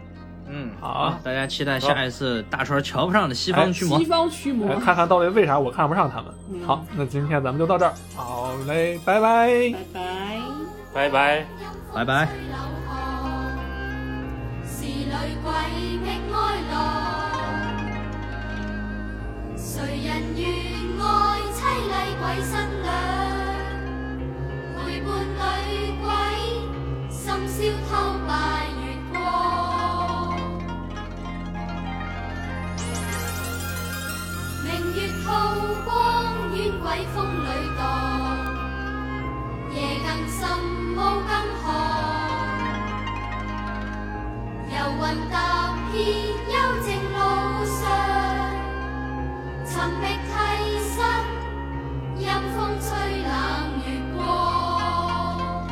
[SPEAKER 4] 嗯，
[SPEAKER 2] 好啊，
[SPEAKER 4] 大家期待下一次大川瞧不上的西方驱魔
[SPEAKER 6] 西。方驱魔
[SPEAKER 2] 来，哎看看到底为啥我看不上他们。
[SPEAKER 6] 嗯
[SPEAKER 2] 好，那今天咱们就到这儿，好嘞，拜拜
[SPEAKER 6] 拜。拜。
[SPEAKER 1] 拜拜。
[SPEAKER 4] 拜拜。
[SPEAKER 5] 是女鬼的哀乐，谁人愿爱凄厉鬼新娘？陪伴女鬼，深宵偷拜月光。明月透光，冤鬼风里荡，夜更深，雾更寒。游魂踏遍幽静路上，寻觅替身，阴风吹冷月光。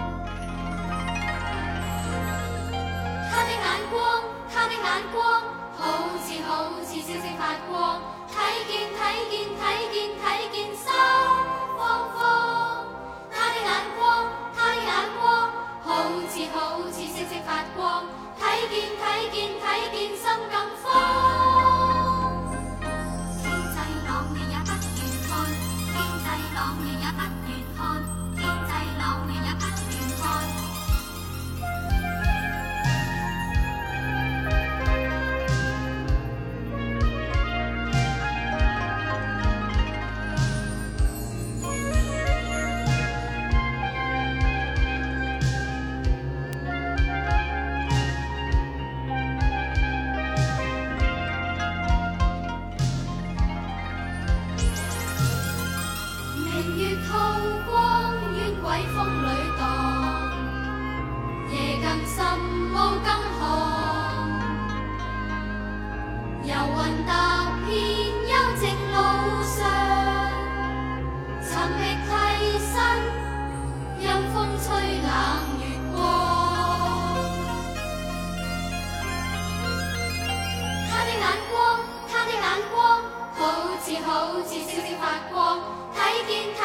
[SPEAKER 5] 他的眼光，他的眼光，好似好似星星發光，睇見睇見睇見睇見心慌慌。他的眼光，他的眼光，好似好似星星發光，睇見睇見睇見心更慌。天際朗月也不願看，天際朗月也不願看，天際朗月也不願看。明月透光，冤鬼風裏蕩，夜更深，霧更寒。遊魂踏遍幽靜路上，尋覓替身，陰風吹冷月光。好似笑笑發光，睇見。